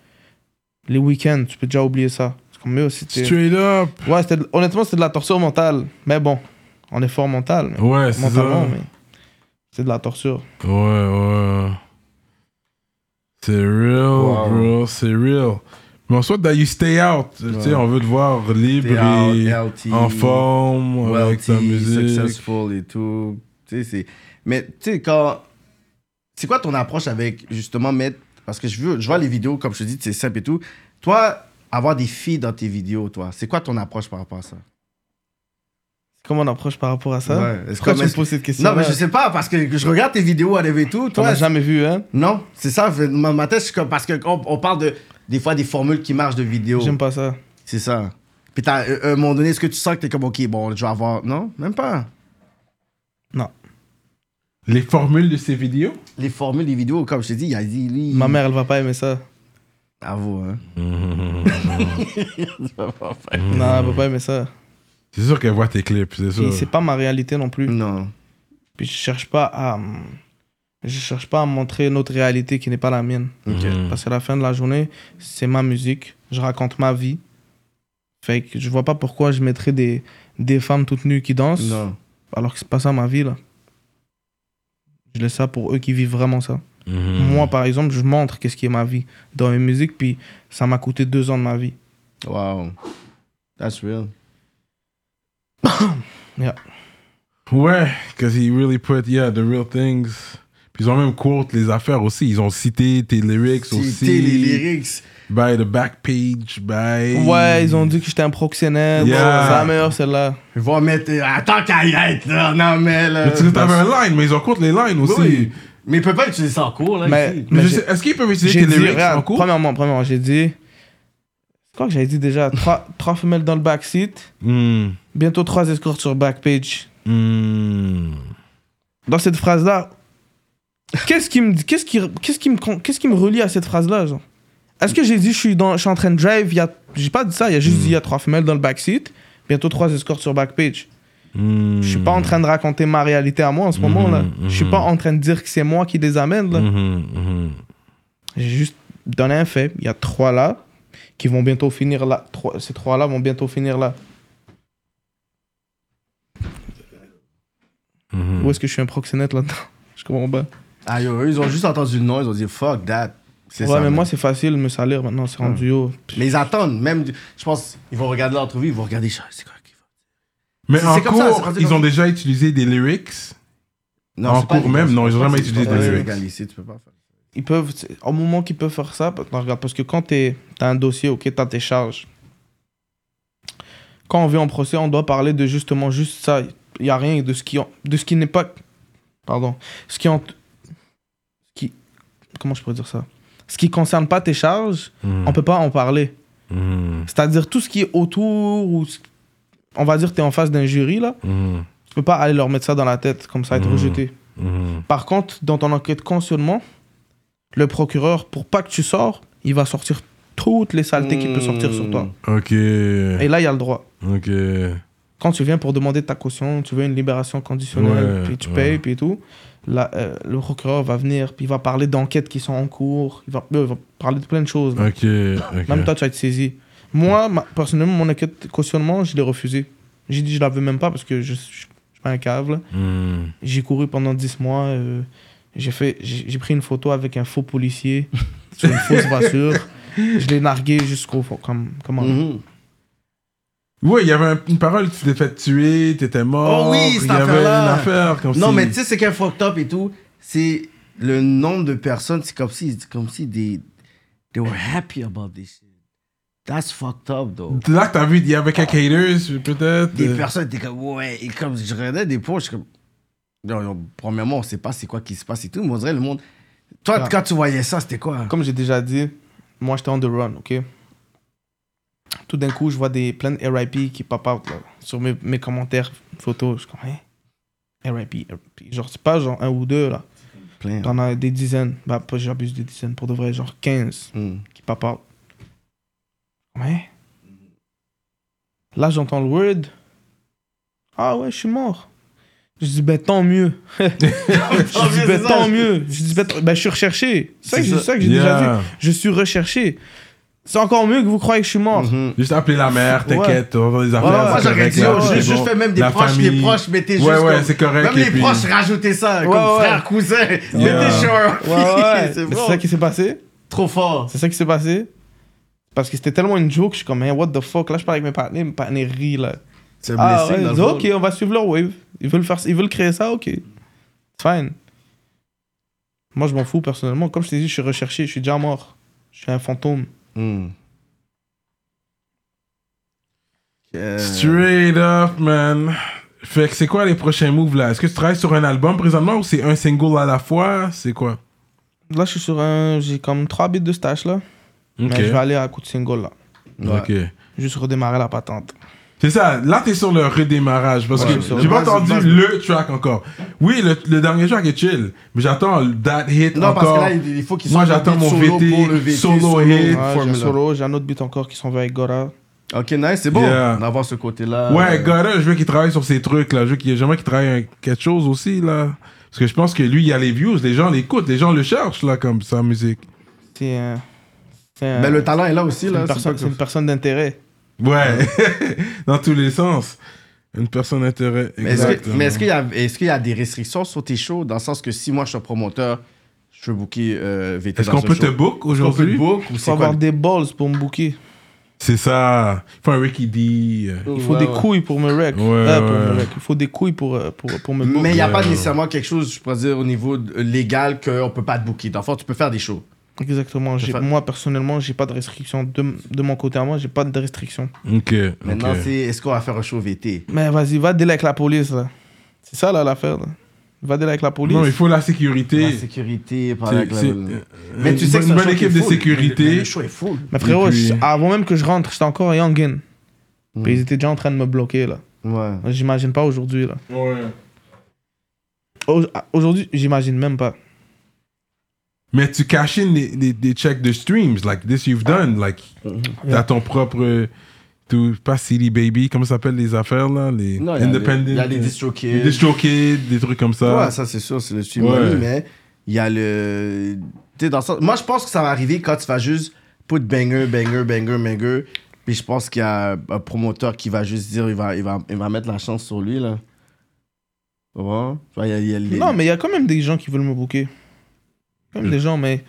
S3: Les week-ends, tu peux déjà oublier ça. C'est comme, mais c'était.
S1: Straight up.
S3: Ouais, c'était de- honnêtement, c'était de la torture mentale. Mais bon, on est fort mental. mais-
S1: Ouais, c'est ça.
S3: mentalement, mais. C'est de la torture.
S1: Ouais, ouais. C'est real,
S2: Wow.
S1: bro. C'est real. Mais en soit, that you stay out. Tu sais, on veut te voir libre
S2: T'es out,
S1: et
S2: healthy,
S1: en forme, avec ta
S2: wealthy,
S1: musique.
S2: successful et tout. Tu sais, c'est... Mais tu sais, quand... C'est quoi ton approche avec, justement, mettre... Parce que je, veux, je vois les vidéos, comme je te dis, c'est simple et tout. Toi, avoir des filles dans tes vidéos, toi, c'est quoi ton approche par rapport à ça?
S3: Comment on approche par rapport à ça
S2: Ouais, est-ce
S3: Pourquoi
S2: que-
S3: tu me poses cette question
S2: Non, mais je sais pas, parce que je regarde tes vidéos, whatever et tout.
S3: T'en
S2: Toi,
S3: as jamais vu, hein
S2: Non, c'est ça. fait- Ma, ma tête, je suis comme. Parce qu'on on parle de, des fois des formules qui marchent de vidéo.
S3: J'aime pas ça.
S2: C'est ça. Puis, t'as, euh, à un moment donné, est-ce que tu sens que t'es comme, OK, bon, je vais avoir. Non, même pas.
S3: Non.
S1: Les formules de ces vidéos
S2: Les formules des vidéos, comme je t'ai dit, il a dit, lui.
S3: Ma mère, elle va pas aimer ça.
S2: Avoue, hein. Mm.
S3: Non, elle va pas aimer ça.
S1: C'est sûr qu'elle voit tes clips, c'est
S3: Puis
S1: sûr.
S3: c'est pas ma réalité non plus.
S2: Non.
S3: Puis je cherche pas à. hum, Je cherche pas à montrer notre réalité qui n'est pas la mienne.
S2: OK.
S3: Parce qu'à la fin de la journée, c'est ma musique. Je raconte ma vie. Fait que je vois pas pourquoi je mettrais des, des femmes toutes nues qui dansent.
S2: Non.
S3: Alors que c'est pas ça ma vie, là. Je laisse ça pour eux qui vivent vraiment ça.
S1: Mhm.
S3: Moi, par exemple, je montre qu'est-ce qui est ma vie dans mes musiques, puis ça m'a coûté deux ans de ma vie.
S2: Wow. That's real.
S1: Ouais, because he really put, yeah, the real things. Puis ils ont même quote les affaires aussi. Ils ont cité tes lyrics
S2: Citer
S1: aussi.
S2: les lyrics.
S1: By the back page, by.
S3: Ouais, ils ont dit que j'étais un proxénète.
S1: Yeah.
S3: C'est la meilleure, celle-là.
S2: Ils vont mettre. euh, Attends qu'à y être, là. Non, mais là.
S1: Mais tu t'avais un line, mais ils ont quote les lines aussi.
S2: euh, Oui. Mais il peut pas utiliser ça en cours, là.
S3: Mais-
S2: ici.
S1: Mais je
S3: j'ai-
S1: sais- est-ce qu'ils peuvent
S3: J'ai
S1: utiliser
S3: dit,
S1: tes lyrics
S3: regarde,
S1: en cours
S3: premièrement, premièrement j'ai dit. C'est quoi que j'avais dit déjà trois, trois femelles dans le backseat,
S1: Hmm.
S3: bientôt trois escortes sur backpage.
S1: Hmm.
S3: Dans cette phrase-là, qu'est-ce qui me dit- qu'est-ce qui qu'est-ce qui me con- qu'est-ce qui me relie à cette phrase-là genre Est-ce que j'ai dit je suis dans je suis en train de drive, il y a j'ai pas dit ça, il y a juste dit il y a trois femelles dans le backseat, bientôt trois escortes sur backpage.
S1: Hmm.
S3: Je suis pas en train de raconter ma réalité à moi en ce moment là. Je suis pas en train de dire que c'est moi qui les amène là.
S1: Mhm, mhm.
S3: J'ai juste donné un fait. Il y a trois là qui vont bientôt finir là. Trois- ces trois là vont bientôt finir là. Où est-ce que je suis un proxénète là-dedans *laughs* Je comprends pas.
S2: Ah, yo, eux, ils ont juste entendu le nom, ils ont dit fuck that. C'est
S3: Ouais,
S2: ça.
S3: mais
S2: man.
S3: moi c'est facile de me salir maintenant, c'est rendu haut.
S2: Mais ils attendent, même. du- Je pense, ils vont regarder l'entrevue, ils vont regarder. je- C'est quoi qui va
S1: Mais
S2: C'est-
S1: en
S2: c'est comme ça, c'est
S1: cours,
S2: rendu
S1: ils
S2: dans-
S1: ont déjà utilisé des lyrics.
S2: Non,
S1: En
S2: c'est pas
S1: cours
S2: légal,
S1: même,
S2: c'est
S1: non,
S2: pas-
S1: ils ont jamais
S2: c'est
S1: utilisé
S2: pas
S3: des
S2: légal
S1: lyrics.
S2: ici, tu peux pas faire.
S3: Ils peuvent, c'est- au moment qu'ils peuvent faire ça, parce- non, regarde, parce que quand t'es- t'as un dossier, ok, t'as tes charges. Quand on vient en procès, on doit parler de justement juste ça. il y a rien de ce qui, en- de ce qui n'est pas. Pardon. Ce qui, en- ce qui. Comment je pourrais dire ça Ce qui concerne pas tes charges,
S2: Hmm,
S3: on peut pas en parler.
S1: Mhm.
S3: C'est-à-dire tout ce qui est autour, ou ce- on va dire que tu es en face d'un jury, là,
S1: Mhm.
S3: tu peux pas aller leur mettre ça dans la tête, comme ça, être
S1: Mhm.
S2: Hmm.
S3: rejeté.
S1: Mhm.
S3: Par contre, dans ton enquête cautionnement, le procureur, pour pas que tu sors, il va sortir toutes les saletés qu'il peut sortir sur toi.
S1: Ok.
S3: Et là, il y a le droit.
S1: Ok.
S3: Quand tu viens pour demander ta caution, tu veux une libération conditionnelle,
S1: Ouais,
S3: puis tu
S1: ouais.
S3: payes, puis tout, là, euh, le procureur va venir, puis il va parler d'enquêtes qui sont en cours, il va, euh, il va parler de plein de choses. là.
S1: Ok. ok.
S3: Même toi, tu vas être saisi. Moi, ma- personnellement, mon enquête cautionnement, je l'ai refusé. J'ai dit je la veux même pas parce que je, je, je suis pas un cave. là.
S1: Mhm.
S3: J'ai couru pendant 10 mois. euh, j'ai fait, j'ai j'ai pris une photo avec un faux policier sur une fausse voiture. Je l'ai nargué jusqu'au fond. Comme, comment
S2: Mhm.
S1: Ouais, il y avait un- une parole, tu t'es fait tuer, t'étais mort.
S2: Oh oui, cette
S1: Il y avait une
S2: affaire-là.
S1: affaire comme
S2: Non,
S1: si-
S2: mais tu sais, c'est qu'un fucked up et tout. C'est le nombre de personnes, c'est comme si, c'est comme si des, they were happy about this shit. That's fucked up, though.
S1: Là, t'as vu, il y avait quelques haters, peut-être.
S2: Des
S1: euh,
S2: personnes étaient comme, ouais, et comme je regardais des poches, comme, Non, non, premièrement, on sait pas c'est quoi qui se passe et tout, mais on dirait le monde. Toi,
S3: Ah.
S2: quand tu voyais ça, c'était quoi?
S3: Comme j'ai déjà dit, moi j'étais on the run, ok? Tout d'un coup, je vois des, plein de RIP qui pop out là, sur mes, mes commentaires photos. Je suis comme, hein? RIP, RIP. Genre, c'est pas genre un ou deux là.
S2: Plein.
S3: T'en as des dizaines. Bah, pas j'abuse des dizaines, pour de vrai, genre 15
S2: Hmm.
S3: qui pop out. Ouais. Là, j'entends le word. Ah ouais, je suis mort. Je dis, ben tant mieux. *laughs*
S2: Tant
S3: Je dis,
S2: mieux,
S3: ben
S2: c'est
S3: tant
S2: ça.
S3: mieux. Je dis, ben, t- ben, je suis recherché. C'est ça que
S2: C'est
S3: j'ai-
S2: ça.
S3: ça que j'ai
S1: Yeah.
S3: déjà dit. Je suis recherché. C'est encore mieux que vous croyez que je suis mort.
S2: Mhm.
S1: Juste appeler la mère, t'inquiète, on va des affaires.
S3: Ouais,
S2: moi,
S1: c'est
S2: j'aurais
S1: Ah, correct,
S2: dit,
S1: là,
S2: oh,
S1: c'est
S2: juste-
S1: bon.
S2: juste fais même des
S1: La
S2: proches,
S1: famille.
S2: les proches, mettez
S1: Ouais,
S2: juste
S1: ouais,
S2: comme-
S1: c'est correct.
S2: Même
S1: et
S2: les
S1: puis-
S2: proches, rajoutez ça,
S3: Ouais,
S2: comme
S3: ouais.
S2: frère, cousin.
S1: *laughs* Yeah.
S2: Mettez Shore. *laughs*
S3: Ouais, ouais. Ben,
S2: c'est
S3: C'est
S2: bon.
S3: ça qui s'est passé.
S2: Trop fort.
S3: C'est ça qui s'est passé. Parce que c'était tellement une joke, je suis comme, hey, what the fuck. Là, je parle avec mes partenaires, mes partenaires rient là.
S2: C'est
S3: Ah
S2: blessé,
S3: ouais,
S2: dans
S3: ils
S2: le
S3: disent,
S2: fond.
S3: ok, on va suivre leur wave. Ils veulent, faire, ils veulent créer ça, ok. Fine. Moi, je m'en fous personnellement. Comme je t'ai dit, je suis recherché, je suis déjà mort. Je suis un fantôme.
S2: Hmm. Euh,
S1: Straight up, man. Fait que c'est quoi les prochains moves là Est-ce que tu travailles sur un album présentement ou c'est un single à la fois C'est quoi
S3: Là, je suis sur un. J'ai comme 3 bits de stage là.
S1: Ok.
S3: Mais je vais aller à coup de single là.
S2: ouais.
S1: Ok.
S3: Juste redémarrer la patente.
S1: C'est ça, là t'es sur le redémarrage parce
S3: Ouais, sur
S1: que
S3: le
S1: j'ai pas
S2: base-
S1: entendu
S2: base-
S1: le track encore. Oui, le, le dernier track est chill, mais j'attends that hit
S2: Non, parce
S1: encore.
S2: que là, il il faut qu'il
S1: Moi
S2: sorte
S1: j'attends
S2: le
S1: mon
S2: beat solo pour le
S1: VT,
S2: VT,
S1: solo hit.
S3: Ouais, j'ai un
S2: Formula.
S3: solo, j'ai un autre beat encore qui s'en va avec Gora.
S2: Ok, nice, c'est bon
S1: Yeah.
S2: d'avoir ce côté-là.
S1: Ouais,
S2: Euh,
S1: Gara, je veux qu'il travaille sur ses trucs là. Je veux qu'il j'aimerais qu'il travaille un- quelque chose aussi là. Parce que je pense que lui, il y a les views, les gens l'écoutent, les gens le cherchent là comme sa musique.
S3: C'est un. C'est un-
S2: Ben, le talent est là aussi,
S3: c'est
S2: là.
S3: une, personne- c'est une personne d'intérêt.
S1: Ouais, *laughs* dans tous les sens. Une personne intérêt.
S2: Mais est-ce que-
S1: exactement.
S2: mais est-ce qu'il y, a- est-ce qu'il y a des restrictions sur tes shows Dans le sens que si moi je suis un promoteur, je peux booker euh, VT.
S1: Est-ce
S2: dans
S1: qu'on
S2: un
S1: peut
S2: show.
S1: te book
S2: Est-ce qu'on peut te
S1: aujourd'hui
S2: book ou
S3: Il faut
S2: c'est
S3: avoir
S2: quoi
S3: des balls pour me booker.
S1: C'est ça. Il faut un Ricky D. euh,
S3: Il faut
S2: Ouais,
S3: des
S2: ouais.
S3: couilles pour me rec.
S1: Ouais,
S3: Euh, pour
S1: ouais.
S3: me rec. Il faut des couilles pour, euh, pour, pour me booker.
S2: Mais il n'y a
S1: euh,
S2: pas nécessairement quelque chose, je pourrais dire, au niveau de- euh, légal qu'on ne peut pas te booker. Dans le fond, tu peux faire des shows.
S3: Exactement. J'ai-
S2: Enfin-
S3: Moi, personnellement, j'ai pas de restriction. De, de mon côté à moi, j'ai pas de restriction.
S1: Ok.
S2: Maintenant,
S1: ok.
S2: c'est est-ce qu'on va faire un show VT
S3: Mais vas-y, va délai avec la police, là. C'est ça, là, l'affaire, là. Va délai avec la police.
S1: Non, mais il faut la
S2: La
S1: sécurité.
S2: sécurité, par
S1: C'est-
S2: la-
S1: c'est-
S2: Mais tu sais que
S1: une
S2: c'est un
S1: bonne
S2: show qui est
S1: équipe de
S2: full. Mais le- mais
S1: sécurité.
S2: Le show est full.
S3: Mais frérot,
S1: Et puis-
S3: je- avant même que je rentre, j'étais encore youngin.
S2: Mm.
S3: Puis ils étaient déjà en train de me bloquer, là.
S2: Ouais.
S3: J'imagine pas aujourd'hui, là.
S1: Ouais.
S3: Au- Aujourd'hui, j'imagine même pas.
S1: Mais tu caches in des, des, des checks de streams, like this you've
S2: Ah.
S1: done, like
S2: Mm-hmm.
S1: t'as ton propre, tu pas City Baby, comment ça s'appelle les affaires là, les
S2: Non, il y a des-
S1: independent,
S2: il y a des
S1: euh,
S2: DistroKids.
S1: des DistroKids, des trucs comme ça.
S2: Ouais, ça c'est sûr, c'est le stream
S1: Ouais.
S2: money, mais il y a le. Tu sais, dans le sens- Moi, je pense que ça va arriver quand tu vas juste put banger, banger, banger, banger. Puis je pense qu'il y a un promoteur qui va juste dire, il va, il va, il va mettre la chance sur lui, là. Tu vois? Tu vois, il y a- il y a
S1: Mm.
S2: les-
S3: Non, mais il y a quand même des gens qui veulent me booker. Quand même des gens, mais.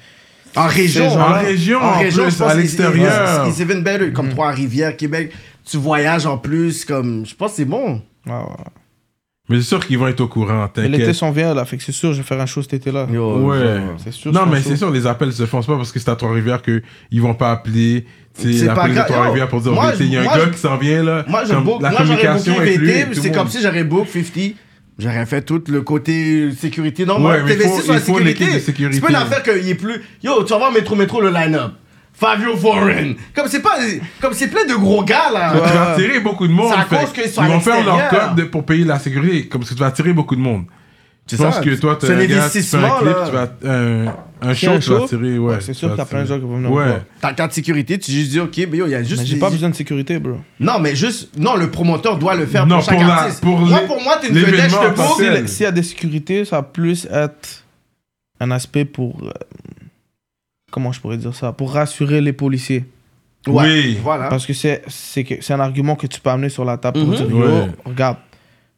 S2: En région,
S3: Ces
S2: hein.
S3: gens-là-
S1: en région,
S2: En
S1: en
S2: région,
S1: plus,
S2: je pense
S1: à
S2: que
S1: l'extérieur. Mm.
S2: c'est- c'est- c'est even better. Comme Trois-Rivières, Québec, tu voyages en plus, comme. Je pense que c'est bon.
S3: Ah, ouais.
S1: Mais c'est sûr qu'ils vont être au courant,
S3: Mais l'été
S1: t'inquiète.
S3: s'en vient là, fait que c'est sûr, je vais faire un show cet été-là.
S2: Yo,
S1: Ouais.
S2: genre, hein.
S3: C'est sûr.
S1: non,
S3: c'est
S1: mais
S3: un
S1: c'est
S3: show.
S1: sûr, les appels se font. C'est pas parce que c'est à Trois-Rivières qu'ils vont pas appeler. tu sais,
S2: C'est pas
S1: l'appel de
S2: grave.
S1: Trois-Rivières pour dire
S2: Moi,
S1: VT, il y a un
S2: moi,
S1: gars
S2: je-
S1: qui s'en vient là.
S2: Moi, je
S1: Comme
S2: book,
S1: la
S2: moi, j'aurais
S1: communication
S2: booké
S1: est fluide,
S2: VT,
S1: tout le
S2: c'est
S1: monde-
S2: comme si j'aurais book 50. J'aurais fait tout le côté sécurité. Non, moi,
S1: Ouais, mais il faut-
S2: TVC sur la
S1: il faut une
S2: sécurité.
S1: équipe de
S2: C'est
S1: sécurité.
S2: pas une affaire qu'il y ait plus. Yo, tu vas voir Métro Métro le line-up. Fabio Foreign. Comme c'est pas. Comme c'est plein de gros gars là.
S1: Tu vas attirer beaucoup de monde.
S2: C'est à
S1: fait
S2: cause qu'ils sont
S1: ils
S2: à
S1: vont faire leur
S2: l'extérieur.
S1: code de- pour payer la sécurité. Comme si tu vas attirer beaucoup de monde. Je
S2: C'est
S1: pense
S2: ça,
S1: que toi, t'as
S2: c'est
S1: un
S2: un
S1: gars, tu fais un
S2: investissement,
S1: clip,
S2: là.
S1: tu vas, un, un show,
S3: un
S1: tu vas
S3: show,
S1: attirer. Ouais,
S3: ouais, c'est
S1: tu
S3: sûr
S1: vas
S3: qu'il y a plein de
S1: attirer.
S3: gens qui vont venir me
S1: Ouais.
S3: voir.
S2: Ta carte sécurité, tu juste dis, ok, mais yo, il y a juste.
S3: Mais Ben, j'ai
S2: des-
S3: pas besoin de sécurité, bro.
S2: Non, mais juste. Non, le promoteur doit le faire
S1: Non,
S2: pour chaque
S1: pour la-
S2: artiste.
S1: pour
S2: moi,
S1: les-
S2: pour moi, t'es une
S1: l'événement
S2: vedette, je
S1: en
S2: te book.
S1: tant que
S3: Si-
S1: tel.
S3: S'il y a des sécurités, ça va plus être un aspect pour. euh, comment je pourrais dire ça Pour rassurer les policiers.
S2: Ouais,
S1: Oui.
S2: Voilà.
S3: Parce que c'est c'est que- c'est un argument que tu peux amener sur la table pour
S2: Mhm.
S3: dire Yo,
S1: Ouais.
S3: regarde,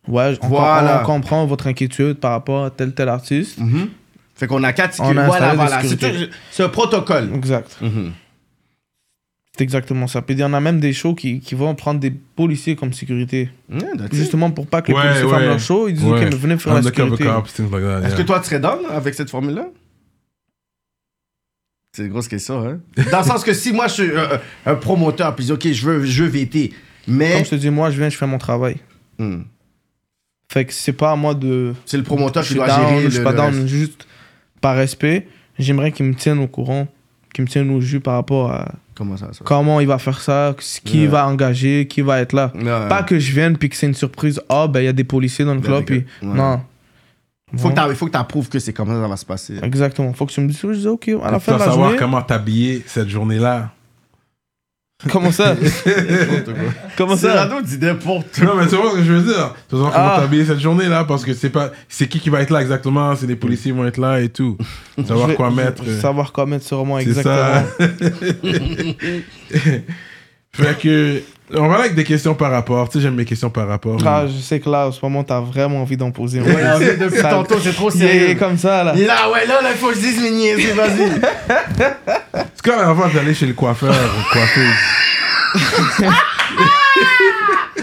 S3: ouais, je- on,
S2: Voilà.
S3: com- on comprend votre inquiétude par rapport à tel tel artiste.
S2: Mhm. Fait qu'on a quatre
S3: On a
S2: sécurités. Voilà,
S3: installé des
S2: voilà. C'est
S3: sécurités.
S2: tout- C'est un protocole.
S3: Exact.
S2: Mhm.
S3: C'est exactement ça. Puis il y en a même des shows qui, qui vont prendre des policiers comme sécurité.
S2: Yeah, that's it.
S3: Justement pour pas que les
S1: Ouais,
S3: policiers
S1: ouais.
S3: ferment leur show, ils disent
S1: Ouais.
S3: Ok, mais venez faire la
S1: Undercover
S3: sécurité.
S1: cops, things like that.
S2: Est-ce
S1: yeah.
S2: que toi, tu serais down avec cette formule-là? C'est une grosse question, hein? Dans le sens que si moi, je suis euh, euh, un promoteur, puis je dis, OK, je veux, je veux VT, mais
S3: Comme je te dis, moi je viens, je fais mon travail.
S2: Hmm.
S3: Fait que c'est pas à moi de.
S2: c'est le promoteur
S3: je
S2: qui
S3: suis
S2: doit
S3: down,
S2: gérer
S3: je
S2: le,
S3: suis pas
S2: le
S3: down,
S2: reste.
S3: juste par respect, j'aimerais qu'ils me tiennent au courant, qu'ils me tiennent au jus par rapport à
S2: Comment ça, ça?
S3: comment il va faire ça, ce- qui
S2: Ouais.
S3: va engager, qui va être là.
S2: Ouais.
S3: Pas que je vienne puis que c'est une surprise, ah ben il y a des policiers dans le
S2: Ben,
S3: club,
S2: des
S3: puis
S2: gars. Ouais.
S3: non.
S2: Faut
S3: Non.
S2: que t'as- faut que tu approuves que c'est comme ça ça va se passer.
S3: Exactement, faut que tu me dises, je dis ok, à la
S1: Tu
S3: fin de
S1: dois
S3: la
S1: savoir
S3: journée.
S1: comment t'habiller cette journée-là. *laughs*
S3: Comment ça Comment ça
S2: Cyrano dit n'importe
S1: Non, mais tu vois ce que je veux dire. Tu dois savoir comment
S3: Ah.
S1: t'habiller cette journée-là parce que c'est pas. C'est qui qui va être là exactement C'est les policiers qui vont être là et tout.
S3: Je
S1: Savoir
S3: vais-
S1: quoi
S3: je-
S1: mettre. euh,
S3: Savoir quoi mettre sur moi,
S1: C'est
S3: exactement.
S1: ça. *laughs* fait que. On va aller avec des questions par rapport. Tu sais, j'aime les questions par rapport.
S3: Ah, je sais que là, en ce moment, t'as vraiment envie d'en poser.
S2: Ouais, en fait, depuis
S3: Ça-
S2: tantôt, c'est trop
S3: Il est- il est
S2: sérieux.
S3: comme ça, là.
S2: Il est là, ouais, là, là, il faut que je dise mes niaiseries, vas-y.
S1: C'est quand même avant d'aller chez le coiffeur ou coiffeuse. *laughs*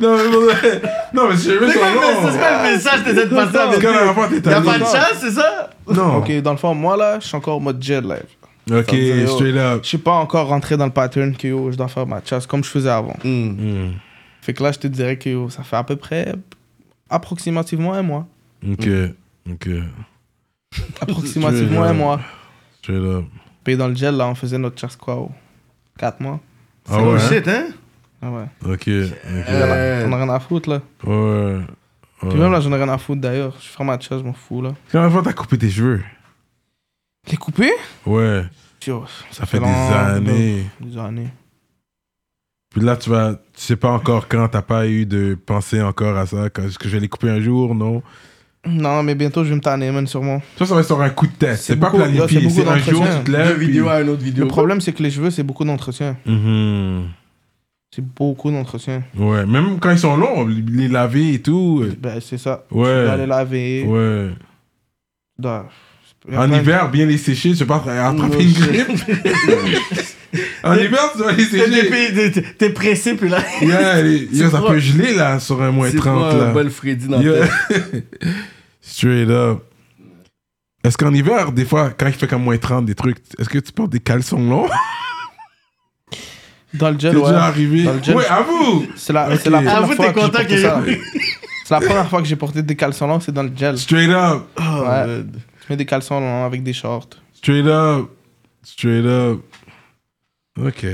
S1: non, mais, pour vrai- non, mais je veux
S2: C'est quoi le
S1: savoir.
S2: message- c'est quoi le message que t'essaies de passer
S1: C'est
S2: avec
S1: quand même
S2: lui?
S1: avant t'es
S2: Y'a
S1: allé.
S2: pas de chance, c'est ça?
S1: Non.
S3: Ok, dans le fond, moi là, je suis encore en mode jet live.
S1: Ok,
S3: Yo.
S1: straight up.
S3: Je suis pas encore rentré dans le pattern que yo, je dois faire ma chasse comme je faisais avant.
S2: Ah
S1: Hmm.
S3: Fait que là, je te dirais que yo, ça fait à peu près approximativement
S1: *laughs*
S3: un mois.
S1: Ok, ok.
S3: Approximativement un mois.
S1: Straight up.
S3: Puis dans le gel, là, on faisait notre chasse quoi, au 4 mois.
S1: Ah
S2: Oh
S1: ouais?
S2: shit, hein?
S3: Ah ouais.
S1: hein? Ok, ok.
S2: Euh,
S3: J'en ai rien à foutre là.
S1: Ouais.
S3: Puis même là, j'en ai rien à foutre d'ailleurs. Je fais ma chasse, je m'en fous là.
S1: Quand avant t'as coupé tes cheveux?
S3: Les couper
S1: Ouais.
S3: Yo,
S1: Ça fait des
S3: long-
S1: années.
S3: Des années.
S1: Puis là, tu vas, tu sais pas encore quand, t'as pas eu de penser encore à ça. quand- Est-ce que je vais les couper un jour? Non.
S3: Non, mais bientôt, je vais me tanner, man, sûrement.
S1: Ça, ça va être sur un coup de tête.
S3: C'est
S1: C'est pas
S3: beaucoup- c'est
S1: planifié.
S3: beaucoup
S1: C'est un
S3: d'entretien.
S1: jour, tu te lèves.
S2: Deux
S1: puis-
S2: vidéos à une autre vidéo.
S3: Le problème, c'est que les cheveux, c'est beaucoup d'entretien.
S1: Mhm.
S3: C'est beaucoup d'entretien.
S1: Ouais, même quand ils sont longs, les laver et tout. euh,
S3: Ben, c'est ça. Tu dois les
S1: Ouais.
S3: laver.
S1: Ouais.
S3: tu dois-
S1: En hiver, bien les sécher, je sais pas, attraper une
S3: Non,
S1: grippe.
S3: *laughs*
S1: en hiver, tu dois les
S2: T'es-
S1: sécher.
S2: t'es- t'es- t'es- T'es pressé, puis là.
S3: *laughs*
S1: Yeah, les- yo, ça
S2: pas-
S1: peut geler là sur un moins
S2: C'est
S1: 30
S2: pas un
S1: là.
S2: bol Freddy dans
S1: Yo.
S2: la tête.
S3: hein.
S1: *laughs* Straight up. Est-ce qu'en hiver, des fois, quand il fait comme moins 30 des trucs, est-ce que tu portes des caleçons longs
S3: Dans le
S1: *laughs* C'est
S3: gel, ouais.
S1: déjà arrivé.
S3: Dans le gel,
S1: ouais,
S3: je-
S1: à vous
S3: C'est la,
S1: Ok.
S3: c'est la première
S2: Avoue,
S3: fois
S2: Ah, t'es
S3: que j'ai
S2: content
S3: porté
S2: qu'il
S3: ça. C'est la première fois que j'ai porté des caleçons longs, c'est dans le gel.
S1: Straight up.
S2: Oh,
S3: Ouais.
S2: man.
S3: Je mets des caleçons longs avec des shorts.
S1: Straight up. Straight up. Ok.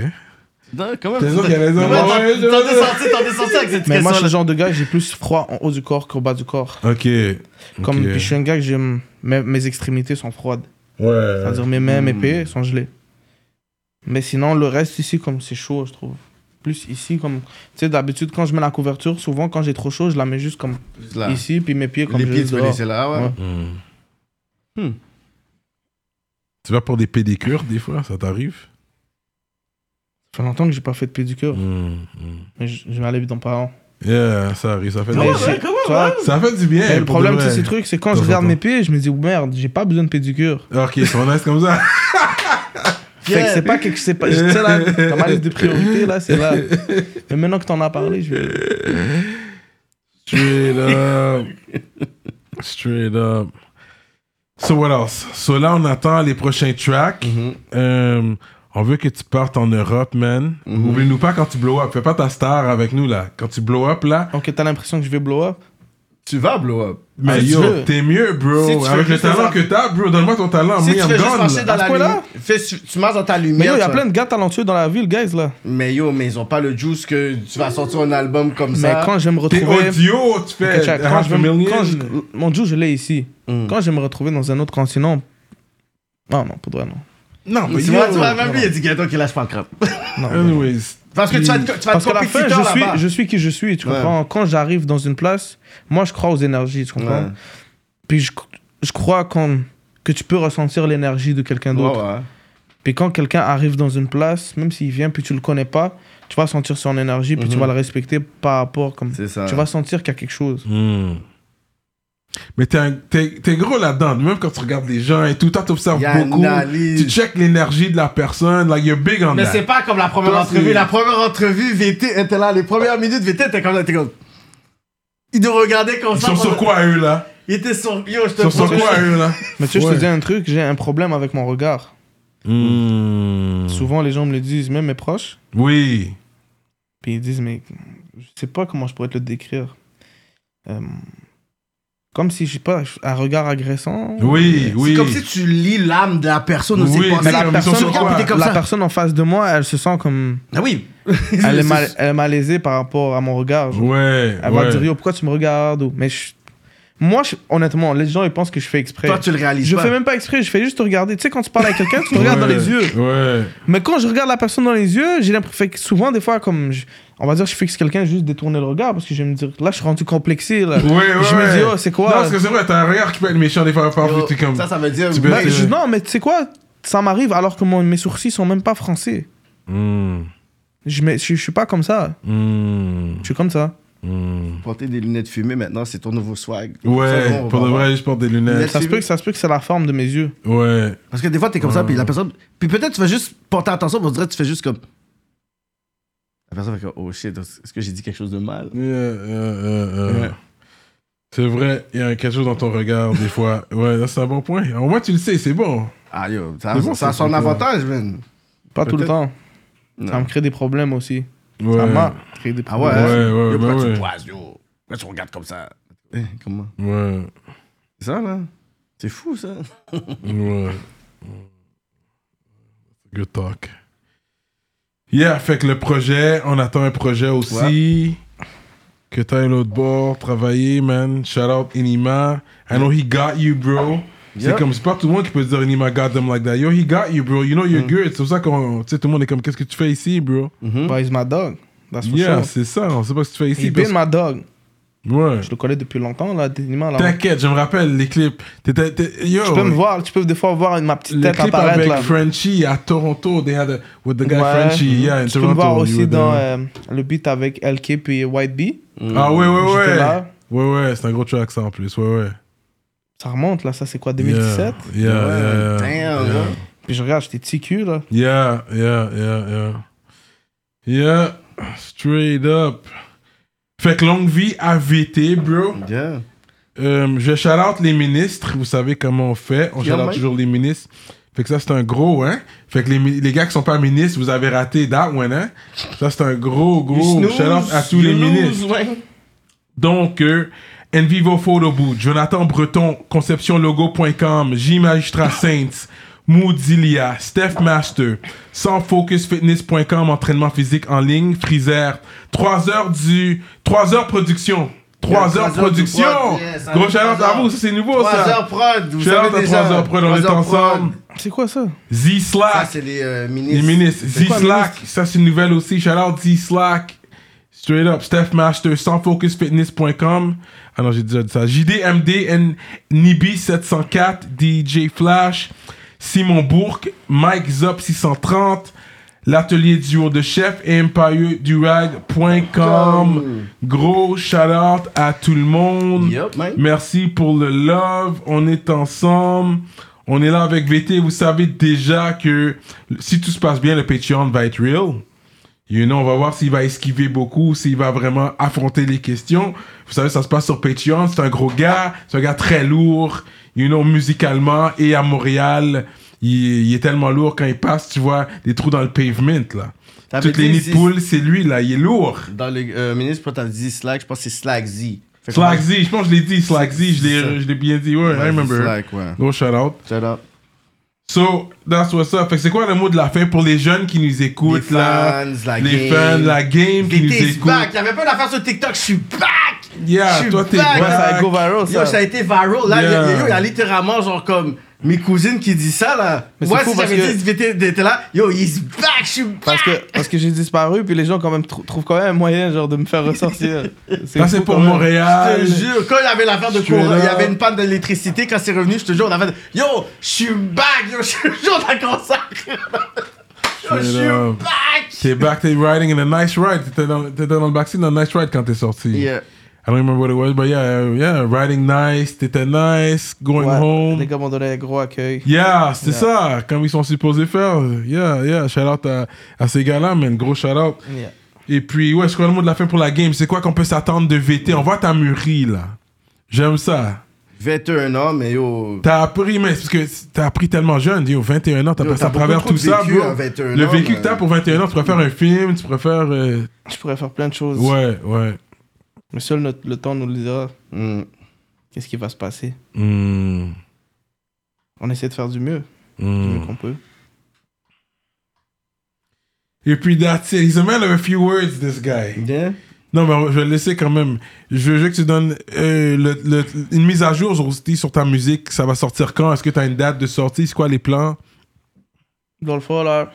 S2: Non, quand même.
S1: T'as raison,
S2: t'as-
S1: t'as raison.
S2: Ouais, t'en-
S1: Ouais, je-
S2: T'en es sorti, t'en es sorti avec cette
S3: Mais moi, je suis le
S2: question-là.
S3: genre de gars, j'ai plus froid en haut du corps qu'au bas du corps.
S1: Ok. Ok.
S3: Comme, puis je suis un gars que j'aime. Mes, mes extrémités sont froides.
S1: Ouais.
S3: C'est-à-dire mes mains, mes
S2: Hmm.
S3: pieds sont gelés. Mais sinon, le reste ici, comme c'est chaud, je trouve. Plus ici, comme. Tu sais, d'habitude, quand je mets la couverture, souvent, quand j'ai trop chaud, je la mets juste comme
S2: Là.
S3: ici, puis mes pieds comme
S2: Ah. Les
S3: je
S2: pieds,
S3: les
S2: tu peux
S3: dehors.
S2: laisser là, ouais.
S3: Ouais.
S1: Hmm.
S2: Hmm.
S1: Tu vas pour des pédicures des fois, ça t'arrive
S3: Ça fait longtemps que j'ai pas fait de pédicure,
S1: Hmm, hmm.
S3: mais je, je vais aller dans parents.
S1: Yeah, ça arrive, ça fait du
S3: Mais
S2: Comment,
S3: j'ai-
S2: Ah ouais, comment,
S3: tu vois,
S2: ouais?
S1: Ça fait du bien.
S3: Ah mais le
S1: pour de
S3: problème de
S1: vrai.
S3: ces trucs, c'est quand
S1: Dans
S3: je
S1: un
S3: regarde
S1: temps.
S3: mes pieds, je me dis oh, merde, j'ai pas besoin de pédicure.
S1: Ok, ils sont nice comme ça.
S3: Fait que c'est pas quelque chose, pas. Tu sais
S1: *laughs*
S3: là, dans ma liste de priorités là, c'est là. Mais maintenant que t'en as parlé, je vais.
S1: Straight up. Straight up. So what else? So là, on attend les prochains tracks. Euh, on veut que tu partes en Europe, man. Oublie-nous pas quand tu blow up. Fais pas ta star avec nous, là. Quand tu blow up, là,
S3: Donc, t'as l'impression que je vais blow up.
S2: Tu vas blow up.
S1: mais
S3: si
S1: yo,
S3: tu veux.
S1: t'es mieux, bro.
S2: Si tu
S1: avec
S2: fais
S1: le
S2: juste
S1: talent
S2: ça.
S1: que t'as, bro, donne-moi ton talent.
S2: Si
S1: Me,
S2: tu
S1: I'm
S2: fais juste
S1: done,
S2: marcher
S1: là.
S2: dans
S3: À ce
S2: la
S3: point-là?
S2: lumière, fais- tu marches dans ta
S3: Mais
S2: lumière.
S3: yo, il y
S2: tu
S3: a
S2: vois.
S3: plein de gars talentueux dans la ville, guys, là.
S2: Mais yo, mais ils ont pas le juice que tu vas sortir un album comme
S3: Mais
S2: ça.
S3: quand je vais me
S1: T'es
S3: retrouver.
S1: audio, tu fais
S3: Ok, check. Quand
S1: half
S3: je
S1: a
S3: vais me-
S1: million. Hmm.
S3: quand je- Mon Dieu, je l'ai ici.
S2: Mm.
S3: Quand je vais me retrouver dans un autre continent. Non, non, pour de vrai, non.
S1: Non, mais
S2: tu,
S1: yo.
S2: vois, tu vois, même lui, il a dit ghetto qu'il lâche pas le crap.
S3: Non,
S1: Euh,
S3: non, non.
S1: Anyways.
S2: Parce que tu vas être, tu vas
S3: Parce
S2: être
S3: qu'à la fin,
S2: compétiteur
S3: je suis,
S2: là-bas.
S3: je suis qui je suis, tu
S2: Ouais.
S3: comprends Quand j'arrive dans une place, moi, je crois aux énergies, tu comprends
S2: Ouais.
S3: Puis je, je crois quand, que tu peux ressentir l'énergie de quelqu'un d'autre.
S2: Ouais, ouais.
S3: Puis quand quelqu'un arrive dans une place, même s'il vient puis tu le connais pas, tu vas sentir son énergie puis tu
S2: Mhm.
S3: vas le respecter par rapport comme
S2: C'est ça.
S3: tu vas sentir qu'il y a quelque chose.
S1: Hmm. Mais t'es, un- t'es- t'es gros là-dedans. Même quand tu regardes les gens et tout, toi, t'observes
S2: Il y a une
S1: beaucoup.
S2: analyse.
S1: Tu check l'énergie de la personne. Like, you're big on
S2: Mais
S1: that.
S2: c'est pas comme la première
S1: Toi,
S2: entrevue.
S1: c'est-
S2: La première entrevue, VT était là. Les premières minutes, VT était comme là. T'es comme. Il nous regardait comme
S1: Ils
S2: ça.
S1: sont sur quoi, eux, là
S2: Il était sur. Yo, je te
S1: Ils sont sur
S2: promets.
S1: quoi, eux, là
S3: Mais tu sais, je
S1: Ouais.
S3: te dis un truc, j'ai un problème avec mon regard.
S1: Hmm.
S3: Souvent les gens me le disent, même mes proches,
S1: Oui.
S3: puis ils disent mais je sais pas comment je pourrais te le décrire. Euh, comme si j'ai pas un regard agressant.
S1: Oui,
S2: C'est
S1: oui.
S2: comme si tu lis l'âme de la personne ou
S1: Oui,
S2: ses
S1: mais
S2: pensées.
S1: la
S2: Tu
S1: personne-
S2: regardes, puis t'es comme
S3: la
S2: ça.
S3: personne en face de moi, elle se sent comme
S1: *laughs*
S2: Ah oui.
S3: elle est, mal- elle est malaisée par rapport à mon regard. genre.
S1: Ouais.
S3: Elle va
S1: ouais.
S3: dire yo pourquoi tu me regardes ou mais je- moi je- honnêtement les gens ils pensent que je fais exprès.
S2: Toi, tu le réalises
S3: je
S2: pas.
S3: fais même pas exprès, je fais juste te regarder. Tu sais quand tu parles à quelqu'un, tu te regardes dans
S1: Ouais.
S3: les yeux.
S1: Ouais.
S3: Mais quand je regarde la personne dans les yeux, j'ai l'impression que souvent des fois comme je- on va dire je fixe quelqu'un juste détourner le regard parce que je vais me dire là je suis rendu complexé là.
S1: Ouais, ouais.
S3: je me
S1: ouais.
S3: dis oh c'est
S1: Non,
S3: quoi
S1: parce que c'est vrai, t'as un regard qui peut être méchant des fois. parfois,
S2: Yo,
S1: Ah, t'es comme.
S2: Ça, ça veut dire.
S1: Tu peux-
S3: Ben,
S1: c'est
S3: je-
S1: vrai.
S3: non mais tu sais quoi ça m'arrive alors que mon- mes sourcils sont même pas français.
S1: Hmm.
S3: Je, me- je, je suis pas comme ça,
S1: Hmm.
S3: je suis comme ça.
S1: Hmm.
S2: Porter des lunettes fumées maintenant, c'est ton nouveau swag.
S1: Ouais,
S2: Ça, bon, on
S1: pour
S2: va
S1: de
S2: voir.
S1: vrai, je porte des
S2: Mais
S1: lunettes.
S3: Ça se peut que ça se peut que c'est la forme de mes yeux.
S1: Ouais.
S2: Parce que des fois, t'es comme ça, puis la personne. Puis peut-être tu vas juste porter attention, on dirait que tu fais juste comme. La personne fait comme, oh shit, est-ce que j'ai dit quelque chose de mal?
S1: Yeah, yeah, yeah, yeah. euh, C'est vrai, il y a quelque chose dans ton regard des fois. Ouais, là, c'est un bon point. Au moins, tu le sais, c'est bon.
S2: Ah yo, ça,
S1: Mais bon,
S2: ça a
S1: c'est
S2: son
S1: cool.
S2: avantage, man.
S3: Pas tout le
S2: Peut-être.
S3: temps. Ça
S2: Non.
S3: me crée des problèmes aussi.
S1: Ouais.
S3: Ça m'a créé des
S2: Ah ouais?
S3: problèmes.
S1: Ouais,
S2: hein?
S1: ouais,
S2: Yo, pourquoi
S1: ouais, ouais.
S2: tu boises, yo? Pourquoi tu regardes comme ça? Eh, comment?
S1: Ouais,
S2: C'est ça, là? C'est fou, ça.
S1: ouais. Good talk. Yeah, fait que le projet, on attend un projet aussi. Que t'ailles l'autre bord, travailler, man. Shout out Inima. I know he got you, bro. C'est
S2: Yep.
S1: comme, c'est pas tout le monde qui peut dire Inima got them like that. Yo, he got you, bro. You know you're good. C'est pour ça qu'on, tu sais, tout le monde est comme, qu'est-ce que tu fais ici, bro?
S3: Bah, he's my dog. That's for
S1: hein? Yeah,
S3: sure.
S1: c'est ça. On sait pas ce que tu fais
S3: He's
S1: ici.
S3: been
S1: parce-
S3: my dog.
S1: Ouais.
S3: Ben, Je le connais depuis longtemps, là, définitivement. Là.
S1: T'inquiète, je me rappelle les clips. T'étais- t'es- yo,
S3: Tu peux me voir, tu peux des fois voir ma petite
S1: le
S3: tête
S1: clip
S3: apparaître,
S1: avec
S3: là.
S1: Frenchie à Toronto, they had a, with the guy
S3: Ouais.
S1: Frenchie, yeah, in
S3: tu peux
S1: Toronto.
S3: me voir
S1: you
S3: aussi
S1: were
S3: dans
S1: there.
S3: euh, le beat avec LK puis White Bee.
S1: Ah ouais, ouais,
S3: J'étais
S1: ouais.
S3: là.
S1: Ouais, ouais, c'est un gros track ça en plus, ouais, ouais.
S3: Ça remonte, là, ça c'est quoi, 2017
S1: Yeah, yeah, yeah, Euh,
S2: Damn,
S1: yeah.
S2: là.
S3: Puis je regarde, j'étais TQ, là.
S1: Yeah, yeah, yeah, yeah. Yeah, straight up. Fait que longue vie à VT, bro.
S2: Yeah.
S1: Euh, je shout out les ministres. Vous savez comment on fait. On shout
S2: Yeah,
S1: out
S2: mate.
S1: toujours les ministres. Fait que ça, c'est un gros, hein. Fait que les, mi- les gars qui sont pas ministres, vous avez raté that one, hein. Ça, c'est un gros, gros
S2: You
S1: shout out à
S2: snooze,
S1: tous
S2: you
S1: les
S2: lose,
S1: ministres.
S2: ouais.
S1: Donc, euh, Envivo Photo Booth, Jonathan Breton, ConceptionLogo.com, J
S2: *laughs*
S1: Magistrat Saints, Moodilia, Steph Master, SansFocusFitness.com, entraînement physique en ligne, Freezer, 3 heures du. 3 heures production. 3
S2: Trois
S1: heures
S2: heures du
S1: production!
S2: prod, yes,
S1: Gros
S2: avec
S1: shout out
S2: trois
S1: à vous,
S2: heures.
S1: ça c'est nouveau
S2: Trois
S1: ça!
S2: heures prod, vous
S1: Shout
S2: savez
S1: out à
S2: déjà.
S1: 3 heures prod, on
S2: Trois
S1: est
S2: heures
S1: ensemble.
S2: prod.
S3: C'est quoi ça
S2: Ça,
S1: Z-Slack,
S2: c'est les euh,
S1: les
S2: ministres.
S1: ministres.
S3: C'est quoi,
S1: Z-Slack, ça c'est une nouvelle aussi. Shout out Z-Slack. Straight up, Steph Master, sansfocusfitness.com. Ah non, j'ai déjà dit ça. JDMD, N- Nibi704, DJ Flash, Simon Bourque, Mike Zop 630, l'atelier duo de chef et empiredurag.com. Gros shout out à tout le monde.
S2: Yup, man.
S1: Merci pour le love. On est ensemble. On est là avec VT. Vous savez déjà que si tout se passe bien, le Patreon va être real. You know, on va voir s'il va esquiver beaucoup, s'il va vraiment affronter les questions. Vous savez, ça se passe sur Patreon. C'est un gros gars, c'est un gars très lourd, you know, musicalement et à Montréal. Il, il est tellement lourd quand il passe, tu vois, des trous dans le pavement, là.
S2: Ça
S1: Toutes
S2: veut
S1: les
S2: dire
S1: nids de
S2: si-
S1: poules, c'est lui, là. Il est lourd.
S2: Dans le euh, ministre, pourquoi t'as dit Slack, je pense que c'est Slack Z. Fait qu'on-
S1: Slack Z, je pense que je l'ai dit, Slack Z, je
S2: C'est ça.
S1: l'ai- je l'ai bien dit, ouais,
S2: Ouais,
S1: I remember.
S2: Slack, ouais.
S1: Gros shout out.
S2: Shut up.
S1: So, that's what's up. Fait que c'est quoi le mot de la fin pour les jeunes qui nous écoutent,
S2: Les
S1: là?
S2: fans, la
S1: les
S2: game.
S1: fans, la game qui nous
S2: VT is
S1: écoute.
S2: back. Il y avait pas d'affaire sur TikTok, je suis back! Je
S1: Yeah,
S2: suis
S1: toi, t'es
S2: back.
S3: Ouais, ça
S1: back.
S3: a go viral,
S2: Yo,
S3: ça.
S2: ça a été viral. Là,
S1: Yeah.
S2: yo, yo, il y a littéralement genre comme mes cousines qui disent ça là.
S3: Mais c'est
S2: Moi,
S3: fou
S2: si
S3: parce
S2: j'avais
S3: que-
S2: dit VT était là, yo, he's back, je suis back!
S3: Parce que, parce que j'ai disparu, puis les gens quand même trou- trouvent quand même un moyen genre de me
S2: *laughs*
S3: faire ressortir.
S1: Ça,
S3: fou,
S1: c'est pour
S3: quand même.
S1: Montréal.
S2: Je te jure, quand il y avait l'affaire de
S1: Ah, Je suis
S2: courant,
S1: là.
S2: il y avait une panne d'électricité, quand c'est revenu, je te jure, on avait Yo, je suis back, yo, *laughs* je suis toujours dans le concert. *laughs* Yo, je
S1: suis
S2: suis
S1: là.
S2: back.
S1: T'es back, t'es riding in a nice ride. T'étais dans, t'étais dans le backseat d'un nice ride quand t'es sorti.
S2: Yeah.
S1: I don't remember what it was, but yeah, uh, yeah, riding nice, t'étais nice, going
S3: Ouais, Les
S1: home.
S3: gars m'ont donné un gros accueil.
S1: Yeah, c'est ça, comme ils sont supposés faire. Yeah, yeah, shout out à, à ces gars-là, man, gros shout out.
S3: Yeah.
S1: Et puis, ouais, c'est quoi le mot de la fin pour la game? C'est quoi qu'on peut s'attendre de VT? On voit ta mûrie, là. J'aime ça.
S2: 21 ans, mais yo.
S1: T'as appris, mais c'est parce que t'as appris tellement jeune, yo, 21 ans, t'as
S2: Yo,
S1: passé
S2: t'as
S1: à travers
S2: beaucoup
S1: tout
S2: trop
S1: ça,
S2: vécu
S1: bro.
S2: à 21
S1: Le
S2: ans,
S1: vécu que
S2: mais-
S1: t'as pour 21 ans, tu préfères un film, tu préfères. euh,
S2: *laughs*
S3: Je pourrais faire plein de choses.
S1: Ouais, ouais.
S3: Mais seul notre- le temps nous le dira.
S2: Mm.
S3: Qu'est-ce qui va se passer
S1: Hmm,
S3: On essaie de faire du mieux, du
S1: hmm.
S3: mieux qu'on peut.
S1: Et puis, that's it. He's a man of a few words, this guy. Non, mais je vais le laisser quand même. Je veux juste que tu donnes euh, le- le- une mise à jour sur, sur ta musique. Ça va sortir quand Est-ce que t'as une date de sortie C'est quoi les plans
S3: Dans le fond, là,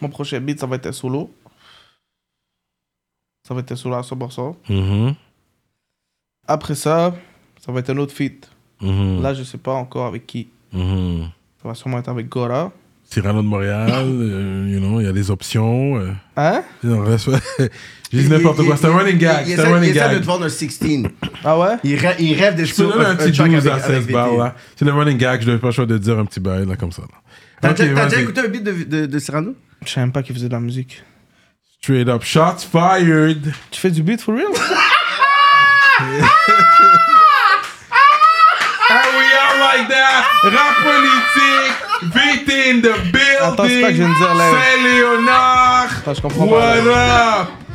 S3: mon prochain beat, ça va être un solo. Ça va être un solo à 100%.
S1: Mm-hmm.
S3: Après ça, ça va être un autre feat.
S1: Mm-hmm.
S3: Là, je sais pas encore avec qui. Ça va sûrement être avec Gora.
S1: Cyrano de Montréal, euh, you know, il y a des options. euh.
S3: Hein
S1: Non, reste- *laughs* Je dis n'importe quoi, c'est un running gag.
S2: Il
S1: C'est un running
S2: essaie de
S1: gag.
S2: te vendre un 16.
S3: Ah ouais
S2: Il rêve, il rêve de
S1: Je peux donner un petit 12 à hein. 16 barres là. C'est le running gag, je n'avais pas le choix de dire un petit bail là comme ça. là.
S2: T'as
S1: Ok,
S2: déjà- t'as déjà
S1: vas-y.
S2: écouté un beat de, de, de Cyrano
S3: Je savais même pas qu'il faisait de la musique.
S1: Straight up, shots fired.
S3: Tu fais du beat for real
S1: How we are like that? Rap politique, VT in the building.
S3: Attends, c'est pas que je viens de dire là.
S1: Saint-Léonard.
S3: Attends, je comprends pas.
S1: What up?